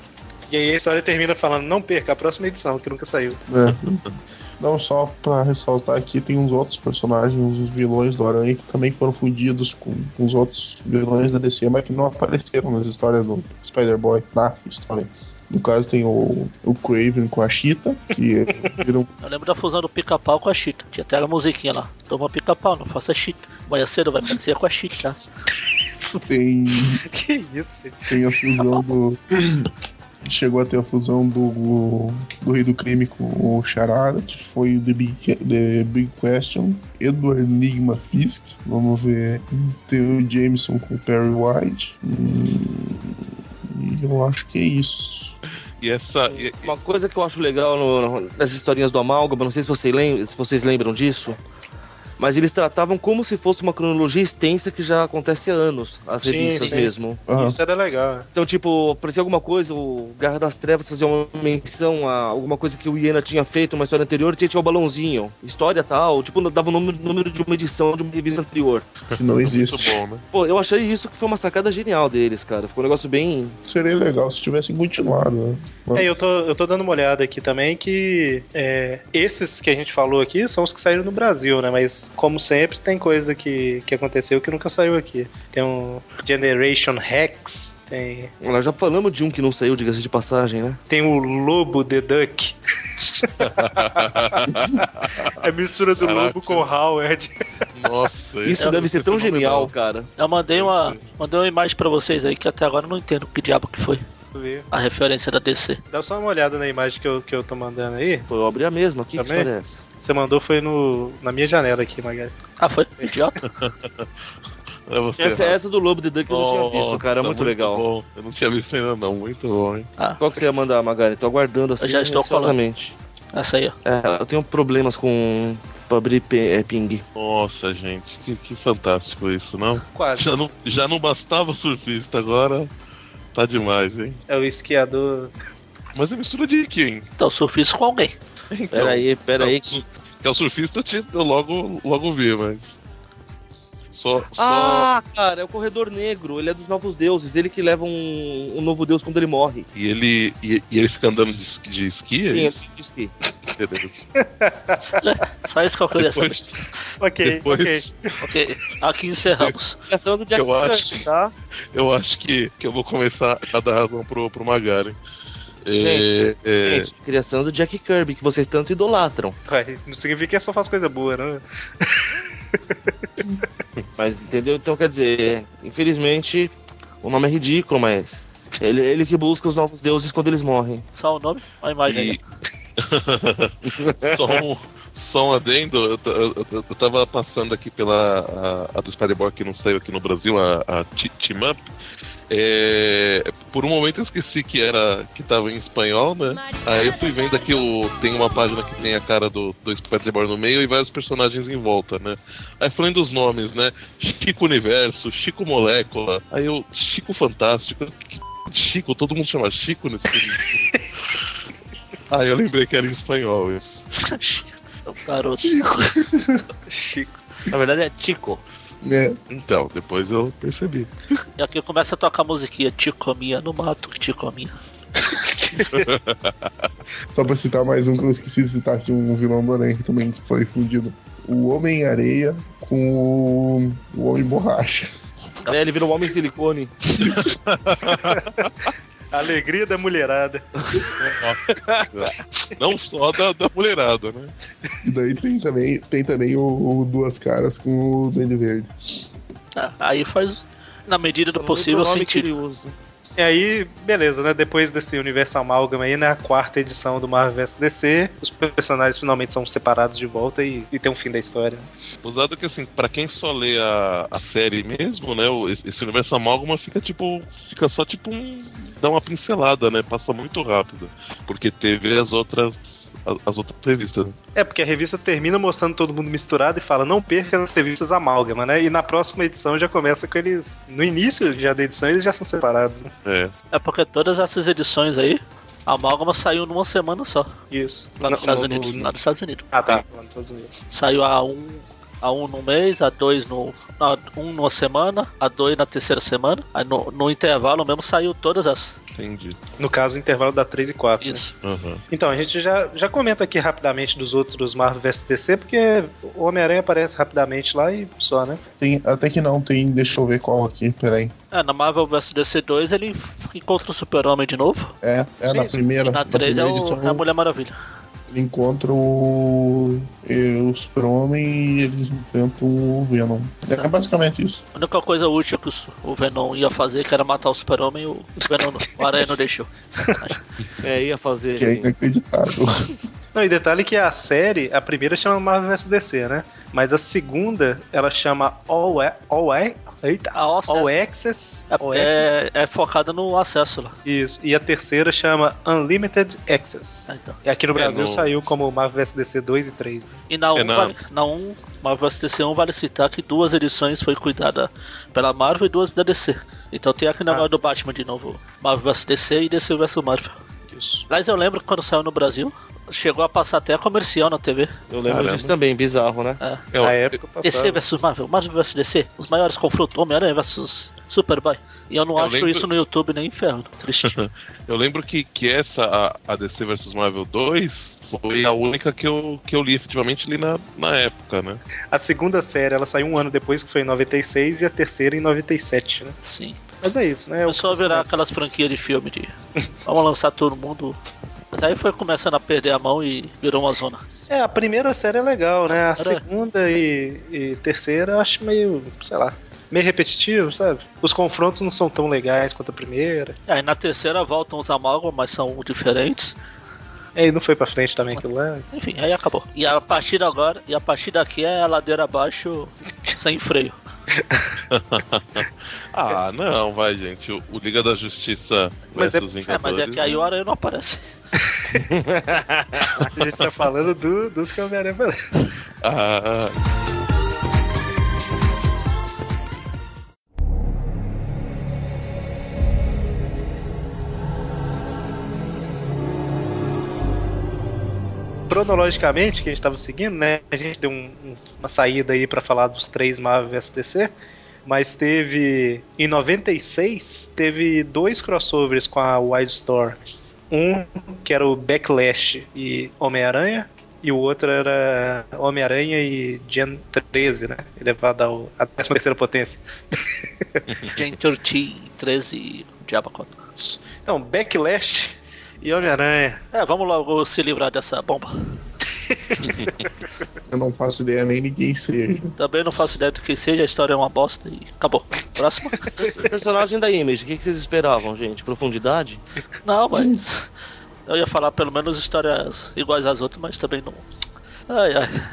C: E aí a história termina falando, não perca a próxima edição, que nunca saiu. [laughs]
E: É. [laughs] Não, só pra ressaltar aqui, tem uns outros personagens, uns vilões do Aranha que também foram fundidos com, com os outros vilões da DC, mas que não apareceram nas histórias do Spider-Boy, na história. No caso tem o, o Craven com a Cheetah, que viram
D: Eu lembro da fusão do pica-pau com a Chita. Tinha até a musiquinha lá. Toma pica-pau, não faça Chita. Amanhã cedo vai aparecer com a Chita.
E: tem,
C: que isso, gente?
E: tem a fusão do. Chegou a ter a fusão do, do Rei do Crime com o Charada, que foi o The Big, The Big Question, Edward Enigma Fisk, vamos ver, tem o Jameson com o Perry White, hum, e eu acho que é isso.
F: E essa. e- é e-
G: Uma coisa que eu acho legal no- no- nas historinhas do Amálgama, não sei se vocês, lem- se vocês lembram disso, mas eles tratavam como se fosse uma cronologia extensa que já acontece há anos, as
C: Sim,
G: revistas
C: sim.
G: mesmo.
E: Ah,
C: Isso era legal. né?
G: Então, tipo, aparecia alguma coisa, o Garra das Trevas fazia uma menção a alguma coisa que o Iena tinha feito, uma história anterior, tinha, tinha o balãozinho, história tal, tipo, dava o número, número de uma edição de uma revista anterior.
E: que não
F: Muito
E: existe.
F: bom, né?
G: Pô, eu achei isso que foi uma sacada genial deles, cara. Ficou um negócio bem.
E: Seria legal se tivessem continuado. né? Mas-
C: É, eu tô, eu tô dando uma olhada aqui também que é, esses que a gente falou aqui são os que saíram no Brasil, né? Mas, como sempre, tem coisa que, que aconteceu que nunca saiu aqui. Tem um Generation Rex, tem,
G: Nós já falamos de um que não saiu, diga-se de passagem, né?
C: tem o Lobo The Duck. [laughs] É a mistura do
F: Caraca.
C: Lobo com o Howard.
F: Nossa,
G: Isso
F: esse
G: deve
F: é
G: ser tão
F: fenomenal.
G: genial, cara.
D: Eu mandei uma, mandei uma imagem pra vocês aí que até agora eu não entendo que diabo que foi.
C: tu vê.
D: a referência da DC.
C: Dá só uma olhada na imagem que eu, que eu tô mandando aí.
G: Pô, eu abri a mesma aqui, que
C: Também?
G: história é essa?
C: Você mandou foi no, na minha janela aqui, Magali.
D: Ah, foi? Idiota.
F: É você.
G: Essa, essa do Lobo de Duck eu já tinha visto, cara, É
F: Nossa,
G: muito, legal.
F: bom. Eu não tinha visto ainda, não. Muito bom, hein?
D: Ah,
G: Qual que você ia mandar, Magari? Tô aguardando assim,
D: já estou
G: ansiosamente.
D: essa aí, ó.
G: É, eu tenho problemas com... pra abrir pe- é, ping.
F: Nossa, gente, que, que fantástico isso, não?
C: Quase.
F: Já não, já não bastava o surfista, agora tá demais, hein?
C: É o esquiador.
F: Mas é mistura de quem?
D: Então, surfista com alguém.
F: Então,
G: Pera aí, pera aí. que-
F: Que é o surfista, eu, te- eu logo, logo vi, mas. Só. só...
G: Ah, cara, é o Corredor Negro, ele é dos Novos Deuses, ele que leva um, um novo deus quando ele morre.
F: E ele, e, e ele fica andando de, esqui- de esqui? é
G: Sim,
F: isso?
G: ele disse que...
F: Beleza.
D: Só isso que eu queria
G: [laughs]
D: saber.
F: Depois,
C: Ok,
F: depois
C: ok.
D: Ok, aqui encerramos.
G: Ação do Jack
F: Eu
G: Chan,
F: acho.
G: tá?
F: eu acho que, que eu vou começar a dar razão pro, pro Magari.
G: Gente,
F: é,
G: Gente, criação do Jack Kirby, que vocês tanto idolatram.
C: Vai, não significa que eu só faço coisa boa, não.
G: Mas entendeu? Então quer dizer, infelizmente, o nome é ridículo, mas. Ele, ele que busca os novos deuses quando eles morrem.
D: Só o nome, a imagem aí.
F: E-
D: [laughs]
F: [laughs] só, um, só um adendo, eu, t- eu, eu- eu tava passando aqui pela a, a do Spider-Boy que não saiu aqui no Brasil, a, a Ti- Team Up. É, por um momento eu esqueci que era que tava em espanhol, né? Aí eu fui vendo aqui o tem uma página que tem a cara do, do Spider-Boy no meio e vários personagens em volta, né? Aí falando dos nomes, né? Chico Universo, Chico Molécula, aí eu Chico Fantástico, que de Chico, todo mundo chama Chico nesse filme. Aí eu lembrei que era em espanhol isso.
D: Garoto.
C: Chico.
G: Na verdade é Tico.
E: É,
F: Então, depois eu percebi.
D: E aqui começa a tocar a musiquinha. Te comia no mato, te comia.
E: só pra citar mais um que eu esqueci de citar aqui, um vilão do Aranha que também foi fundido. O Homem-Areia com o, o Homem-Borracha.
F: Tá.
G: É, ele vira um homem silicone.
C: Alegria da mulherada.
F: Não só da, da mulherada, né?
E: E daí tem também, tem também o, o Duas Caras com o Duende Verde.
D: Ah, Aí faz, na medida do
G: Muito
D: Tá possível,
G: nome
D: sentido.
G: curioso.
C: E aí, beleza, né? Depois desse universo amálgama aí, né? A quarta edição do Marvel vs DC, os personagens finalmente são separados de volta e, e tem um fim da história. né?
F: Usado que, assim, pra quem só lê a, a série mesmo, né? o- Esse universo amálgama fica tipo. Fica só tipo um. dá uma pincelada, né? Passa muito rápido. Porque teve as outras. a- As outras revistas. né?
C: É, porque a revista termina mostrando todo mundo misturado e fala, não perca as revistas amálgama, né? E na próxima edição já começa com eles. No início já da edição, eles já são separados, né?
F: É.
D: É porque todas essas edições aí, a amálgama saiu numa semana só,
C: Isso.
D: lá nos
C: No-
D: Estados
C: no-
D: Unidos.
C: no-
D: Lá nos Estados Unidos.
C: Ah, tá. Lá nos Estados Unidos.
D: Saiu a 1 a um no mês, a 2 no. A 1 numa semana, a 2 na terceira semana. Aí no, no intervalo mesmo saiu todas as.
F: Entendi.
C: No caso, o intervalo da 3 e 4. né?
D: Isso.
F: Aham.
C: Então, a gente já, já comenta aqui rapidamente dos outros Marvel vs DC, porque o Homem-Aranha aparece rapidamente lá e só, né?
E: Tem, até que não, tem. Deixa eu ver qual aqui, peraí.
D: É, na Marvel vs DC 2 ele encontra o Super-Homem de novo.
E: É, é
C: Sim,
E: na
C: sim.
E: primeira.
D: Na 3 é,
E: primeira
D: o- é a Mulher Maravilha.
E: Ele encontra o, eh, o Super-Homem e eles enfrentam o Venom. É basicamente isso.
D: A única coisa útil que os- o Venom ia fazer, que era matar o Super-Homem, o Venom, não- o Aranha não deixou.
G: É, ia fazer
E: Que é
G: assim.
E: inacreditável. [laughs]
C: Não, e detalhe que a série, a primeira chama Marvel vs DC, né? Mas a segunda, ela chama All, A- All, A- eita,
D: A OSS
C: All Access. All Access.
D: é, é focada no acesso lá.
C: Isso. E a terceira chama Unlimited Access.
D: Ah, então.
C: E aqui no
F: É,
C: Brasil
F: no-
C: saiu como Marvel vs DC 2 e 3. né?
D: E na 1,
F: É, na-
D: vale, na 1 Marvel vs DC 1 vale citar que duas edições foi cuidada pela Marvel e duas da DC. Então tem aqui na
C: Ah,
D: maior do
C: sim.
D: Batman de novo. Marvel vs DC e DC vs Marvel.
C: Isso.
D: Mas eu lembro que quando saiu no Brasil, chegou a passar até comercial na TV.
G: Eu lembro
F: Caramba.
G: disso também, bizarro, né?
F: É,
C: Na
F: ó,
C: época
D: DC
C: passava.
D: vs Marvel, Marvel vs DC, os maiores confrontos, Homem-Aranha vs Superboy. E eu não
F: Eu
D: acho
F: lembro-
D: isso no YouTube nem inferno. Triste.
F: Eu lembro que, que essa, a, a DC vs Marvel 2, foi a única que eu, que eu li, efetivamente li na, na época, né?
C: A segunda série, ela saiu um ano depois, que foi em 96, e a terceira em 97, né?
D: Sim.
C: Mas é isso, né?
D: É
C: Eu
D: só
C: preciso
D: virar aquelas franquias de filme de vamos lançar todo mundo. Mas aí foi começando a perder a mão e virou uma zona.
C: É, a primeira série é legal, né?
D: Cara.
C: A segunda e, e terceira eu acho meio, sei lá. meio repetitivo, sabe? Os confrontos não são tão legais quanto a primeira.
D: É, Aí na terceira voltam os amálgamas, mas são diferentes.
C: Aí É, não foi pra frente também aquilo lá.
D: Enfim, aí acabou. E a partir de agora, e a partir daqui é a ladeira abaixo [laughs] sem freio.
F: Ah, não, vai, gente. O, o Liga da Justiça
C: Mas é-
F: versus
D: É, mas
F: Vingadores.
D: é que a Yora aí não aparece.
C: [laughs] A gente tá falando do, dos que o Homem-Aranha falou.
F: Ah, ah,
C: cronologicamente que a gente estava seguindo, né? A gente deu um- um- uma saída aí para falar dos três Marvel vs DC, mas teve em 96 teve dois crossovers com a Wildstorm. Um que era o Backlash e Homem-Aranha e o outro era Homem-Aranha e Gen 13, né? Elevado ao, à 13ª potência. [laughs]
D: Gen 13, 13, diabo quatro.
C: Então, Backlash e Homem-Aranha.
D: É, vamos logo se livrar dessa bomba.
E: Eu não faço ideia nem ninguém seja.
D: Também não faço ideia do que seja, a história é uma bosta e acabou. Próximo.
G: Personagem da Image, o que que vocês esperavam, gente? Profundidade?
D: Não, mas. Eu ia falar pelo menos histórias iguais às outras, mas também não. Ai, ai.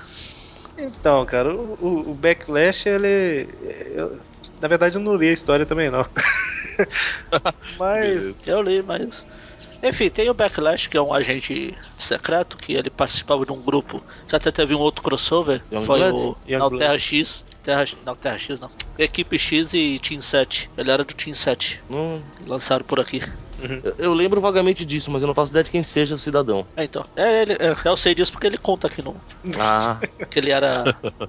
C: Então, cara, o, o- o Backlash, ele. eu- na verdade, eu não li a história também, não. [laughs] Mas.
F: Beleza.
D: Eu li, mas. Enfim, tem o Backlash, que é um agente secreto, que ele participava de um grupo. Já até teve um outro crossover. foi
G: Youngblood?
D: o. Não,
C: Youngblood.
D: Terra X. Terra, não, Terra X não. Equipe X e Team 7. Ele era do Team 7.
G: Não,
D: Lançaram por aqui.
G: eu, eu lembro vagamente disso, mas eu não faço ideia de quem seja o cidadão.
D: É, então. É, ele, é, eu sei disso porque ele conta aqui no.
G: Ah,
D: [laughs] Que ele era.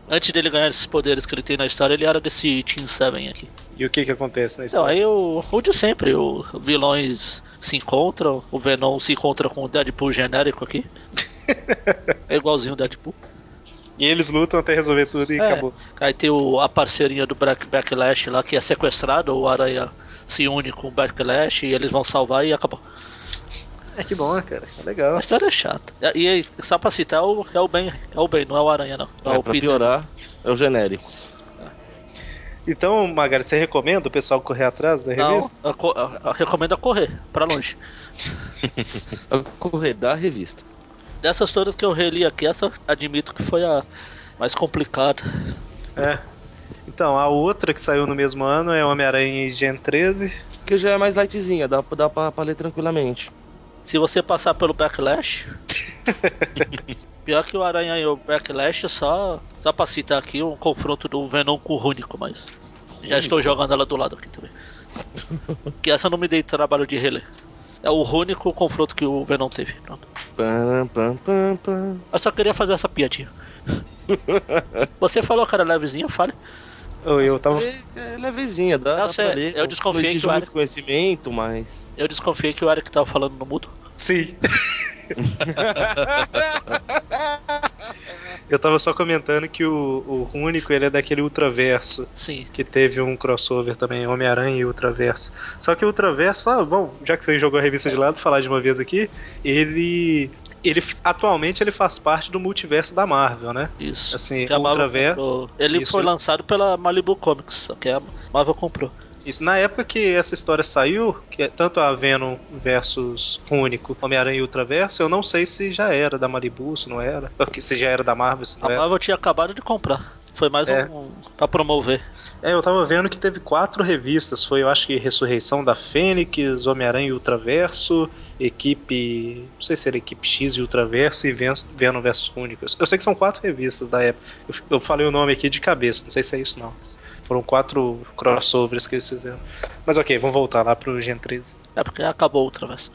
D: antes dele ganhar esses poderes que ele tem na história, ele era desse Team 7 aqui.
C: E o que que acontece né? na
D: Então,
C: história?
D: aí o, o de sempre, os vilões se encontram, o Venom se encontra com o Deadpool genérico aqui. é igualzinho o Deadpool.
C: E eles lutam até resolver tudo e
D: É.
C: acabou.
D: Aí tem o, a parceirinha do Black, Backlash lá que é sequestrado, o Aranha se une com o Backlash e eles vão salvar e acabou.
C: É que bom, cara. É
D: A
C: legal.
D: história é chata. E, aí, só pra citar, é o, é o Ben, é o Ben, não é o Aranha não. É,
G: é,
D: o
G: pra
D: Peter.
G: piorar, é o genérico.
C: Então, Magari, você recomenda o pessoal correr atrás da
D: Não,
C: revista?
D: eu, co- eu- eu recomendo a correr, pra longe.
G: É o correr da revista.
D: Dessas todas que eu reli aqui, essa eu admito que foi a mais complicada.
C: É. Então, a outra que saiu no mesmo ano é Homem-Aranha e Gen 13.
G: Que já é mais lightzinha, dá, dá pra, pra ler tranquilamente.
D: Se você passar pelo [laughs] backlash. Pior que o Aranha e o Backlash, só, só pra citar aqui um confronto do Venom com o Rúnico, mas. Já estou jogando ela do lado aqui também. que essa eu não me dei trabalho de reler. É o único confronto que o Venom teve. Pronto.
G: Pam, pam, pam, pam.
D: Eu só queria fazer essa [laughs] piadinha. Você falou que era levezinha, fale.
C: Eu, eu tava.
G: É, é levezinha, dá, dá
D: Nossa,
G: pra ler.
D: eu desconfiei
G: não exige
D: que o
G: muito
D: Eric-
G: conhecimento, mas...
D: Eu desconfiei que o Eric tava falando no mudo. [laughs]
C: Sim. eu tava só comentando que o, o Rúnico ele é daquele ultraverso.
D: Sim.
C: que teve um crossover também, Homem-Aranha e Ultraverso. Só que o Ultraverso, ah, bom, já que você jogou a revista de lado, falar de uma vez aqui, ele ele atualmente ele faz parte do multiverso da Marvel, né?
D: Isso.
C: Assim,
D: Que a
C: o
D: Marvel
C: Ultraverso,
D: comprou. Ele
C: Isso.
D: foi lançado pela Malibu Comics, só que é a Marvel comprou.
C: isso na época que essa história saiu, que é tanto a Venom versus Único, Homem-Aranha e Ultraverso, eu não sei se já era da Malibu, se não era, ou que se já era da Marvel, se
D: A
C: não era.
D: Marvel tinha acabado de comprar. Foi mais
C: É.
D: um, um pra promover.
C: É, eu tava vendo que teve quatro revistas. Foi, eu acho que Ressurreição da Fênix, Homem-Aranha e Ultraverso, Equipe. Não sei se era Equipe X e Ultraverso e Ven- Venom vs Únicos. Eu sei que são quatro revistas da época. Eu, f- eu falei o nome aqui de cabeça, não sei se é isso não. Foram quatro crossovers que eles fizeram. Mas ok, vamos voltar lá pro Gen 13.
D: É porque acabou outra vez.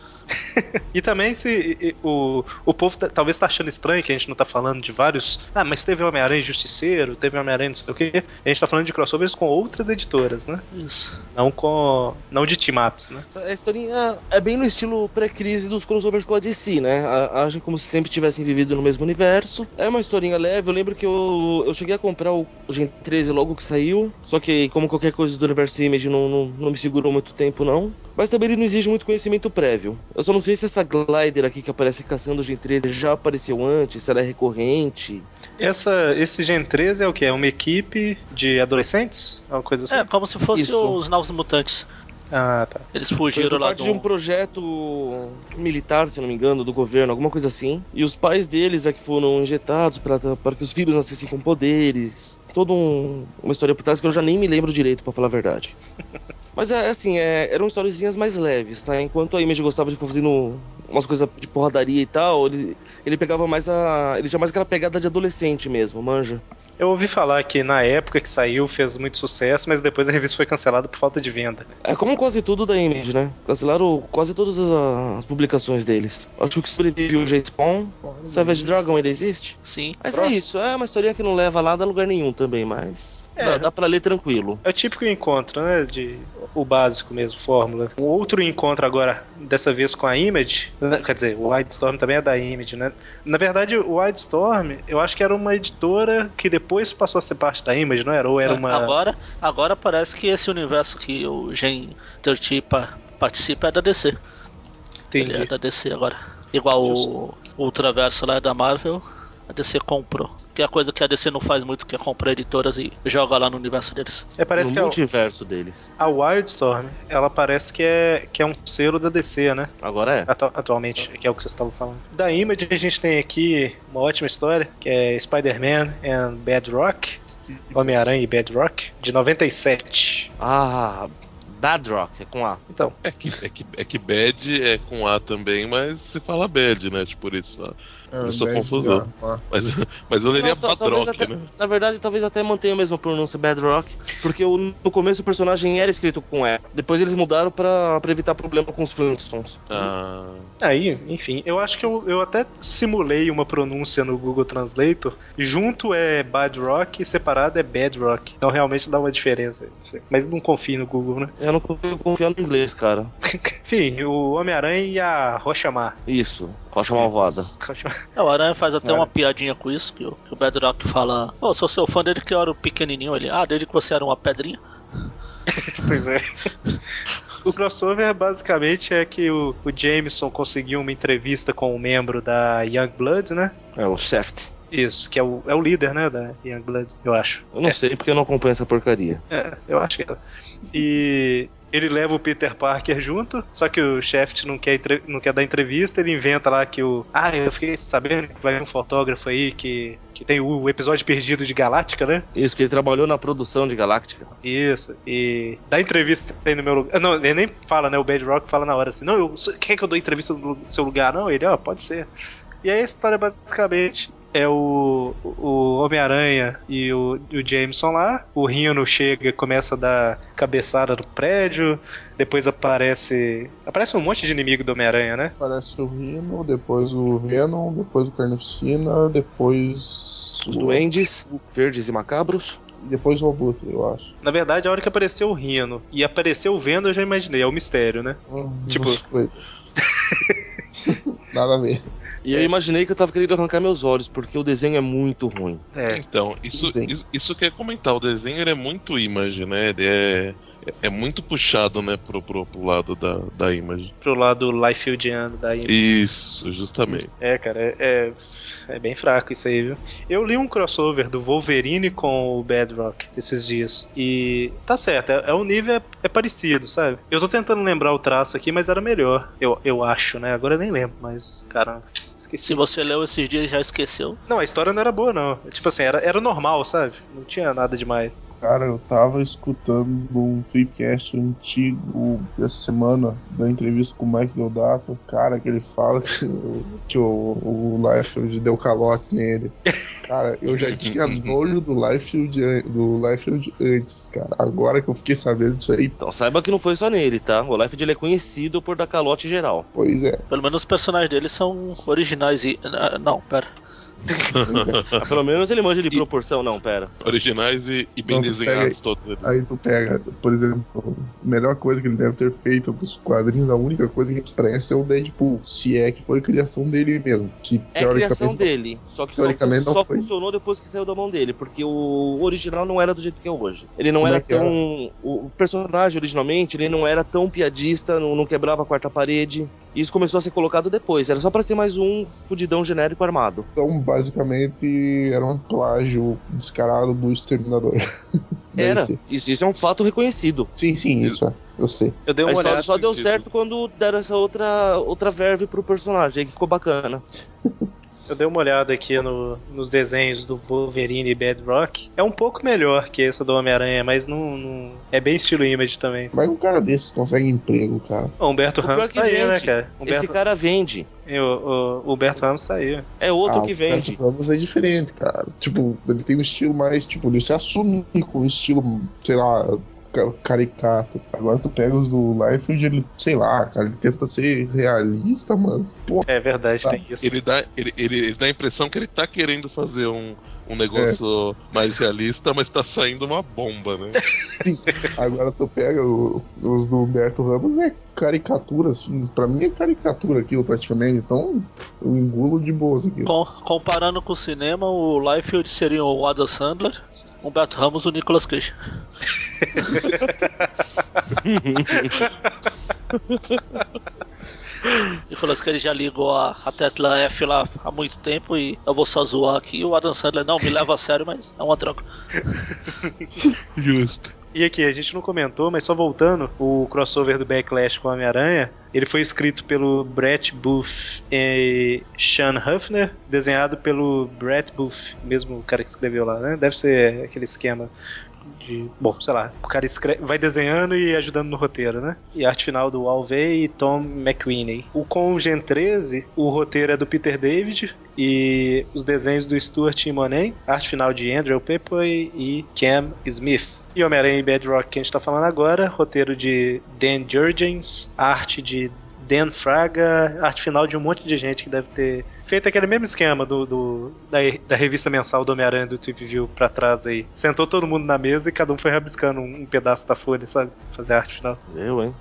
C: E também se e- e- o, o povo tá- talvez tá achando estranho que a gente não tá falando de vários. Ah, mas teve Homem-Aranha e Justiceiro, teve Homem-Aranha não sei o quê. A gente tá falando de crossovers com outras editoras, né?
D: Isso.
C: Não com. Não de team-ups, né?
G: A historinha é bem no estilo pré-crise dos crossovers com a DC, né? A- Agem como se sempre tivessem vivido no mesmo universo. É uma historinha leve, eu lembro que eu, eu cheguei a comprar o Gen 13 logo que saiu, só que como qualquer coisa do universo Image não, não, não me me segurou muito tempo, não. Mas também ele não exige muito conhecimento prévio. Eu só não sei se essa glider aqui que aparece caçando os Gen 13 já apareceu antes, se ela é recorrente.
C: Essa, esse Gen 13 é o que? É uma equipe de adolescentes? É uma coisa assim?
D: É, como se fosse
G: Isso.
D: os Novos Mutantes.
C: Ah, tá.
D: Eles
G: Foi
D: fugiram lá
G: parte
D: do...
G: de um projeto militar, se não me engano, do governo, alguma coisa assim. E os pais deles é que foram injetados pra- para que os filhos nascessem com poderes. Toda um- uma história por trás que eu já nem me lembro direito, pra falar
D: [laughs]
G: a verdade. Mas é assim, é, eram historiezinhas mais leves, tá? Enquanto a Image gostava de ficar fazendo umas coisas de porradaria e tal, ele, ele pegava mais a. Ele tinha mais aquela pegada de adolescente mesmo, manja.
C: Eu ouvi falar que na época que saiu fez muito sucesso, mas depois a revista foi cancelada por falta de venda.
G: É como quase tudo da Image, né? Cancelaram quase todas as, as publicações deles. Acho que o que sobrevive o J-Spawn. Savage Dragon ainda existe?
D: Sim.
G: Mas é isso, é uma historinha que não leva lá a lugar nenhum também, mas
C: É.
G: dá, dá pra ler tranquilo.
C: É o típico encontro, né? De o básico mesmo, fórmula. Um outro encontro agora, dessa vez com a Image, né, quer dizer, o Wildstorm também é da Image, né? Na verdade, o Wildstorm, eu acho que era uma editora que depois passou a ser parte da Image, não era? Ou
D: É,
C: era uma.
D: Agora, agora parece que esse universo que o Gen 13 pa- participa é da DC.
C: Entendi.
D: Ele é da DC agora. Igual o,
C: Justo.
D: o Traverso lá é da Marvel, a DC comprou. Que é a coisa que a DC não faz muito, que é comprar editoras e joga lá no universo deles.
C: É, parece
G: no
C: que é o-
G: multiverso deles.
C: A Wildstorm, ela parece que é, que é um selo da DC, né?
G: Agora é.
C: Atu- atualmente, que é o que vocês estavam falando. Da Image, a gente tem aqui uma ótima história, que é Spider-Man and Bedrock. Homem-Aranha e Bedrock, de 97.
G: Ah, Badrock, é com A.
C: Então,
F: É que, é, que, é que bad é com A também, mas se fala bad, né? Tipo, por isso. ó. Eu sou
E: bad,
F: confusão.
E: ó, ó.
F: Mas, [laughs] mas eu
C: é
F: leria
G: Não, ta- talvez
F: Badrock,
G: até-
F: né?
G: Na verdade, talvez até mantenha a mesma pronúncia Bedrock, porque o- no começo o personagem era escrito com E. Depois eles mudaram pra, pra evitar problema com os Flintstones.
F: Ah,
C: aí, enfim, eu acho que eu, eu até simulei uma pronúncia no Google Translator. Junto é Bedrock e separado é Bedrock. Então realmente dá uma diferença. Mas não confio no Google, né?
G: Eu não consigo confiar no inglês, cara.
C: Enfim, o Homem-Aranha e a Rochamar.
G: Isso, Rocha Malvada.
D: É, O Aranha faz até
C: Olha.
D: uma piadinha com isso, que o, que o Bedrock fala, ô, sou seu fã desde que eu era um pequenininho. Ele, ah, desde que você era uma pedrinha.
C: Pois é. [laughs] O crossover basicamente é que o, o Jameson conseguiu uma entrevista com um membro da Young Blood, né?
G: É o Shaft.
C: Isso, que é o, é o líder, né? Da Young Blood, eu acho.
G: Eu não sei porque eu não acompanho essa porcaria.
C: É, eu acho que é. E ele leva o Peter Parker junto, só que o Shaft não quer, entre- não quer dar entrevista, ele inventa lá que o. Ah, eu fiquei sabendo que vai vir um fotógrafo aí que, que tem o episódio perdido de Galáctica, né?
G: Isso, que ele trabalhou na produção de Galáctica.
C: Isso, e dá entrevista aí no meu lugar. Não, ele nem fala, né? O Bedrock fala na hora assim: Não, eu, quer que eu dou entrevista no lu- seu lugar? Não, ele, ó, pode ser. E aí a história basicamente é o, o Homem-Aranha e o, e o Jameson lá. O Rino chega, começa a dar cabeçada no prédio. Depois aparece. Aparece um monte de inimigo do Homem-Aranha, né?
E: Aparece o Rhino, depois o Venom, depois o Carnificina, depois.
G: Os
E: o-
G: duendes, verdes e macabros.
E: E depois o Abutre, eu acho.
C: Na verdade, a hora que apareceu o Rino e apareceu o Vendo, eu já imaginei, é o mistério, né?
E: Hum,
C: Tipo-
E: não sei. Nada a ver.
G: E eu imaginei que eu tava querendo arrancar meus olhos, porque o desenho é muito ruim.
C: É.
F: então, isso,
E: Sim.
F: isso, isso que eu ia comentar. O desenho ele é muito image, né? Ele é, é muito puxado, né? Pro, pro, pro lado da, da image.
C: Pro lado Lifefieldiano da Image.
F: Isso, justamente.
C: É, cara, é, é- é bem fraco isso aí, viu? Eu li um crossover do Wolverine com o Bedrock esses dias. E tá certo, é, é um nível é, é parecido, sabe? Eu tô tentando lembrar o traço aqui, mas era melhor. Eu, eu acho, né? Agora eu nem lembro, mas caramba,
D: Se
C: esqueci.
D: você leu esses dias e já esqueceu.
C: Não, a história não era boa, não. Tipo assim, era, era normal, sabe? Não tinha nada demais.
E: Cara, eu tava escutando um tweetcast antigo dessa semana, da entrevista com o Mike Deodato, cara, que ele fala que, o- que o, o Liefeld deu calote nele. Cara, eu já tinha nojo do Liefeld, an- do Liefeld antes, cara. Agora que eu fiquei sabendo disso aí,
G: Então saiba que não foi só nele, tá? O Life ele é conhecido por dar calote geral.
E: pois é.
D: Pelo menos os personagens deles são originais e... ah, Não, pera.
G: Ah, Pelo menos ele manja de proporção, não, pera.
F: Originais e, e bem
E: Não,
F: desenhados
E: pega
F: todos eles.
E: Aí tu pega, por exemplo, a melhor coisa que ele deve ter feito pros quadrinhos, a única coisa que presta é o Deadpool, se é que foi criação dele mesmo. Que
G: É a criação
E: teoricamente
G: dele, só que só,
E: teoricamente não
G: só
E: foi.
G: funcionou depois que saiu da mão dele, porque o original não era do jeito que é hoje. Ele não
E: Como
G: era
E: é que era?
G: tão. O o personagem originalmente, ele não era tão piadista, não, não quebrava a quarta parede. E isso começou a ser colocado depois, era só pra ser mais um fudidão genérico armado.
E: Então, basicamente, era um plágio descarado do Exterminador. [laughs] Deve
G: Era,
E: ser.
G: isso, isso é um fato reconhecido.
E: Sim, sim, isso é. Eu sei.
C: Eu dei uma
G: Aí só,
C: olhada.
G: só deu
F: sentido.
G: certo quando deram essa outra, outra verve pro personagem, aí que ficou bacana.
C: Eu dei uma olhada aqui no- nos desenhos do Wolverine e Bad Rock. É um pouco melhor que esse do Homem-Aranha, mas não, não- É bem estilo image também.
E: Mas um cara desse consegue emprego, cara.
C: Ó, Humberto
G: O pior
C: Ramos
G: que
C: tá aí, né,
G: vende.
C: cara?
G: Esse
C: Humberto,
G: cara vende,
C: E o, o Humberto Ramos tá aí.
G: é outro
E: Ah,
G: que
E: o Roberto
G: vende.
E: Ramos é diferente, cara. Tipo, ele tem um estilo mais, tipo, ele se assume com um estilo, sei lá, ca- caricato. Agora tu pega os do Liefeld, ele, sei lá, cara, ele tenta ser realista, mas, pô,
C: É verdade,
E: Ah,
C: tem isso.
F: Ele dá, ele, ele, ele dá a impressão que ele tá querendo fazer um, um negócio
E: É.
F: mais realista, mas tá saindo uma bomba, né?
E: agora tu pega o- os do Humberto Ramos, é caricatura, assim. Pra mim é caricatura aquilo, praticamente. Então, eu engulo de boas aquilo.
D: Com- comparando com o cinema, o Liefeld seria o Adam Sandler, Humberto Ramos o Nicolas Cage. Nicolas Cage já ligou a, a tecla F lá há muito tempo e eu vou só zoar aqui. O Adam Sandler não me leva a sério, mas é uma troca.
F: Justo.
C: E aqui, a gente não comentou, mas só voltando, o crossover do Backlash com o Homem-Aranha, ele foi escrito pelo Brett Booth e Sean Huffner, desenhado pelo Brett Booth, mesmo o cara que escreveu lá, né? Deve ser aquele esquema de, bom, sei lá, o cara escreve, vai desenhando e ajudando no roteiro, né? E a arte final do Alvey e Tom McWinney. O com o Gen 13, o roteiro é do Peter David e os desenhos do Stuart Monet, arte final de Andrew Pepoy e Cam Smith. E Homem-Aranha e Bedrock que a gente tá falando agora, roteiro de Dan Jurgens, arte de Dan Fraga, arte final de um monte de gente que deve ter feito aquele mesmo esquema do, do- da, da revista mensal do Homem-Aranha do Tweep View pra trás aí. Sentou todo mundo na mesa e cada um foi rabiscando um, um pedaço da folha, sabe? Fazer a arte final.
G: Eu, hein?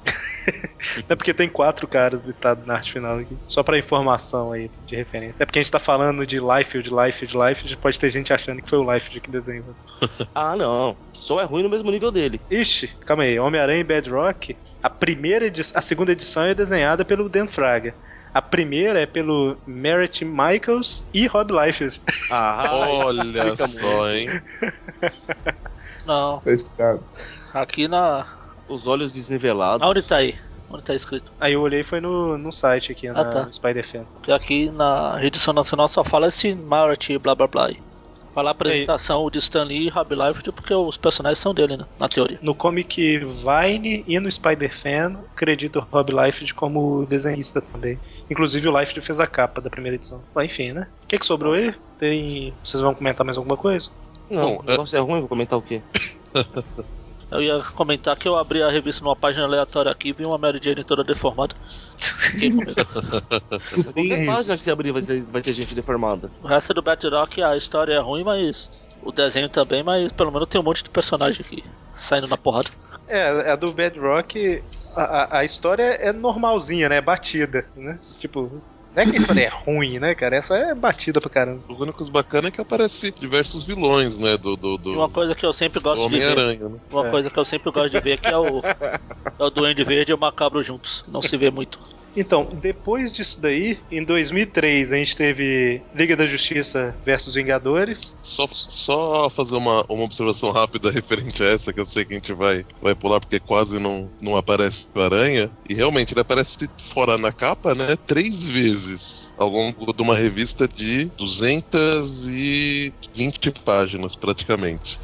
C: Até porque tem quatro caras listados na arte final aqui. Só pra informação aí de referência. É porque a gente tá falando de Liefeld, Liefeld, Liefeld. Pode ter gente achando que foi o Liefeld que desenhou.
G: Ah, não. Só é ruim no mesmo nível dele.
C: Ixi, calma aí. Homem-Aranha e Bedrock. A primeira edi- a segunda edição é desenhada pelo Dan Fraga. A primeira é pelo Merritt Michaels e Rob Liefeld. [laughs]
G: Ah,
F: Olha
G: explica muito.
F: só, hein?
D: Não,
E: Tá explicado.
D: aqui na.
G: Os olhos desnivelados.
D: Onde tá aí? Onde tá escrito?
C: Aí eu olhei foi no, no site aqui, na
D: Ah, tá.
C: Spider Fan.
D: Porque aqui na edição nacional só fala esse Marty blá blá blá. aí. Fala a apresentação de Stan Lee e Rob Liefeld porque os personagens são dele, né? Na teoria.
C: No Comic Vine e no Spider Fan, acredito o Rob Liefeld como desenhista também. Inclusive o Liefeld fez a capa da primeira edição. Bom, enfim, né? O que, que sobrou aí? Tem. Vocês vão comentar mais alguma coisa?
G: Não,
F: Bom,
G: o negócio é ruim, vou comentar o quê?
D: Eu ia comentar que eu abri a revista numa página aleatória aqui e vi uma Mary Jane toda deformada. Fiquei com medo.
G: Qualquer página que você abrir vai ter, vai ter gente deformada.
D: O resto é do Batrock, a história é ruim, mas. O desenho também, mas pelo menos tem um monte de personagem aqui saindo na porrada.
C: É, a do Bedrock, a, a, a história é normalzinha, né? É batida, né? Tipo. Não é que a história é ruim, né, cara? Essa é batida pra caramba.
F: O único bacana é que aparece diversos vilões, né? Do, do,
D: E
F: do,
D: uma coisa que eu sempre
F: do
D: gosto de ver,
F: Homem-Aranha, né?
D: uma
C: É.
D: coisa que eu sempre gosto de ver que é o, é o Duende Verde e o Macabro juntos. Não se vê muito.
C: Então, depois disso daí, em 2003, a gente teve Liga da Justiça versus Vingadores.
F: Só, só fazer uma, uma observação rápida referente a essa, que eu sei que a gente vai, vai pular porque quase não, não aparece o Aranha. E realmente ele aparece fora na capa, né? Três vezes ao longo de uma revista de 220 páginas, praticamente.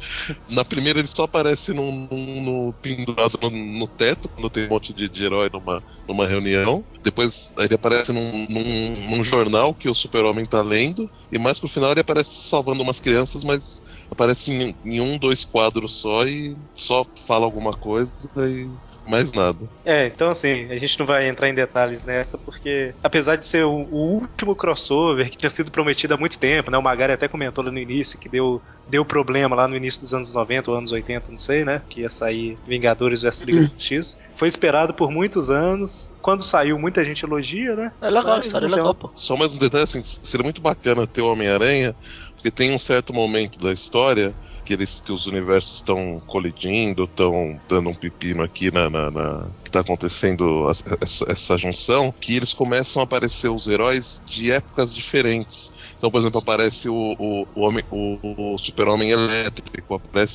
F: Na primeira ele só aparece num, num- no- pendurado no, no teto, quando tem um monte de, de herói numa, numa reunião. Depois ele aparece num, num- num jornal que o super-homem tá lendo. E mais pro final ele aparece salvando umas crianças, mas aparece em, em um, dois quadros só e só fala alguma coisa e Mais nada.
C: É, então assim, a gente não vai entrar em detalhes nessa, porque apesar de ser o, o último crossover que tinha sido prometido há muito tempo, né? O Magari até comentou lá no início que deu, deu problema lá no início dos anos 90 ou anos 80, não sei, né? Que ia sair Vingadores vs Liga X. Foi esperado por muitos anos. Quando saiu, muita gente elogia, né?
D: É legal, a
C: Mas,
D: história é
C: então,
D: legal, pô.
F: Só mais um detalhe, assim, seria muito bacana ter o Homem-Aranha, porque tem um certo momento da história que eles que os universos estão colidindo, estão dando um pepino aqui na, na- na- que tá acontecendo as- essa, essa junção, que eles começam a aparecer os heróis de épocas diferentes. Então, por exemplo, aparece o, o, o, Homem- o- o Super-Homem Elétrico,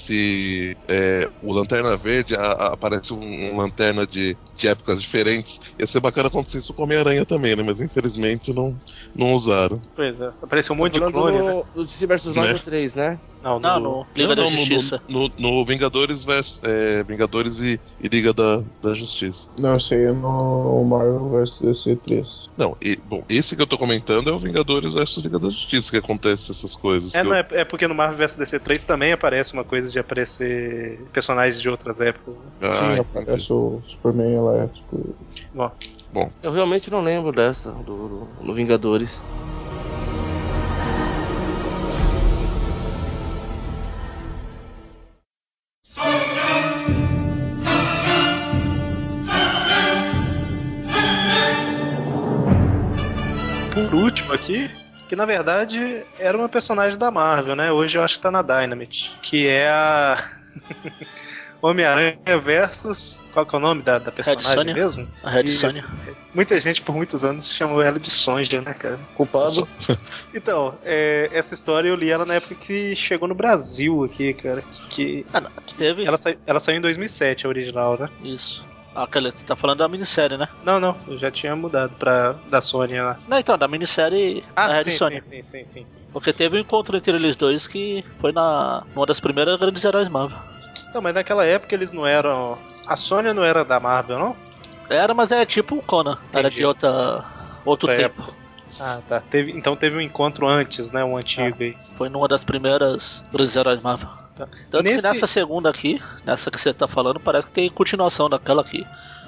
F: aparece é, o Lanterna Verde, a- a- aparece um, um Lanterna de, de épocas diferentes. Ia ser bacana acontecer isso com o Homem-Aranha também, né? Mas infelizmente não, não usaram.
C: Pois é. Apareceu um monte de
G: Tá Falando
C: clone, né?
G: no, no DC vs Marvel
F: Né?
G: 3, né?
C: Não,
D: Não,
C: no-
D: no Liga
F: Não,
D: da
F: não, no-
D: Justiça.
F: No, no Vingadores versus, é, Vingadores e, e Liga da, da Justiça.
E: Não, isso aí é no Marvel vs DC 3.
F: Não, e- bom, esse que eu tô comentando é o Vingadores versus Liga da Justiça que acontece essas coisas.
C: É,
F: que
C: não,
F: eu-
C: é, é porque no Marvel vs DC 3 também aparece uma coisa de aparecer personagens de outras épocas. né?
F: Ah,
E: Sim,
F: entendi.
E: aparece o Superman é, tipo, elétrico.
G: Eu realmente não lembro dessa, do, do- no Vingadores.
C: Por último aqui, que na verdade era uma personagem da Marvel, né? Hoje eu acho que tá na Dynamite, que é a [laughs] Homem-Aranha versus qual que é o nome da, da personagem
D: Sonya.
C: mesmo?
D: A Red
C: Isso,
D: Sonja.
C: isso. Muita gente por muitos anos chamou ela de Sonja, né, cara?
H: Culpado.
C: [laughs] Então, é, essa história eu li ela na época que chegou no Brasil aqui, cara. Que
D: Ah, não, que teve
C: ela, sa- ela saiu em 2007 a original, né?
D: isso. Ah, Aquela, você tá falando da minissérie, né?
C: Não, não, eu já tinha mudado pra da Sony lá.
D: Não, então, da minissérie da
C: Ah,
D: Red
C: sim,
D: Sonja.
C: sim, sim, sim, sim, sim.
D: Porque teve um encontro entre eles dois que foi na uma das primeiras grandes heróis Marvel.
C: Não, mas naquela época eles não eram. A Sônia não era da Marvel, não?
D: Era, mas é tipo o Conan. Era
C: Entendi.
D: de outra, outro
C: Outra
D: tempo.
C: Ah, tá. Teve, então teve um encontro antes, né? Um antigo aí.
D: Foi numa das primeiras grandes heróis Marvel.
C: Tá.
D: Tanto
C: Nesse-
D: que nessa segunda aqui, nessa que você tá falando, parece que tem continuação daquela aqui.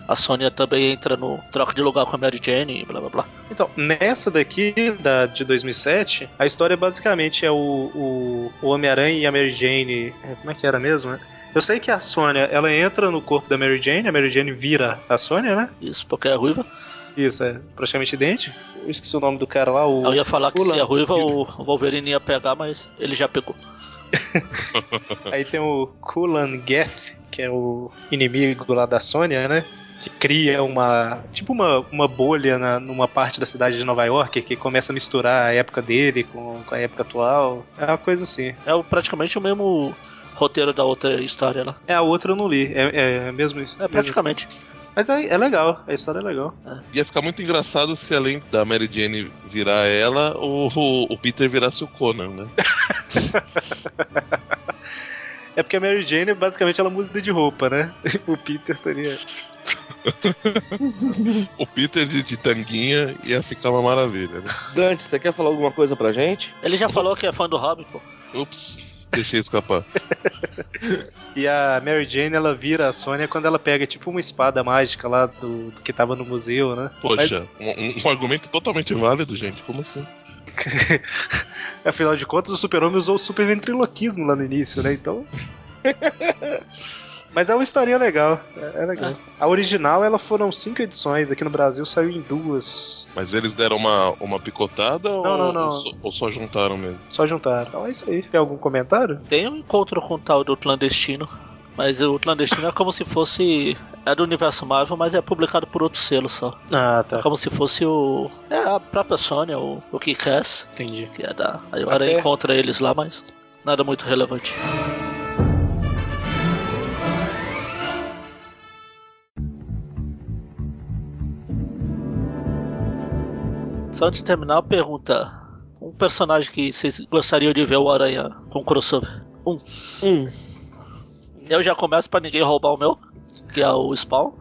D: A Sônia também entra no troca de lugar com a Mary Jane e blá blá blá.
C: Então, nessa daqui, da, de 2007, a história basicamente é o, o, o Homem-Aranha e a Mary Jane. é, Como é que era mesmo, né? Eu sei que a Sônia, ela entra no corpo da Mary Jane, a Mary Jane vira a Sônia, né?
D: Isso, porque é ruiva.
C: Isso, é praticamente idêntico. Eu esqueci o nome do cara lá, o...
D: Eu ia falar que
C: o
D: se é
C: Lan-
D: ruiva o Wolverine ia pegar, mas ele já pegou.
C: Aí tem o Kulan Geth, que é o inimigo lá da Sônia, né? Que cria uma. Tipo uma, uma bolha na- numa parte da cidade de Nova York que começa a misturar a época dele com, com a época atual. É uma coisa assim.
D: É o- praticamente o mesmo roteiro da outra história lá.
C: É, a outra eu não li. É, é mesmo isso.
D: É praticamente.
C: Mas é, é legal, a história é legal.
F: Ia ficar muito engraçado se além da Mary Jane virar ela, o, o, o Peter virasse o Conan, né? [laughs]
C: É porque a Mary Jane, basicamente, ela muda de roupa, né? [laughs] O Peter seria.
F: O Peter de, de tanguinha ia ficar uma maravilha, né?
G: Dante, você quer falar alguma coisa pra gente?
D: Ele já falou que é fã do Robin, pô.
F: Ups, deixei escapar.
C: E a Mary Jane, ela vira a Sônia quando ela pega, tipo, uma espada mágica lá do que tava no museu, né?
F: Poxa, um, um- um argumento totalmente válido, gente. Como assim?
C: Afinal de contas, o super-homem usou o super ventriloquismo lá no início, né? [laughs] Então. Mas é uma historinha legal. É, é legal. A original, ela foram cinco edições. Aqui no Brasil saiu em duas.
F: Mas eles deram uma, uma picotada ou,
C: não, não.
F: ou só- ou só juntaram mesmo?
C: Só juntaram. Então é isso aí. Tem algum comentário?
D: Tem um encontro com o tal do clandestino. Mas o clandestino é como se fosse. É do universo Marvel, mas é publicado por outro selo só.
C: Ah,
D: É
C: tá.
D: como se fosse o. É a própria Sônia, o, o Kick-Ass,
C: Entendi.
D: que é da. Aí o Aranha
G: Até-
D: encontra eles lá, mas nada muito relevante. Só antes de terminar, pergunta: Um personagem que vocês gostariam de ver o Aranha com crossover? Um.
G: Hum.
D: Eu já começo pra ninguém roubar o meu, que é o Spawn.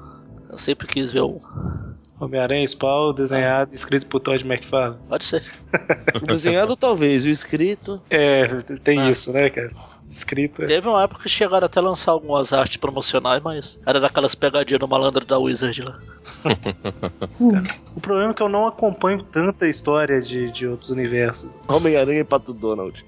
D: Eu sempre quis ver um. o.
C: Homem-Aranha Spawn, desenhado, escrito por Todd McFarlane.
D: Pode ser.
G: O desenhado talvez, o escrito.
C: É, tem
D: Ah.
C: isso, né, cara? escrita.
D: Teve uma época que chegaram até a lançar algumas artes promocionais, mas era daquelas pegadinhas do malandro da Wizard lá.
C: O problema é que eu não acompanho tanta história de, de outros universos.
G: Homem-Aranha e Pato Donald.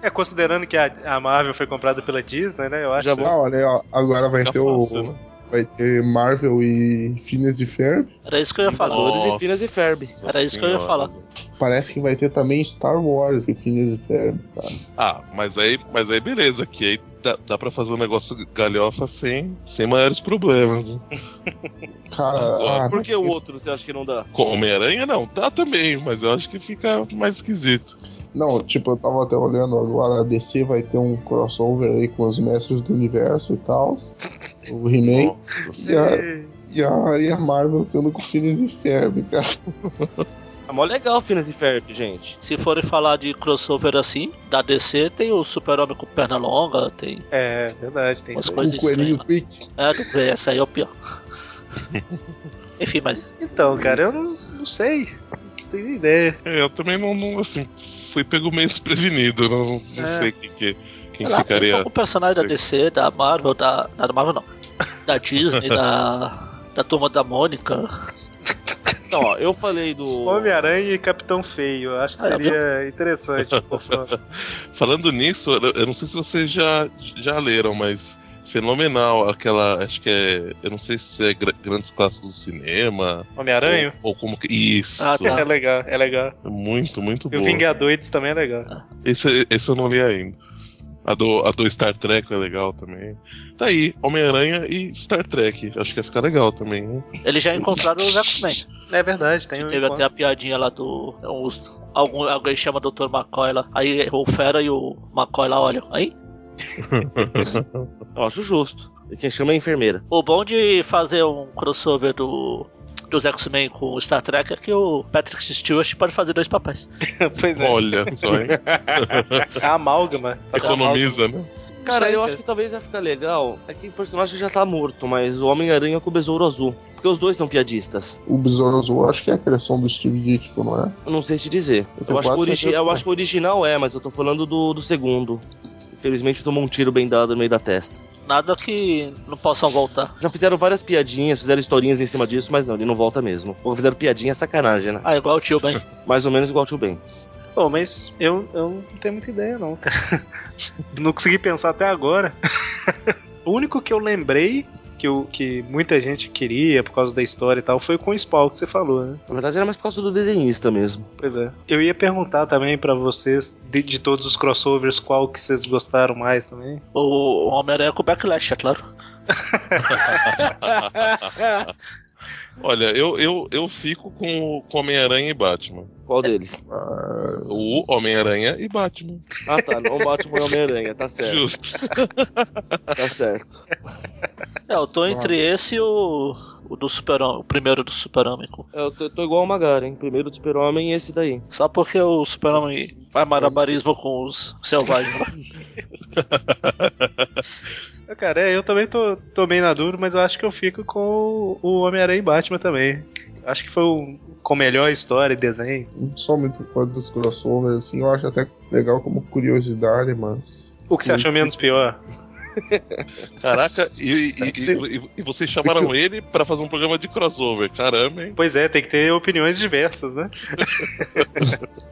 C: É, considerando que a, a Marvel foi comprada pela Disney, né? Eu acho
E: Já vou, Ah, olha, aí, ó, agora vai
F: Tá
E: ter o.
F: fácil, né?
E: Vai ter Marvel e Phineas e Ferb.
D: Era isso que eu ia falar.
G: Valores e
F: Nossa.
G: Finas e Ferb.
D: Era isso que eu ia falar.
E: Parece que vai ter também Star Wars e Phineas e Ferb, tá? cara.
F: Ah, mas aí, mas aí beleza, que aí dá, dá pra fazer um negócio galhofa sem, sem maiores problemas. né?
E: Cara, ah,
G: Por que o
E: isso-
G: outro você acha que não dá?
F: Com Homem-Aranha não, dá também, mas eu acho que fica mais esquisito.
E: Não, tipo, eu tava até olhando agora, a DC vai ter um crossover aí com os mestres do universo e tal. O He-Man. E a, e, a, e a Marvel tendo com Phineas e Ferb, cara.
G: É mó legal Finas e Ferb, gente.
D: Se forem falar de crossover assim, da DC tem o Super-Homem com perna longa, tem
C: É, verdade, tem
D: umas
C: isso. aí.
D: coisas
E: o Coelhinho
D: estranhas.
E: Quick.
D: É, do que essa aí é o
F: [laughs]
D: pior. Enfim, mas
C: Então, cara, eu não, não sei. Não tenho ideia.
F: É, eu também não, não, assim, fui pego meio desprevenido, não, não
C: É.
F: sei quem que, quem que
D: lá, só
F: ficaria.
D: com o personagem da DC, da Marvel, da. da- da Marvel não. Da
F: [laughs]
D: Disney, da. Da turma da Mônica.
G: Então, ó, eu falei do.
C: Homem-Aranha e Capitão Feio. eu Acho que
D: Ah,
C: seria interessante. pô,
F: Falando nisso, eu, eu não sei se vocês já, já leram, mas fenomenal aquela, acho que é, eu não sei se é gra- grandes clássicos do cinema.
C: [laughs] Homem-Aranha?
F: Ou, ou como que. Isso.
D: Ah, tá.
C: É legal, é legal.
F: Muito, muito
C: E
F: bom.
C: o Vingadores também é legal.
F: Esse, esse eu não li ainda. A do, a do Star Trek é legal também. Tá aí, Homem-Aranha e Star Trek. Acho que ia ficar legal também. né?
D: Eles já encontraram os X-Men.
C: É verdade, tem
D: que
C: um
D: Teve até a piadinha lá do. os- algum, alguém chama Dr. McCoy lá. Aí o Fera e o McCoy lá olham. Aí.
G: Eu acho justo. E Quem chama é a enfermeira.
D: O bom de fazer um crossover do. Dos X-Men com o Star Trek é que o Patrick Stewart pode fazer dois papéis.
C: [laughs] Pois é,
F: Olha só, hein?
C: a amálgama. Fazer a
F: Economiza, né?
G: Cara,
C: sei,
G: eu
C: cara.
G: acho que talvez ia ficar legal. É que o personagem já tá morto, mas o Homem-Aranha com o Besouro Azul. Porque os dois são piadistas.
E: O Besouro Azul, acho que é a criação do Steve Ditko, não é?
G: Eu não sei te dizer.
E: Eu tenho
G: Eu, acho, que o
E: quase
G: origi-
E: certeza
G: eu
E: que
G: acho que o original é, mas eu tô falando do, do segundo. Infelizmente tomou um tiro bem dado no meio da testa.
D: Nada que não possam voltar.
G: Já fizeram várias piadinhas, fizeram historinhas em cima disso, mas não, ele não volta mesmo. Ou fizeram piadinha é sacanagem, né?
D: Ah, igual o tio Ben.
G: Mais ou menos igual o Tio Ben.
C: Pô, mas eu, eu não tenho muita ideia, não, cara. [laughs] Não consegui pensar até agora. [laughs] o único que eu lembrei que, eu, que muita gente queria por causa da história e tal foi com o Spawn que você falou, né?
G: Na verdade era mais por causa do desenhista mesmo.
C: Pois é. Eu ia perguntar também pra vocês, de, de todos os crossovers, qual que vocês gostaram mais também.
D: O Homem-Aranha com o Backlash, é claro.
F: Olha, eu, eu, eu fico com, o- com Homem-Aranha e Batman.
G: Qual deles?
E: Ah,
F: O Homem-Aranha e Batman.
G: Ah tá, não, o Batman e o Homem-Aranha, tá certo,
F: Justo.
G: tá certo.
D: É, eu tô entre esse e o, o do super o primeiro do Super-Homem. co.
G: Eu tô, eu tô igual o Magara, hein? Primeiro do Super-Homem e esse daí.
D: Só porque o Super-Homem faz marabarismo com os selvagens. lá.
C: Ah, Cara, é, eu também tô, tô bem na dúvida, mas eu acho que eu fico com o, o Homem-Aranha e Batman também. Acho que foi o, com a melhor história e desenho.
E: não sou muito fã dos crossovers, assim. Eu acho até legal como curiosidade, mas.
C: O que você
E: Hum.
C: achou menos pior?
F: Caraca, e, e, e- e- e vocês chamaram ele pra fazer um programa de crossover. Caramba, hein?
C: Pois é, tem que ter opiniões diversas, né?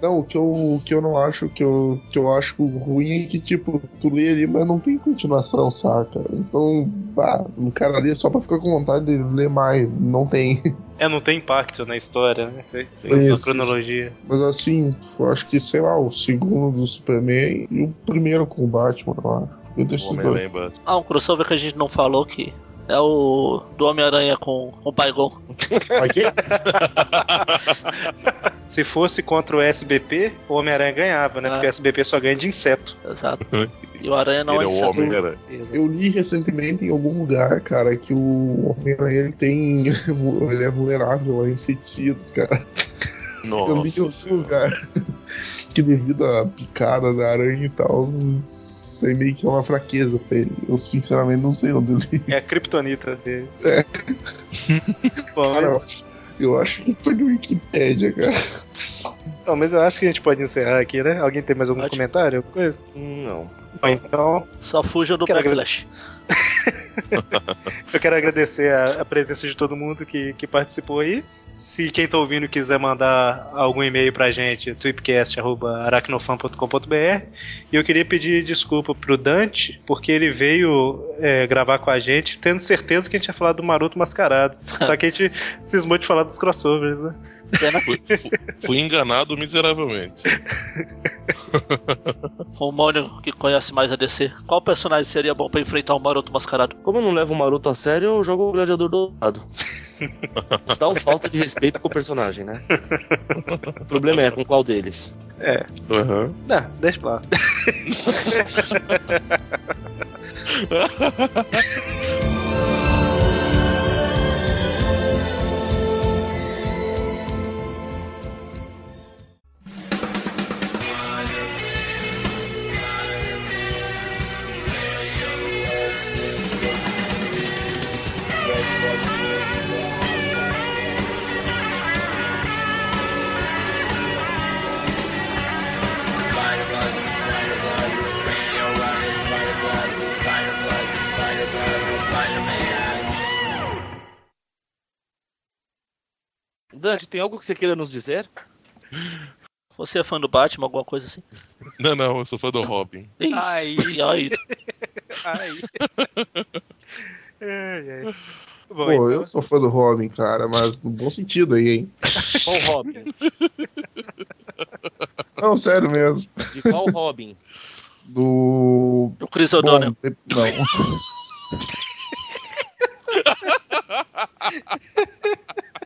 E: Não, o que eu, o que eu não acho, o que eu, o que eu acho ruim é que, tipo, tu lê ali, mas não tem continuação, saca? Então, ah, o cara ali só pra ficar com vontade de ler mais, não tem. [laughs]
C: É, não tem impacto na história, né? Sem
E: Isso,
C: uma
E: isso.
C: cronologia.
E: Mas assim, eu acho que, sei lá, o segundo do Superman e o primeiro com o Batman, eu acho. Eu
F: O
E: deixo os dois.
F: Homem-Aranha e Batman.
D: ah, um crossover que a gente não falou que é o do Homem-Aranha com o Baigon.
E: Mas quem-
C: Se fosse contra o SBP, o Homem-Aranha ganhava, né?
D: Ah.
C: Porque o SBP só ganha de inseto.
D: Exato. E o Aranha não é
F: Ele é o
D: inseto.
F: Homem-Aranha.
E: Eu li recentemente em algum lugar, cara, que o Homem-Aranha ele tem. [laughs] Ele é vulnerável a inseticidas, cara. Eu li em
F: Nossa.
E: algum lugar [laughs] que devido à picada da aranha e tal, sei meio que é uma fraqueza pra ele. Eu sinceramente não sei onde eu li.
C: É a Kryptonita dele.
E: É.
C: Bom,
E: Cara, eu
C: mas...
E: acho- eu acho que foi no Wikipédia, cara.
C: Não, mas eu acho que a gente pode encerrar aqui, né? Alguém tem mais algum
D: Ótimo.
C: comentário? alguma Coisa?
G: Hum, Não.
C: Bom, então,
D: Só fuja do
C: Quero
D: backlash.
C: Eu quero agradecer a, a presença de todo mundo que, que participou aí. Se quem tá ouvindo quiser mandar algum e-mail pra gente, tripcast.aracnofan.com.br. E eu queria pedir desculpa pro Dante, porque ele veio é, gravar com a gente, tendo certeza que a gente ia falar do Maroto Mascarado. Só que a gente cismou de falar dos crossovers, né?
F: Fui, fu- fui enganado miseravelmente.
D: Foi o Mônio que conhece mais a DC. Qual personagem seria bom pra enfrentar o Maroto Mascarado?
G: Como eu não levo o Maroto a sério, eu jogo o gladiador do lado. Tal falta de respeito com o personagem, né? O problema é com qual deles.
F: Aham.
C: É. Não, deixa pra lá.
G: Dante, tem algo que você queira nos dizer?
D: Você é fã do Batman, alguma coisa assim?
F: Não, não, eu sou fã do Robin.
D: Ih,
C: Ai.
D: e aí?
C: Ai. [laughs] ai, ai. Bom,
E: Pô,
C: então,
E: eu sou fã do Robin, cara, mas no bom sentido aí, hein?
G: Qual Robin?
E: Não, sério mesmo.
G: De qual Robin?
E: Do.
D: Do Chris O'Donnell.
E: Bom, de- Não.